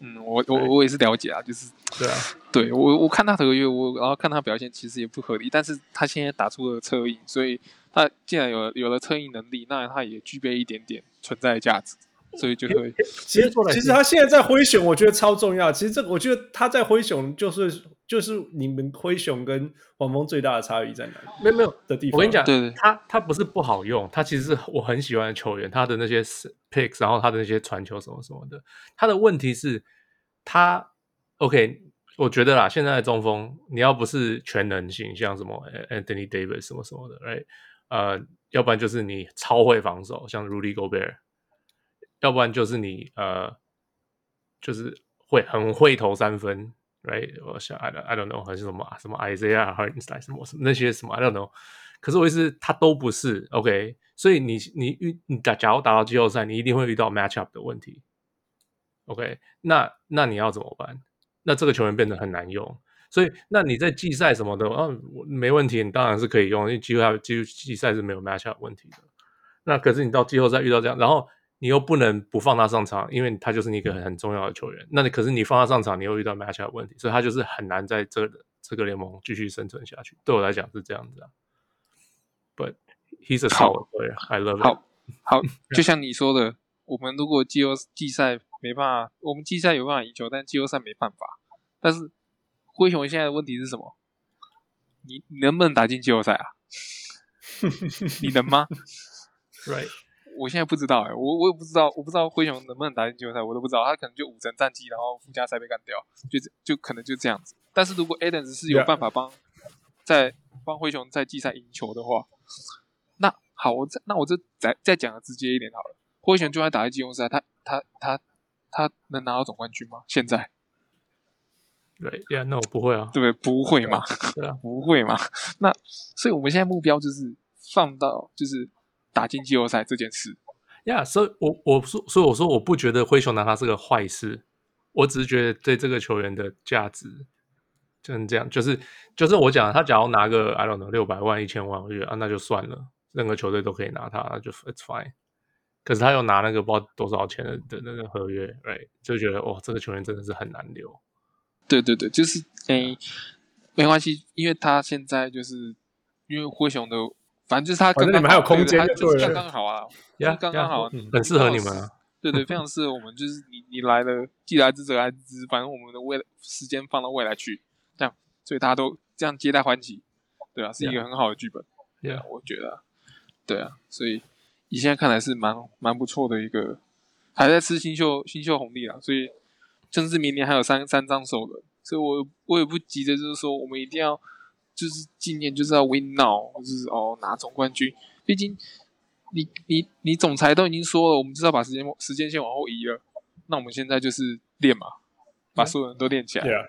Speaker 5: 嗯，我我
Speaker 4: 对
Speaker 5: 我也是了解啊，就是
Speaker 4: 对啊，
Speaker 5: 对我，我看他合约，我然后看他表现，其实也不合理。但是他现在打出了策应，所以他既然有了有了策应能力，那他也具备一点点存在的价值，所以就 会
Speaker 3: 其实其实他现在在灰熊，我觉得超重要。其实这个，我觉得他在灰熊就是就是你们灰熊跟黄蜂最大的差异在哪里
Speaker 4: 没有没有，
Speaker 3: 的地方？
Speaker 4: 我跟你讲，
Speaker 5: 对对
Speaker 4: 他他不是不好用，他其实是我很喜欢的球员，他的那些 s- picks，然后他的那些传球什么什么的，他的问题是，他 OK，我觉得啦，现在的中锋你要不是全能型，像什么呃 Anthony Davis 什么什么的，right？呃，要不然就是你超会防守，像 Rudy Gobert，要不然就是你呃，就是会很会投三分， right？我想 I don't- I don't know，还是什么什么 Isaiah Hartenstein 什么什么那些什么 I don't know。可是我意思，他都不是 OK，所以你你遇你打假如打到季后赛，你一定会遇到 matchup 的问题。OK，那那你要怎么办？那这个球员变得很难用。所以，那你在季赛什么的，啊，我没问题，你当然是可以用，因为季后赛季季赛是没有 matchup 问题的。那可是你到季后赛遇到这样，然后你又不能不放他上场，因为他就是你一个很很重要的球员。那你可是你放他上场，你又遇到 matchup 问题，所以他就是很难在这个这个联盟继续生存下去。对我来讲是这样子啊。But he's a
Speaker 5: 好
Speaker 4: solid player. I love it.
Speaker 5: 好，好，就像你说的，我们如果季后季赛没办法，我们季赛有办法赢球，但季后赛没办法。但是灰熊现在的问题是什么？你你能不能打进季 后赛啊？你能吗？
Speaker 4: right.
Speaker 5: 我现在不知道哎、我我也不知道，我不知道灰熊能不能打进季后赛，我都不知道。他可能就五成战绩，然后附加赛被干掉，就这就可能就这样子。但是如果 Adams 是有
Speaker 3: Yeah
Speaker 5: 办法帮在帮灰熊在季赛赢球的话，那好，我再那我这再再讲的直接一点好了。灰熊就算打进季后赛，他他他他能拿到总冠军吗？现在
Speaker 4: Right. Yeah. No，不会啊。
Speaker 5: 对不对？不会嘛，
Speaker 4: 对啊
Speaker 5: 不会嘛。那所以我们现在目标就是放到就是打进季后赛这件事。
Speaker 4: 呀，所以我我说，所以我说我不觉得灰熊拿他是个坏事，我只是觉得对这个球员的价值就是这样，就是就是我讲他假如拿个 I don't know 六百万一千万，我就觉得啊那就算了，任何球队都可以拿他，那就 It's fine。可是他又拿那个不知道多少钱的的那个合约，right？就觉得哇，这个球员真的是很难留。
Speaker 5: 对对对，就是诶、没关系，因为他现在就是因为灰熊的，反正就是他
Speaker 3: 反
Speaker 5: 刚
Speaker 3: 正
Speaker 5: 刚
Speaker 3: 你们还有空间
Speaker 5: 好对对
Speaker 3: 就对
Speaker 5: 他就是
Speaker 3: 了
Speaker 5: 刚刚 好啊，
Speaker 4: 呀，
Speaker 5: 刚刚
Speaker 4: 呀
Speaker 5: 好
Speaker 4: 很适合你们啊。
Speaker 5: 对对，非常适合我们，就是你你来了，既来之则安之，反正我们的未来时间放到未来去，这样，所以大家都这样皆大欢喜，对啊，是一个很好的剧本
Speaker 4: Yeah.
Speaker 5: 对啊我觉得啊，对啊，所以以现在看来是蛮蛮不错的一个，还在吃新秀新秀红利啊，所以甚至明年还有三三张手轮，所以我我也不急着就是说我们一定要就是今年就是要 win now，就是哦拿总冠军，毕竟你你你总裁都已经说了，我们就是要把时间时间线往后移了。那我们现在就是练嘛，把所有人都练起来。
Speaker 3: 嗯对啊，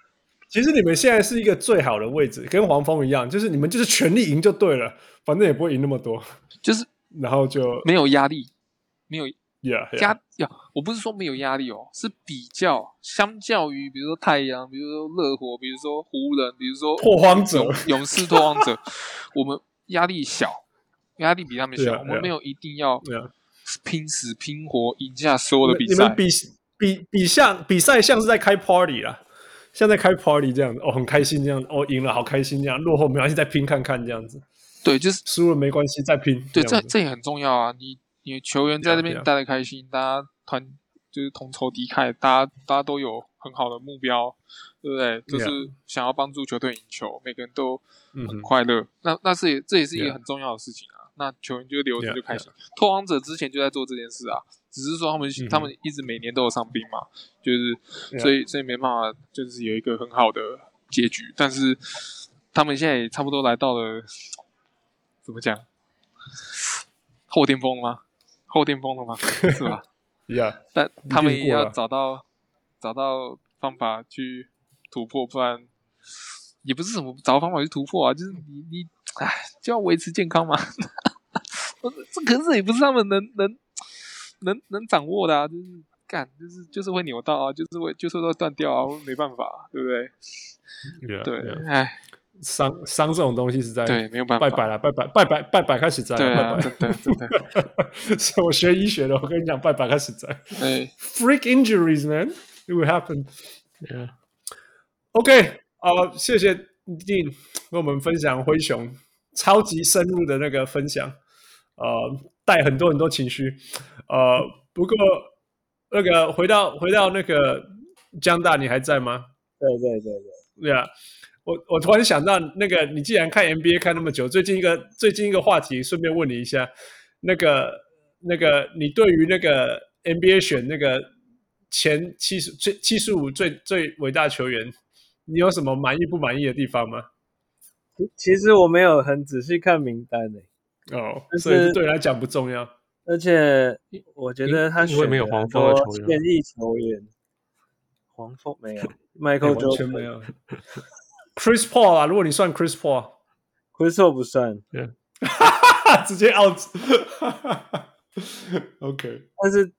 Speaker 3: 其实你们现在是一个最好的位置，跟黄蜂一样，就是你们就是全力赢就对了，反正也不会赢那么多，
Speaker 5: 就是
Speaker 3: 然后就
Speaker 5: 没有压力，没有
Speaker 3: yeah, yeah
Speaker 5: 压呀。我不是说没有压力哦，是比较相较于，比如说太阳，比如说热火，比如说湖人，比如说
Speaker 3: 拓荒者
Speaker 5: 勇勇士拓荒者， 我们压力小，压力比他们
Speaker 3: 对
Speaker 5: 小。
Speaker 3: 啊
Speaker 5: 我
Speaker 3: 对
Speaker 5: 们
Speaker 3: 啊
Speaker 5: 没有一定要
Speaker 3: 对啊
Speaker 5: 拼死拼活赢下所有
Speaker 3: 你
Speaker 5: 的
Speaker 3: 们你
Speaker 5: 比
Speaker 3: 们
Speaker 5: 赛。
Speaker 3: 比比比像比赛像是在开 party 啦，像在开 party 这样子，哦，很开心这样子，哦，赢了好开心这样，落后没关系，再拼看看这样子，
Speaker 5: 对，就是
Speaker 3: 输了没关系，再拼。
Speaker 5: 对，
Speaker 3: 这
Speaker 5: 这
Speaker 3: 样子
Speaker 5: 这也很重要啊！你你球员在
Speaker 3: 对啊
Speaker 5: 这
Speaker 3: 对
Speaker 5: 边
Speaker 3: 啊
Speaker 5: 待的开心，大家团就是同仇敌忾，大家大家都有很好的目标，对不对？就
Speaker 3: Yeah
Speaker 5: 是想要帮助球队赢球，每个人都
Speaker 3: 嗯
Speaker 5: 很
Speaker 3: 哼
Speaker 5: 快乐。那那是也这也是一个
Speaker 3: Yeah
Speaker 5: 很重要的事情啊。那球员就留着
Speaker 3: Yeah
Speaker 5: 就开心。拓荒者之前就在做这件事啊，只是说他们
Speaker 3: 嗯哼啊
Speaker 5: 他们一直每年都有上兵嘛，就是所以所以没办法，就是有一个很好的结局。但是他们现在也差不多来到了怎么讲后巅峰吗？后巅峰 了吗？是吧？
Speaker 3: ，yeah，
Speaker 5: 但他们
Speaker 3: 已经
Speaker 5: 也
Speaker 3: 过了
Speaker 5: 要找到找到方法去突破，不然也不是什么找方法去突破啊，就是你你唉，就要维持健康嘛。 这可是也不是他们能能能能掌握的啊，就是干就是就是会扭到啊，就是会就是会断掉啊，没办法啊、对不对？
Speaker 4: Yeah,
Speaker 5: 对，
Speaker 4: yeah.
Speaker 5: 唉，
Speaker 3: 伤伤这种东西是在
Speaker 5: 对，没有办法，
Speaker 3: 拜拜了，拜拜拜拜拜拜开始在了，
Speaker 5: 对啊，
Speaker 3: 拜
Speaker 5: 真
Speaker 3: 拜。
Speaker 5: 的真的，
Speaker 3: 是我学医学的，我跟你讲，拜拜开始在。
Speaker 5: 对。
Speaker 3: Freak injuries, man, it will happen.
Speaker 4: Yeah.
Speaker 3: OK，好、谢谢 Dean 跟我们分享灰熊超级深入的那个分享，呃，带很多很多情绪，呃，不过那个回到回到那个江大，你还在吗？
Speaker 6: 对对对对，
Speaker 3: 对啊，我我突然想到，那个你既然看 NBA 看那么久，最近一个最近一个话题，顺便问你一下，那个那个你对于那个 NBA 选那个前七十最七十五最最伟大球员，你有什么满意不满意的地方吗？
Speaker 6: 其其实我没有很仔细看名单诶，
Speaker 3: 哦，
Speaker 6: 就是
Speaker 3: 所以这对你来讲不重要。
Speaker 6: 而且我觉得他
Speaker 4: 因因为
Speaker 6: 选
Speaker 4: 没有
Speaker 6: 了
Speaker 4: 黄
Speaker 6: 很
Speaker 4: 蜂的
Speaker 6: 多
Speaker 4: 球员
Speaker 6: 现役球员，黄蜂没有， Michael
Speaker 3: 哎完全没
Speaker 6: Jordan、
Speaker 3: 有。Chris Paul 啊，如果你算 Chris Paul，
Speaker 6: Chris Paul 不算，
Speaker 3: 直接 out。OK，
Speaker 6: 但是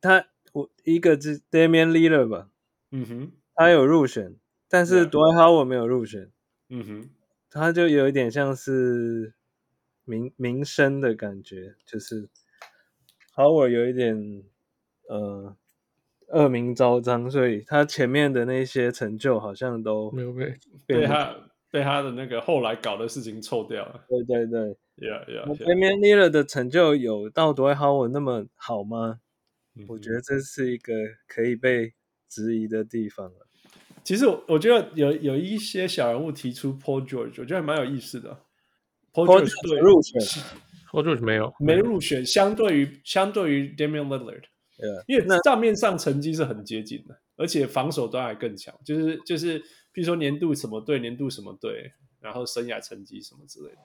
Speaker 6: 他我一个是 Damian Lillard 吧，
Speaker 3: 嗯哼，
Speaker 6: 他有入选，但是
Speaker 3: Yeah.
Speaker 6: dwight Howard 没有入选，
Speaker 3: 嗯哼，
Speaker 6: 他就有一点像是名名声的感觉，就是 Howard 有一点呃恶名昭彰，所以他前面的那些成就好像都
Speaker 4: 没有被
Speaker 6: 变
Speaker 3: 被他被他的那个后来搞的事情臭掉了。
Speaker 6: 对对对
Speaker 3: Yeah, yeah,
Speaker 6: 那
Speaker 3: yeah.
Speaker 6: Damian Lillard 的成就有到 dwight Howard 那么好吗？我觉
Speaker 3: 得。
Speaker 6: 得这是一个可以被质疑的地方了。
Speaker 3: 其实我我觉得有有一些小人物提出 Paul George，我觉得还蛮有意思的。Paul
Speaker 6: Paul
Speaker 3: George
Speaker 6: George
Speaker 3: 对
Speaker 6: 入选
Speaker 4: 我就是没有
Speaker 3: 没入选，相对于相对于 Damian Lillard，
Speaker 6: Yeah，
Speaker 3: 因为账面上成绩是很接近的，而且防守端还更强。就是就是，比如说年度什么队，年度什么队，然后生涯成绩什么之类的。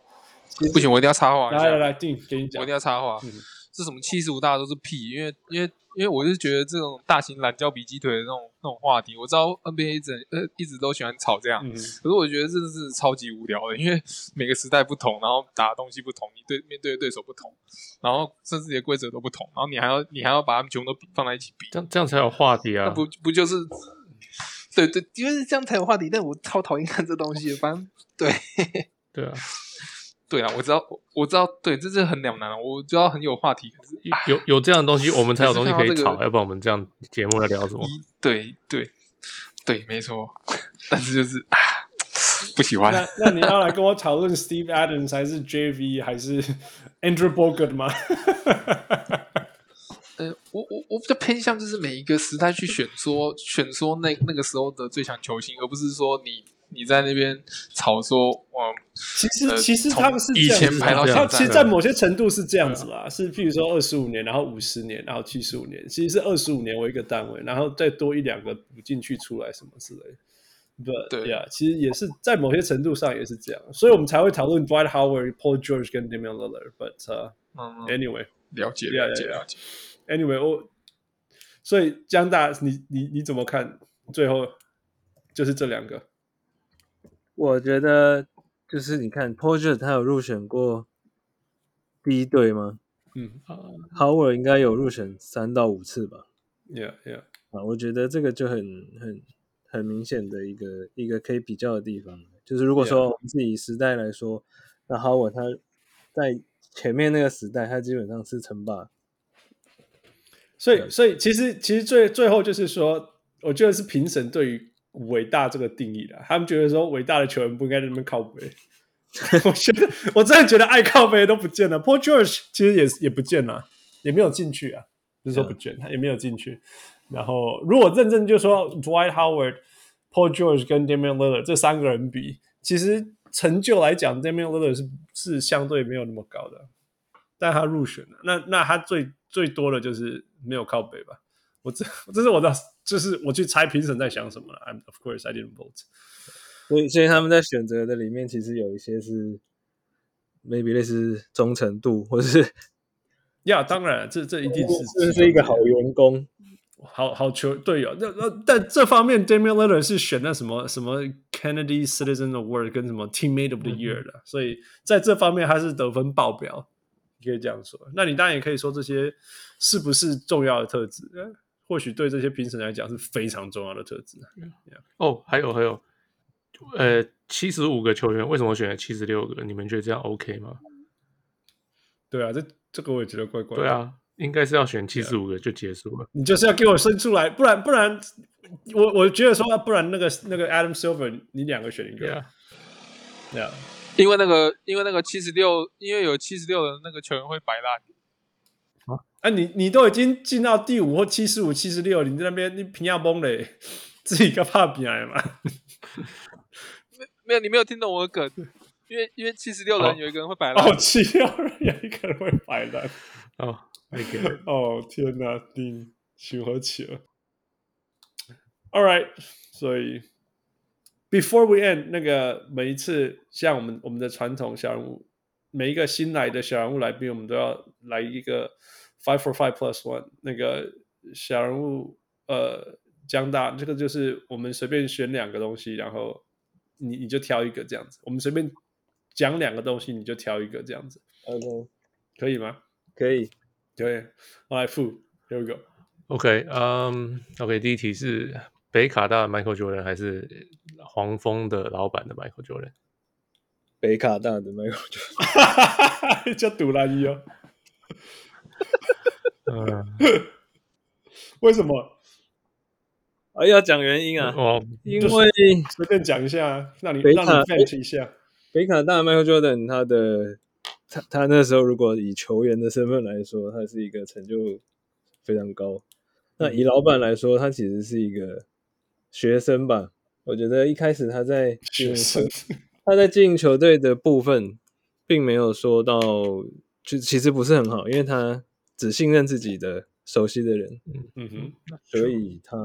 Speaker 5: 不行，我一定要插话一下。
Speaker 3: 来来来，定给你
Speaker 5: 我
Speaker 3: 讲
Speaker 5: 一定。要插话。
Speaker 3: 嗯
Speaker 5: 这什么七十五大都是屁，因为因为因为我是觉得这种大型懒觉比鸡腿的那种那种话题，我知道 NBA 一直呃一直都喜欢吵这样，
Speaker 3: 嗯
Speaker 5: 可是我觉得真的是超级无聊的，因为每个时代不同，然后打的东西不同，你对面对的对手不同，然后甚至你的规则都不同，然后你还要你还要把他们全部都比放在一起比，
Speaker 4: 这样这样才有话题
Speaker 5: 那
Speaker 4: 啊。
Speaker 5: 不不就是？对对，因为这样才有话题，但我超讨厌看这东西的，反正对。
Speaker 4: 对啊，
Speaker 5: 对啊，我知道，我我知道，对，这是很两难啊。我知道很有话题，可是
Speaker 4: 有有这样的东西，我们才有东西 可以
Speaker 5: 每次看到这
Speaker 4: 吵，
Speaker 5: 个
Speaker 4: 要不然我们这样节目在聊什么？
Speaker 5: 一对对对，没错， 但是就是啊，不喜欢
Speaker 3: 那那你要来跟我讨论 Steve Adams 还是 JV 还是 Andrew Bogut 吗？
Speaker 5: 呃，我我我比较偏向就是每一个时代去选说选说那那个时候的最强球星，而不是说你你在那边吵说哇，
Speaker 3: 其实
Speaker 5: 呃
Speaker 3: 其实
Speaker 5: 从
Speaker 3: 他们是这样子啊
Speaker 5: 以前排到
Speaker 3: 他
Speaker 5: 现在
Speaker 3: 其实，在某些程度是这样子啦，是譬如说二十五年，然后五十年，然后七十五年，其实是二十五年为一个单位，然后再多一两个补进去出来什么之类的。But,
Speaker 5: 对
Speaker 3: yeah, 其实也是在某些程度上也是这样，所以我们才会讨论 Dwight Howard、Paul George 跟 Damian Lillard。But、uh,
Speaker 5: 嗯，
Speaker 3: anyway,
Speaker 5: 了解
Speaker 3: Yeah,
Speaker 5: 了解
Speaker 3: yeah, yeah.
Speaker 5: 了解。
Speaker 3: anyway，我所以江大，你你你怎么看？最后就是这两个，
Speaker 6: 我觉得就是你看 p o r g e r 他有入选过第一队吗
Speaker 3: 嗯
Speaker 5: 呃
Speaker 6: ？Howard 应该有入选三到五次吧？
Speaker 3: ，Yeah, Yeah，
Speaker 6: 啊，我觉得这个就很很很明显的一个一个可以比较的地方，就是如果
Speaker 3: Yeah
Speaker 6: 说我们是以时代来说，那 Howard 他在前面那个时代，他基本上是称霸，
Speaker 3: 所以，所以其实其实最最后就是说，我觉得是评审对于伟大这个定义的，他们觉得说伟大的球员不应该在那边靠背。我觉得我真的觉得爱靠背都不见了，Paul George 其实也是也不见了，也没有进去啊，不是说不见，他也没有进去。然后如果认真就说 Dwight Howard、Paul George 跟 Damian Lillard 这三个人比，其实成就来讲，Damian Lillard 是是相对没有那么高的。但他入选了。那那他最最多的就是没有靠北吧？我这这是我的，就是我去猜评审在想什么了。I'm of course I didn't vote。
Speaker 6: 所以所以他们在选择的里面，其实有一些是 maybe 类似忠诚度，或 者是
Speaker 3: 呀、当然，这这一定是
Speaker 6: 这是一个好员工。
Speaker 3: 好好球队友。那那但这方面，Damian Lillard 是选那什么什么 Kennedy Citizen Award 跟什么 Teammate
Speaker 6: 嗯
Speaker 3: of the Year 的，所以在这方面他是得分爆表，你可以这样说。那你当然也可以说这些是不是重要的特质？呃或许对这些评审来讲是非常重要的特质。
Speaker 4: 哦，还有还有，呃，七十五个球员，为什么选了七十六个？你们觉得这样 OK 吗？
Speaker 3: 对啊，这这个我也觉得怪怪。
Speaker 4: 对，啊，应该是要选七十五个就结束了。
Speaker 3: 你就是要给我生出来，不然不然，我我觉得说，啊不然那个那个 Adam Silver，你两个选一
Speaker 4: 对
Speaker 3: 个，
Speaker 4: 啊，
Speaker 3: 对啊，
Speaker 5: 因为那个因为那个七十六，因为有七十六的那个球员会摆烂，
Speaker 3: 啊，你你都已经进到第五或七十五、七十六，你在那边你平亚崩嘞，自己个怕比来 嘛？
Speaker 5: 没有你没有听懂我的梗，因为因为七十六人
Speaker 4: 哦
Speaker 5: 有一个人会摆烂
Speaker 3: 哦，，七六人 有一个人会摆烂，
Speaker 4: 哦，那个
Speaker 3: 哦天哪，你循和起了。All right，所以 before we end，那个每一次像我们我们的传统小人物，每一个新来的小人物来宾，我们都要来一个 five for five plus one 那个小人物呃江大这个就是我们随便选两个东西，然后你你就挑一个这样子，我们随便讲两个东西你就挑一个这样子，
Speaker 6: OK，
Speaker 3: 可以吗？
Speaker 6: 可以。
Speaker 3: 可以，我来付，Here we go。
Speaker 4: OK，嗯、o k 第一题是北卡大的 Michael Jordan 还是黄蜂的老板的 Michael Jordan？
Speaker 6: 北卡大的 Michael Jordan
Speaker 3: 叫杜兰伊哦，
Speaker 4: 嗯，
Speaker 3: 为什么？
Speaker 6: 啊，要讲原因啊，
Speaker 4: 我
Speaker 6: 因
Speaker 3: 嗯就是
Speaker 6: 为
Speaker 3: 随便讲一下啊，让你
Speaker 6: 北
Speaker 3: 让
Speaker 6: 卡
Speaker 3: 你 fetch 一下。
Speaker 6: 北卡大的 Michael Jordan 他的他他那时候如果以球员的身份来说，他是一个成就非常高。
Speaker 3: 嗯
Speaker 6: 那以老板来说，他其实是一个学生吧。我觉得一开始他在
Speaker 3: 学
Speaker 6: 进
Speaker 3: 生，
Speaker 6: 他在经营球队的部分，并没有说到，就其实不是很好，因为他只信任自己的熟悉的人，
Speaker 3: 嗯哦哼，
Speaker 6: 所以他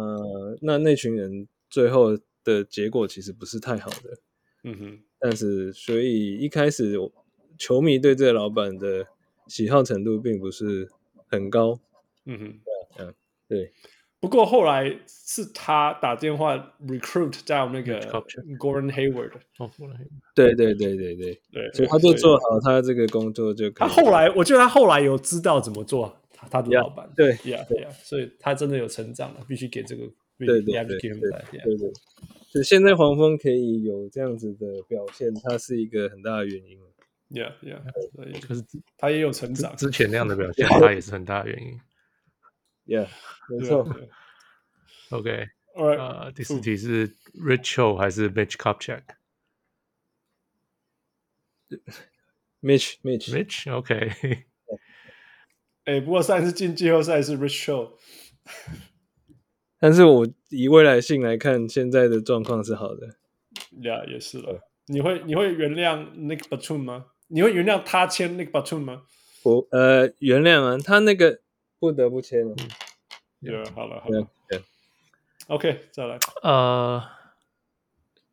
Speaker 6: 那那群人最后的结果其实不是太好的。
Speaker 3: 嗯哼，
Speaker 6: 但是所以一开始我球迷对这个老板的喜好程度并不是很高。
Speaker 3: 嗯哼，
Speaker 6: 对，
Speaker 3: 不过后来是他打电话 recruit 到那个
Speaker 4: Culture
Speaker 3: Gordon Hayward，
Speaker 4: 哦，我来
Speaker 6: 对对对对对，
Speaker 3: 对，
Speaker 6: 所以他就
Speaker 3: 所
Speaker 6: 做好他这个工作就
Speaker 3: 他
Speaker 6: 可以。
Speaker 3: 后来，我觉得他后来有知道怎么做，他他的
Speaker 6: Yeah，
Speaker 3: 老板，
Speaker 6: 对
Speaker 3: 呀呀，所以他真的有成长了，必须给这个，
Speaker 6: 对
Speaker 3: 必须给
Speaker 6: 对对
Speaker 3: him
Speaker 6: 对
Speaker 3: that，yeah
Speaker 6: 对对，就现在黄蜂可以有这样子的表现，它是一个很大的原因。
Speaker 3: Yeah, yeah，所以
Speaker 4: 可是之
Speaker 3: 他也有成长，
Speaker 4: 之前那样的表 现，他也是很大的原因。
Speaker 6: Yeah，没
Speaker 3: 对啊
Speaker 6: 错。啊
Speaker 3: 对
Speaker 4: OK，
Speaker 3: Alright，
Speaker 4: 呃，第四题是 Rich Hill 还是 Mitch Kupchak？Mitch，OK，、
Speaker 6: Mitch，Mitch，
Speaker 4: Mitch？OK
Speaker 3: 哎，不过上一次进季后赛是 Rich Show，
Speaker 6: 但是我以未来性来看，现在的状况是好的。
Speaker 3: 呀，也是了。你会你会原谅 Nick Batum 吗？你会原谅他签 Nick Batum 吗？
Speaker 6: 我呃，原谅啊，他那个不得不签了。哦
Speaker 3: 也好了好
Speaker 6: 对
Speaker 3: 了
Speaker 6: 对
Speaker 3: ，OK，再来
Speaker 4: 呃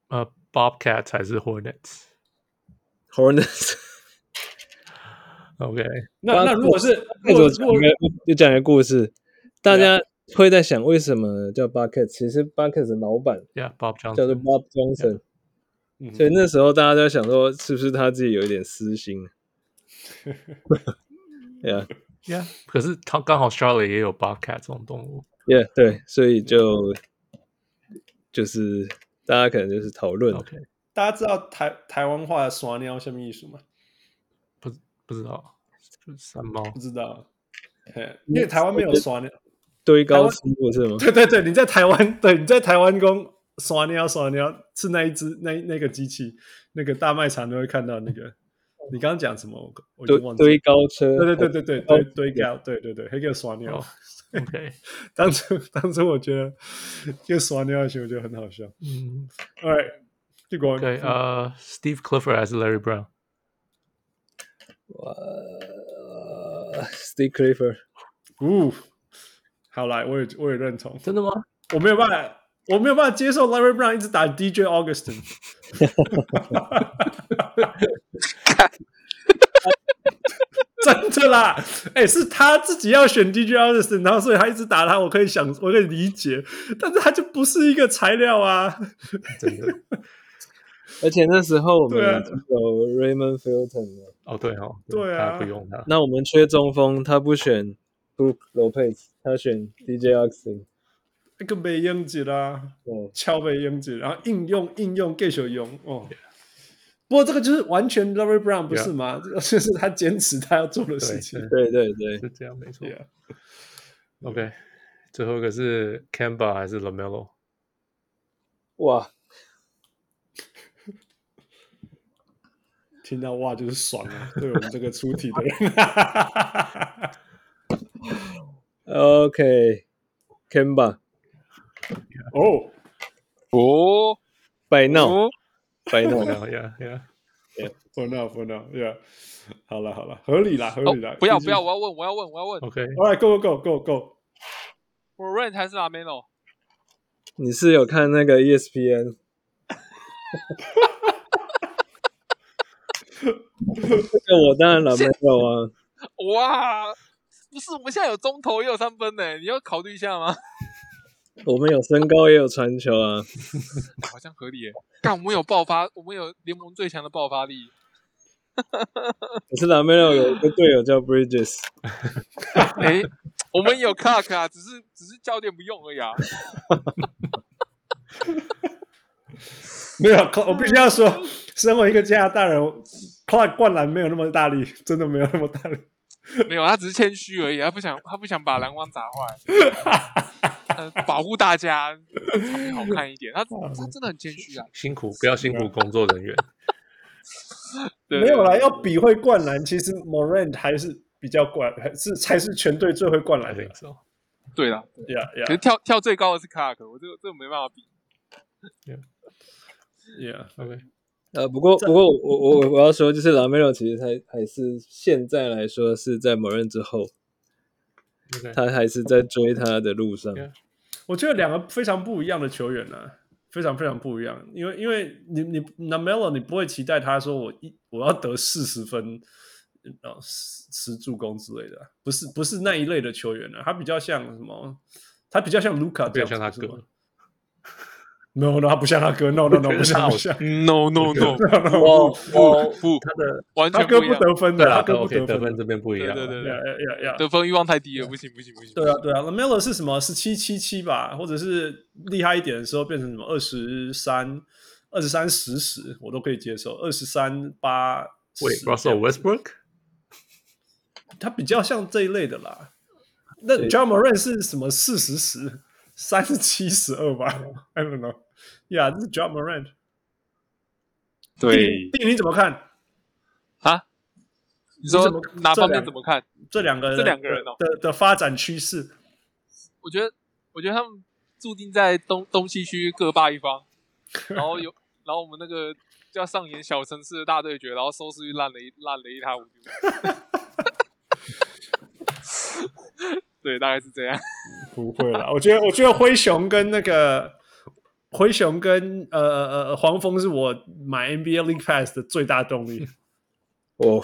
Speaker 4: 呃，Bobcat Uh, 还是 Hornets？OK，、
Speaker 6: Hornets。
Speaker 3: 那那如果是如
Speaker 6: 那我
Speaker 3: 果如
Speaker 6: 讲一
Speaker 3: 果
Speaker 6: 个，就讲一个故事，大家会在想为什么叫 Bucket？其实 Bucket 的老板
Speaker 4: Yeah，Bob
Speaker 6: 叫做
Speaker 4: Johnson。
Speaker 6: Bob Johnson，
Speaker 3: 嗯哼
Speaker 6: 所以那时候大家都在想说，是不是他自己有一点 私心？对啊，
Speaker 4: Yeah，可是他刚好 Charlotte 也有 Bobcat 这种动物。
Speaker 6: yeah, 对，所以就就是大家可能就是讨论
Speaker 4: OK，
Speaker 3: 大家知道台台湾话“耍尿”什么意思吗？
Speaker 4: 不不知道，就是山猫。
Speaker 3: 不知道，
Speaker 6: 嗯
Speaker 3: 嘿因为台湾没有耍尿。
Speaker 6: 堆
Speaker 3: 台
Speaker 6: 高
Speaker 3: 湾
Speaker 6: 思路是吗？
Speaker 3: 对对对，你在台湾，对你在台湾公耍尿耍尿是那一只那那个机器，那个大卖场都会看到那个。你刚刚讲什么？我我已
Speaker 6: 堆
Speaker 3: 经忘记了。
Speaker 6: 堆高车，
Speaker 3: 对对对对对对对高，对对对，还个耍尿
Speaker 4: 哦。OK，
Speaker 3: 当初当初我觉得这个耍尿的行为就很好笑。
Speaker 4: 嗯
Speaker 3: a l right，结果
Speaker 4: ，OK，呃，Steve Clifford 还是 Larry Brown？
Speaker 6: 呃，Steve Clifford，
Speaker 3: 呜，好来，我也我也认同，
Speaker 4: 真的吗？
Speaker 3: 我没有办法。我没有办法接受 Larry Brown 一直打 DJ Augustin，真的啦，哎、是他自己要选 DJ Augustin，然后所以他一直打他，我可以想，我可以理解，但是他就不是一个材料啊。
Speaker 4: 真的？
Speaker 6: 而且那时候我们
Speaker 3: 对啊
Speaker 6: 已经有 Raymond Felton 了，
Speaker 4: 哦，对哦，
Speaker 3: 对
Speaker 4: 他
Speaker 3: 啊
Speaker 4: 不用他。
Speaker 6: 那我们缺中锋，他不选 Brook Lopez，他选 DJ Austin，
Speaker 3: 那个被英级啦，
Speaker 6: 哦，
Speaker 3: 敲被英级，然后应用应用继续用哦。不过这个就是完全 Larry Brown 不是吗？ 这个就是他坚持他要做的事
Speaker 4: 对，
Speaker 3: 情。
Speaker 4: 是
Speaker 6: 对对对
Speaker 4: 是这样，没错。
Speaker 3: Yeah
Speaker 4: OK，最后一个是 Camba 还是 Lamelo？
Speaker 6: 哇，
Speaker 3: 听到哇就是爽啊！对我们这个出题的人，
Speaker 6: OK，Kemba、
Speaker 3: 哦，
Speaker 5: 哦，
Speaker 6: 白闹
Speaker 5: 哦，
Speaker 6: 白闹，
Speaker 4: 然后 Yeah Yeah，
Speaker 3: 不闹不闹，Yeah，好了好了，合理啦合
Speaker 5: 哦
Speaker 3: 理啦，
Speaker 5: 不要
Speaker 3: 毕
Speaker 5: 不
Speaker 3: 竟
Speaker 5: 要，我要问，我要问，我要问
Speaker 4: OK，
Speaker 3: ，All right，go go go go go，
Speaker 5: 我 r a n 还是 Ameno？
Speaker 6: 你是有看那个 E ESPN？这个我当然懒没有啊，
Speaker 5: 哇，不是，我们现在有中投也有三分呢，你要考虑一下吗？
Speaker 6: 我们有身高也有传球啊，
Speaker 5: 好像合理耶。干，我们有爆发，我们有联盟最强的爆发力。
Speaker 6: 可是 Lamelo 有一个队友叫 Bridges，
Speaker 5: 哎、 我们有 Clark 啊，只是只是教练不用而已啊。
Speaker 3: 没有，我必须要说，身为一个加拿大人，Clark 灌篮没有那么大力，真的没有那么大力。
Speaker 5: 没有，他只是谦虚而已，他不想他不想把篮筐砸坏， 呃保护大家场面好看一点。他他真的很谦虚啊，
Speaker 4: 辛苦不要辛苦工作人员，
Speaker 5: 对
Speaker 3: 没有啦，要比会灌篮，其实 Moran 还是比较灌，还是才是全队最会灌
Speaker 4: 还
Speaker 3: 篮的
Speaker 4: 是。so
Speaker 5: 对啦。
Speaker 3: 呀
Speaker 5: 可是
Speaker 3: 呀
Speaker 5: 跳跳最高的是 Clark，我这个这个没办法比。
Speaker 3: 呀！
Speaker 4: OK，
Speaker 6: 呃，不过
Speaker 3: 这
Speaker 6: 不过我我我我要说，就是 Lamelo 其实他还是现在来说是在某人之后，他还是在追他的路上。
Speaker 4: Yeah.
Speaker 3: 我觉得两个非常不一样的球员呢、啊，非常非常不一样。因为因为你你 Namelo，你不会期待他说我一我要得四十分，然后十十助攻之类的啊，不是不是那一类的球员呢、啊。他比较像什么？他比较像卢卡，
Speaker 4: 比较像他哥。
Speaker 3: No No，他不像他哥。No No No，不像不像。
Speaker 5: No No No，
Speaker 6: 我我
Speaker 5: 不，
Speaker 4: 他的
Speaker 5: 完
Speaker 3: 他
Speaker 5: 全
Speaker 3: 哥不
Speaker 5: 一样。
Speaker 3: 得啊分
Speaker 4: 对
Speaker 3: 的，
Speaker 4: 啦
Speaker 3: 他哥不
Speaker 4: ，OK，
Speaker 3: 得
Speaker 4: 得分
Speaker 3: 分的。
Speaker 4: 这边不一
Speaker 5: 对
Speaker 4: 样，
Speaker 5: 对对
Speaker 3: 呀
Speaker 5: 对，
Speaker 3: 呀呀！
Speaker 5: 得分欲望太低了，不行不行不行。
Speaker 3: 对啊，对啊，Lamelo 是什么十七七七吧，或者是厉害一点的时候变成什么二十三、二十三十十，我都可以接受。二十三八
Speaker 4: 喂，Russell Westbrook，
Speaker 3: 他比较像这一类的啦。那
Speaker 6: 对
Speaker 3: John Moran 是什么四十十、三十七十二吧？I don't know。Yeah，这是 John Moran。
Speaker 5: 对
Speaker 3: 弟，你怎么看
Speaker 5: 啊，你
Speaker 3: 你
Speaker 5: 说
Speaker 3: 怎么
Speaker 5: 哪
Speaker 3: 这
Speaker 5: 方面
Speaker 3: 两
Speaker 5: 怎么看？
Speaker 3: 这两个人
Speaker 5: 这两个人哦
Speaker 3: 的的发展趋势？
Speaker 5: 我觉得，我觉得他们注定在东东西区各霸一 方，然后有，然后我们那个就要上演小城市的大对决，然后收视率烂了一烂了一塌糊涂。 对，大概是这样。
Speaker 3: 不会啦，我觉得我觉得灰熊跟那个灰熊跟呃呃呃黄蜂是我买 NBA League Pass 的最大动力，
Speaker 6: 我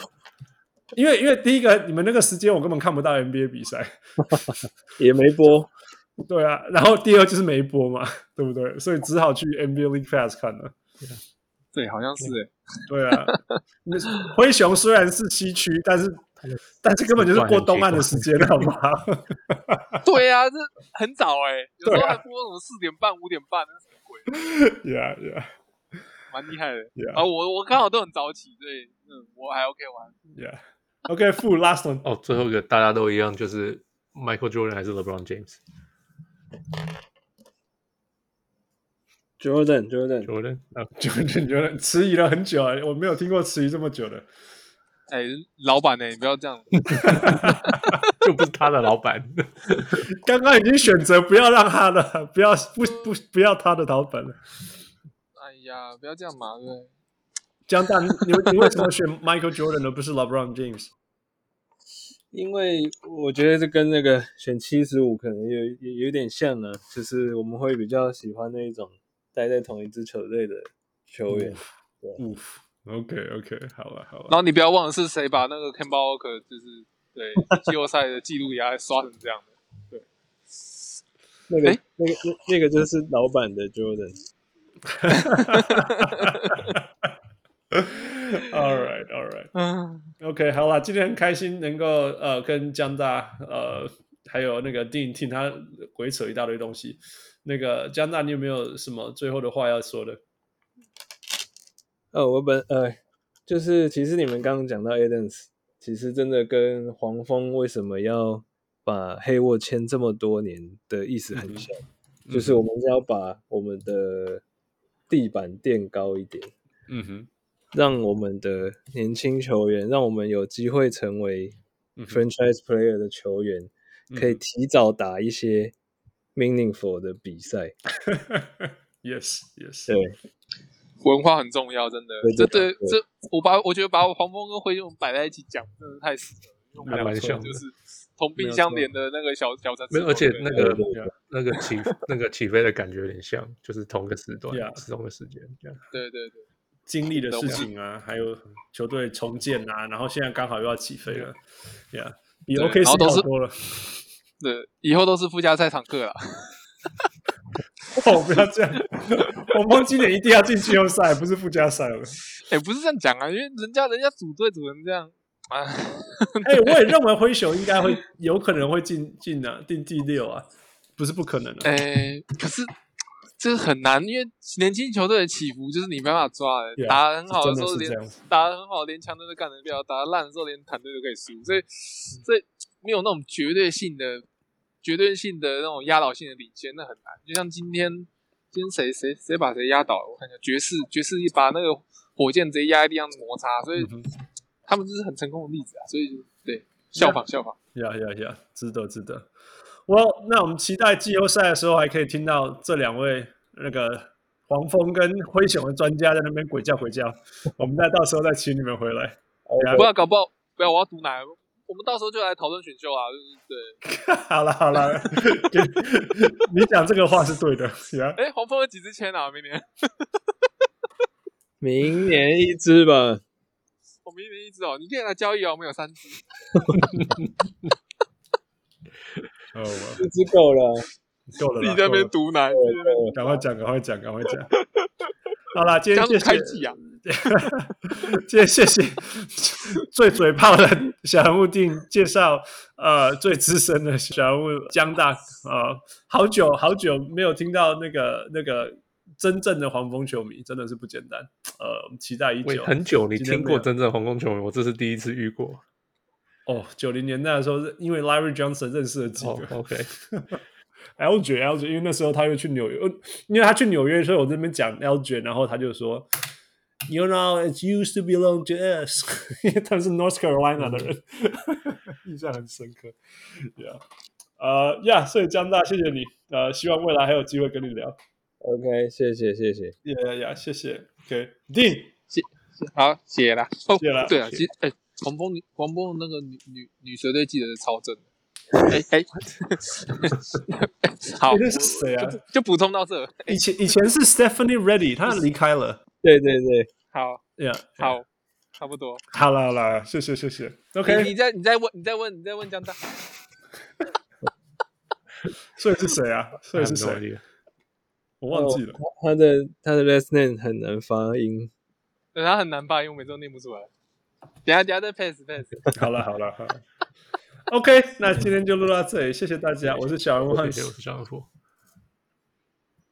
Speaker 3: 因为因为第一个你们那个时间我根本看不到 NBA 比赛，
Speaker 6: 也没播，
Speaker 3: 对啊，然后第二就是没播嘛，对不对？所以只好去 NBA League Pass 看了。
Speaker 5: 对，好像是哎、
Speaker 3: 对啊，那灰熊虽然是西区，但是但是根本就是过东岸的时间，好不好？
Speaker 5: 对啊，这很早哎、有时
Speaker 3: 对
Speaker 5: 候
Speaker 3: 啊
Speaker 5: 还播什么四点半、五点半，
Speaker 3: yeah yeah
Speaker 5: 蛮厉害的。啊，
Speaker 3: yeah
Speaker 5: 我我刚好都很早起，对，嗯，我还 OK 玩。
Speaker 3: yeah。OK，副 last one，
Speaker 4: 哦，最后一个大家都一样，就是 Michael Jordan 还是 LeBron James，Jordan
Speaker 6: Jordan Jordan，
Speaker 4: 啊，
Speaker 3: 就你觉得迟疑了很久啊，我没有听过迟疑这么久的。
Speaker 5: 哎、老板呢、你不要这样。
Speaker 4: 就不是他的老 板，
Speaker 3: 刚刚已经选择不要让他了， 不要不不不要他的老板了。
Speaker 5: 哎呀，不要这样嘛，对不对。
Speaker 3: 江大，你你为什么选 Michael Jordan 而不是 LeBron James？
Speaker 6: 因为我觉得这跟那个选七十五可能有有有点像呢，就是我们会比较喜欢那一种待在同一支球队的球员。
Speaker 3: 呜，OK OK，好了好
Speaker 5: 然
Speaker 3: 了，
Speaker 5: 后你不要忘了是谁把那个 Kemba Walker 就是对季后赛的记录给他刷成这样的。
Speaker 6: 那个
Speaker 5: 诶
Speaker 6: 那个那那个就是老板的 Jordan。
Speaker 3: ，All right All right
Speaker 5: 嗯，
Speaker 3: OK，好了，今天很开心能够呃跟江大呃还有那个 Dean 听他鬼扯一大堆东西。那个江大，你有没有什么最后的话要说的？
Speaker 6: 呃，我本呃，就是其实你们刚刚讲到 Adams，其实真的跟黄蜂为什么要把黑沃签这么多年的意思很像，就是我们是要把我们的地板垫高一点，
Speaker 3: 嗯哼，
Speaker 6: 让我们的年轻球员，让我们有机会成为
Speaker 3: 嗯哼
Speaker 6: franchise player 的球员，可以提早打一些 meaningful 的比赛。
Speaker 3: ，Yes Yes，
Speaker 6: 对，
Speaker 5: 文化很重要，真的
Speaker 6: 对。
Speaker 5: 这对
Speaker 6: 对对
Speaker 5: 这，我把我觉得把黄蜂跟灰熊摆在一起讲，真的太适合了，因为我们
Speaker 4: 还
Speaker 5: 两
Speaker 4: 蛮
Speaker 5: 个
Speaker 4: 像的
Speaker 5: 就是同病相怜的那个小小城
Speaker 4: 没
Speaker 5: 市
Speaker 4: 有
Speaker 5: 球队。
Speaker 4: 而且那个
Speaker 6: 对啊
Speaker 4: 那个起那个起飞的感觉有点像，就是同个时段
Speaker 3: Yeah
Speaker 4: 是同个时间这样。
Speaker 5: 对对对，
Speaker 3: 经历的事情啊，还有球队重建啊，然后现在刚好又要起飞了，呀、比
Speaker 5: 对
Speaker 3: OK
Speaker 5: 然后
Speaker 3: 是
Speaker 5: 都
Speaker 3: 好
Speaker 5: 是
Speaker 3: 多了。
Speaker 5: 对，以后都是附加赛常客了。
Speaker 3: 哦，不要这样！ 黄蜂今年一定要进季后赛，不是附加赛 了。
Speaker 5: 哎、不是这样讲啊，因为人家人家组队组成这样啊，
Speaker 3: 哎、我也认为灰熊应该会有可能会进进啊，进第六啊，不是不可能啊的、
Speaker 5: 哎、可是这很难，因为年轻球队的起伏就是你没办法抓的
Speaker 3: Yeah，
Speaker 5: 打得很好
Speaker 3: 真
Speaker 5: 时
Speaker 3: 的
Speaker 5: 候
Speaker 3: 是
Speaker 5: 连
Speaker 3: 这样子。
Speaker 5: 打得很好，连强队都干得掉；打得烂的时候，连团队都可以输。所以，所以没有那种绝对性的、绝对性的那种压倒性的领先，那很难。就像今天，今天谁谁谁把谁压倒了？我看一下，爵士爵士一把那个火箭直接压在地上摩擦，所以、他们就是很成功的例子啊。所以就对，效仿效仿。
Speaker 3: 呀呀呀，值得值得。well,，那我们期待季后赛的时候，还可以听到这两位那个黄蜂跟灰熊的专家在那边鬼叫鬼叫。我们再到时候再请你们回来。
Speaker 5: 不要搞不好，不要我要读哪？我们到时候就来讨论选秀啊，就是对。
Speaker 3: 好了好了， 给你讲这个话是对的。呀、
Speaker 5: 哎，黄蜂有几支签啊？明年
Speaker 6: 明年一支吧，
Speaker 5: 我们一年一支哦，你可以来交易哦，我们有三支。
Speaker 3: 哦，
Speaker 6: 一支够了。
Speaker 3: 够了
Speaker 5: 自
Speaker 3: 啦，
Speaker 5: 己
Speaker 3: 够
Speaker 5: 在那
Speaker 3: 了
Speaker 5: 边读奶，自己在那边读
Speaker 3: 赶快讲，赶快讲，赶快讲。好啦，今
Speaker 5: 这
Speaker 3: 天谢
Speaker 5: 样子开
Speaker 3: 谢，
Speaker 5: 季啊。
Speaker 3: 今天谢谢最嘴炮的小人物定介绍，呃，最资深的小人物江大，呃，好久好久没有听到那个那个真正的黄蜂球迷，真的是不简单，呃，我们期待已
Speaker 4: 喂，
Speaker 3: 久。
Speaker 4: 很久你
Speaker 3: 今天
Speaker 4: 听
Speaker 3: 没
Speaker 4: 过
Speaker 3: 有
Speaker 4: 真正的红宫球迷，我这是第一次遇过。
Speaker 3: 哦，九零年代的时候，因为 Larry Johnson 认识了几个。
Speaker 4: 哦，OK，
Speaker 3: LJ LJ，因为那时候他又去纽约，呃因为他去纽约，所以我这边讲 LJ，然后他就说，You know it used to belong to us，因 为他们是 North Carolina 的 人，印象很深刻。Yeah，呃，Yeah，所以江大，谢谢你，呃，希望未来还有机会跟你聊。
Speaker 6: OK，谢谢谢谢。
Speaker 3: Yeah，Yeah，谢谢。OK，Dean，、
Speaker 5: 好，谢啦。哦，
Speaker 3: 谢啦
Speaker 5: 对啊，其实哎，黄蜂女黄蜂那个女女女蛇队记得是超正的。 哎哎，好，
Speaker 3: 这是谁啊？
Speaker 5: 就补充到这。
Speaker 3: 以前以前是 Stephanie Ready，她离开了。
Speaker 6: 对对对，
Speaker 5: 好，
Speaker 3: Yeah，
Speaker 5: 好，差不多。
Speaker 3: 好了好了，谢谢谢谢。
Speaker 5: 你你
Speaker 3: OK，
Speaker 5: 再你再问你再问你再问江大，
Speaker 3: 所以是谁啊？所以是
Speaker 4: I have no
Speaker 3: 谁？
Speaker 4: idea
Speaker 3: 我忘记了。
Speaker 6: 他的他的 last name 很难发音。
Speaker 5: 对他很难吧？因为我每次都念不出来。等一下等一下再 pass pass。
Speaker 3: 好了好了好了 ，OK，那今天就录到这里，谢谢大家，我是小人物汉
Speaker 4: 谢谢，我
Speaker 3: 斯，
Speaker 4: 是小老虎。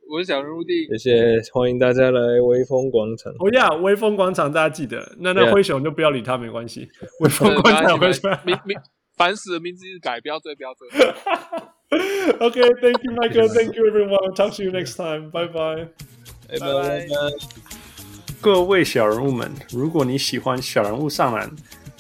Speaker 5: 我是小人 物弟，
Speaker 6: 谢谢，欢迎大家来微风广场。
Speaker 3: 哦呀，威风广场大家记得，那那
Speaker 6: Yeah
Speaker 3: 灰熊就不要理他没关系，威风
Speaker 5: 对
Speaker 3: 广
Speaker 5: 大家
Speaker 3: 场
Speaker 5: 喜
Speaker 3: 会
Speaker 5: 欢名名烦死了，名字一直改，不要追不要追。
Speaker 3: OK，Thank you Michael，Thank you everyone，talk to you next time，拜拜。
Speaker 6: 拜拜。
Speaker 3: 各位小人物们，如果你喜欢小人物上篮，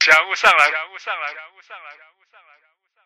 Speaker 1: 小人物上来，小人物上来，小人物上来，小人物上来。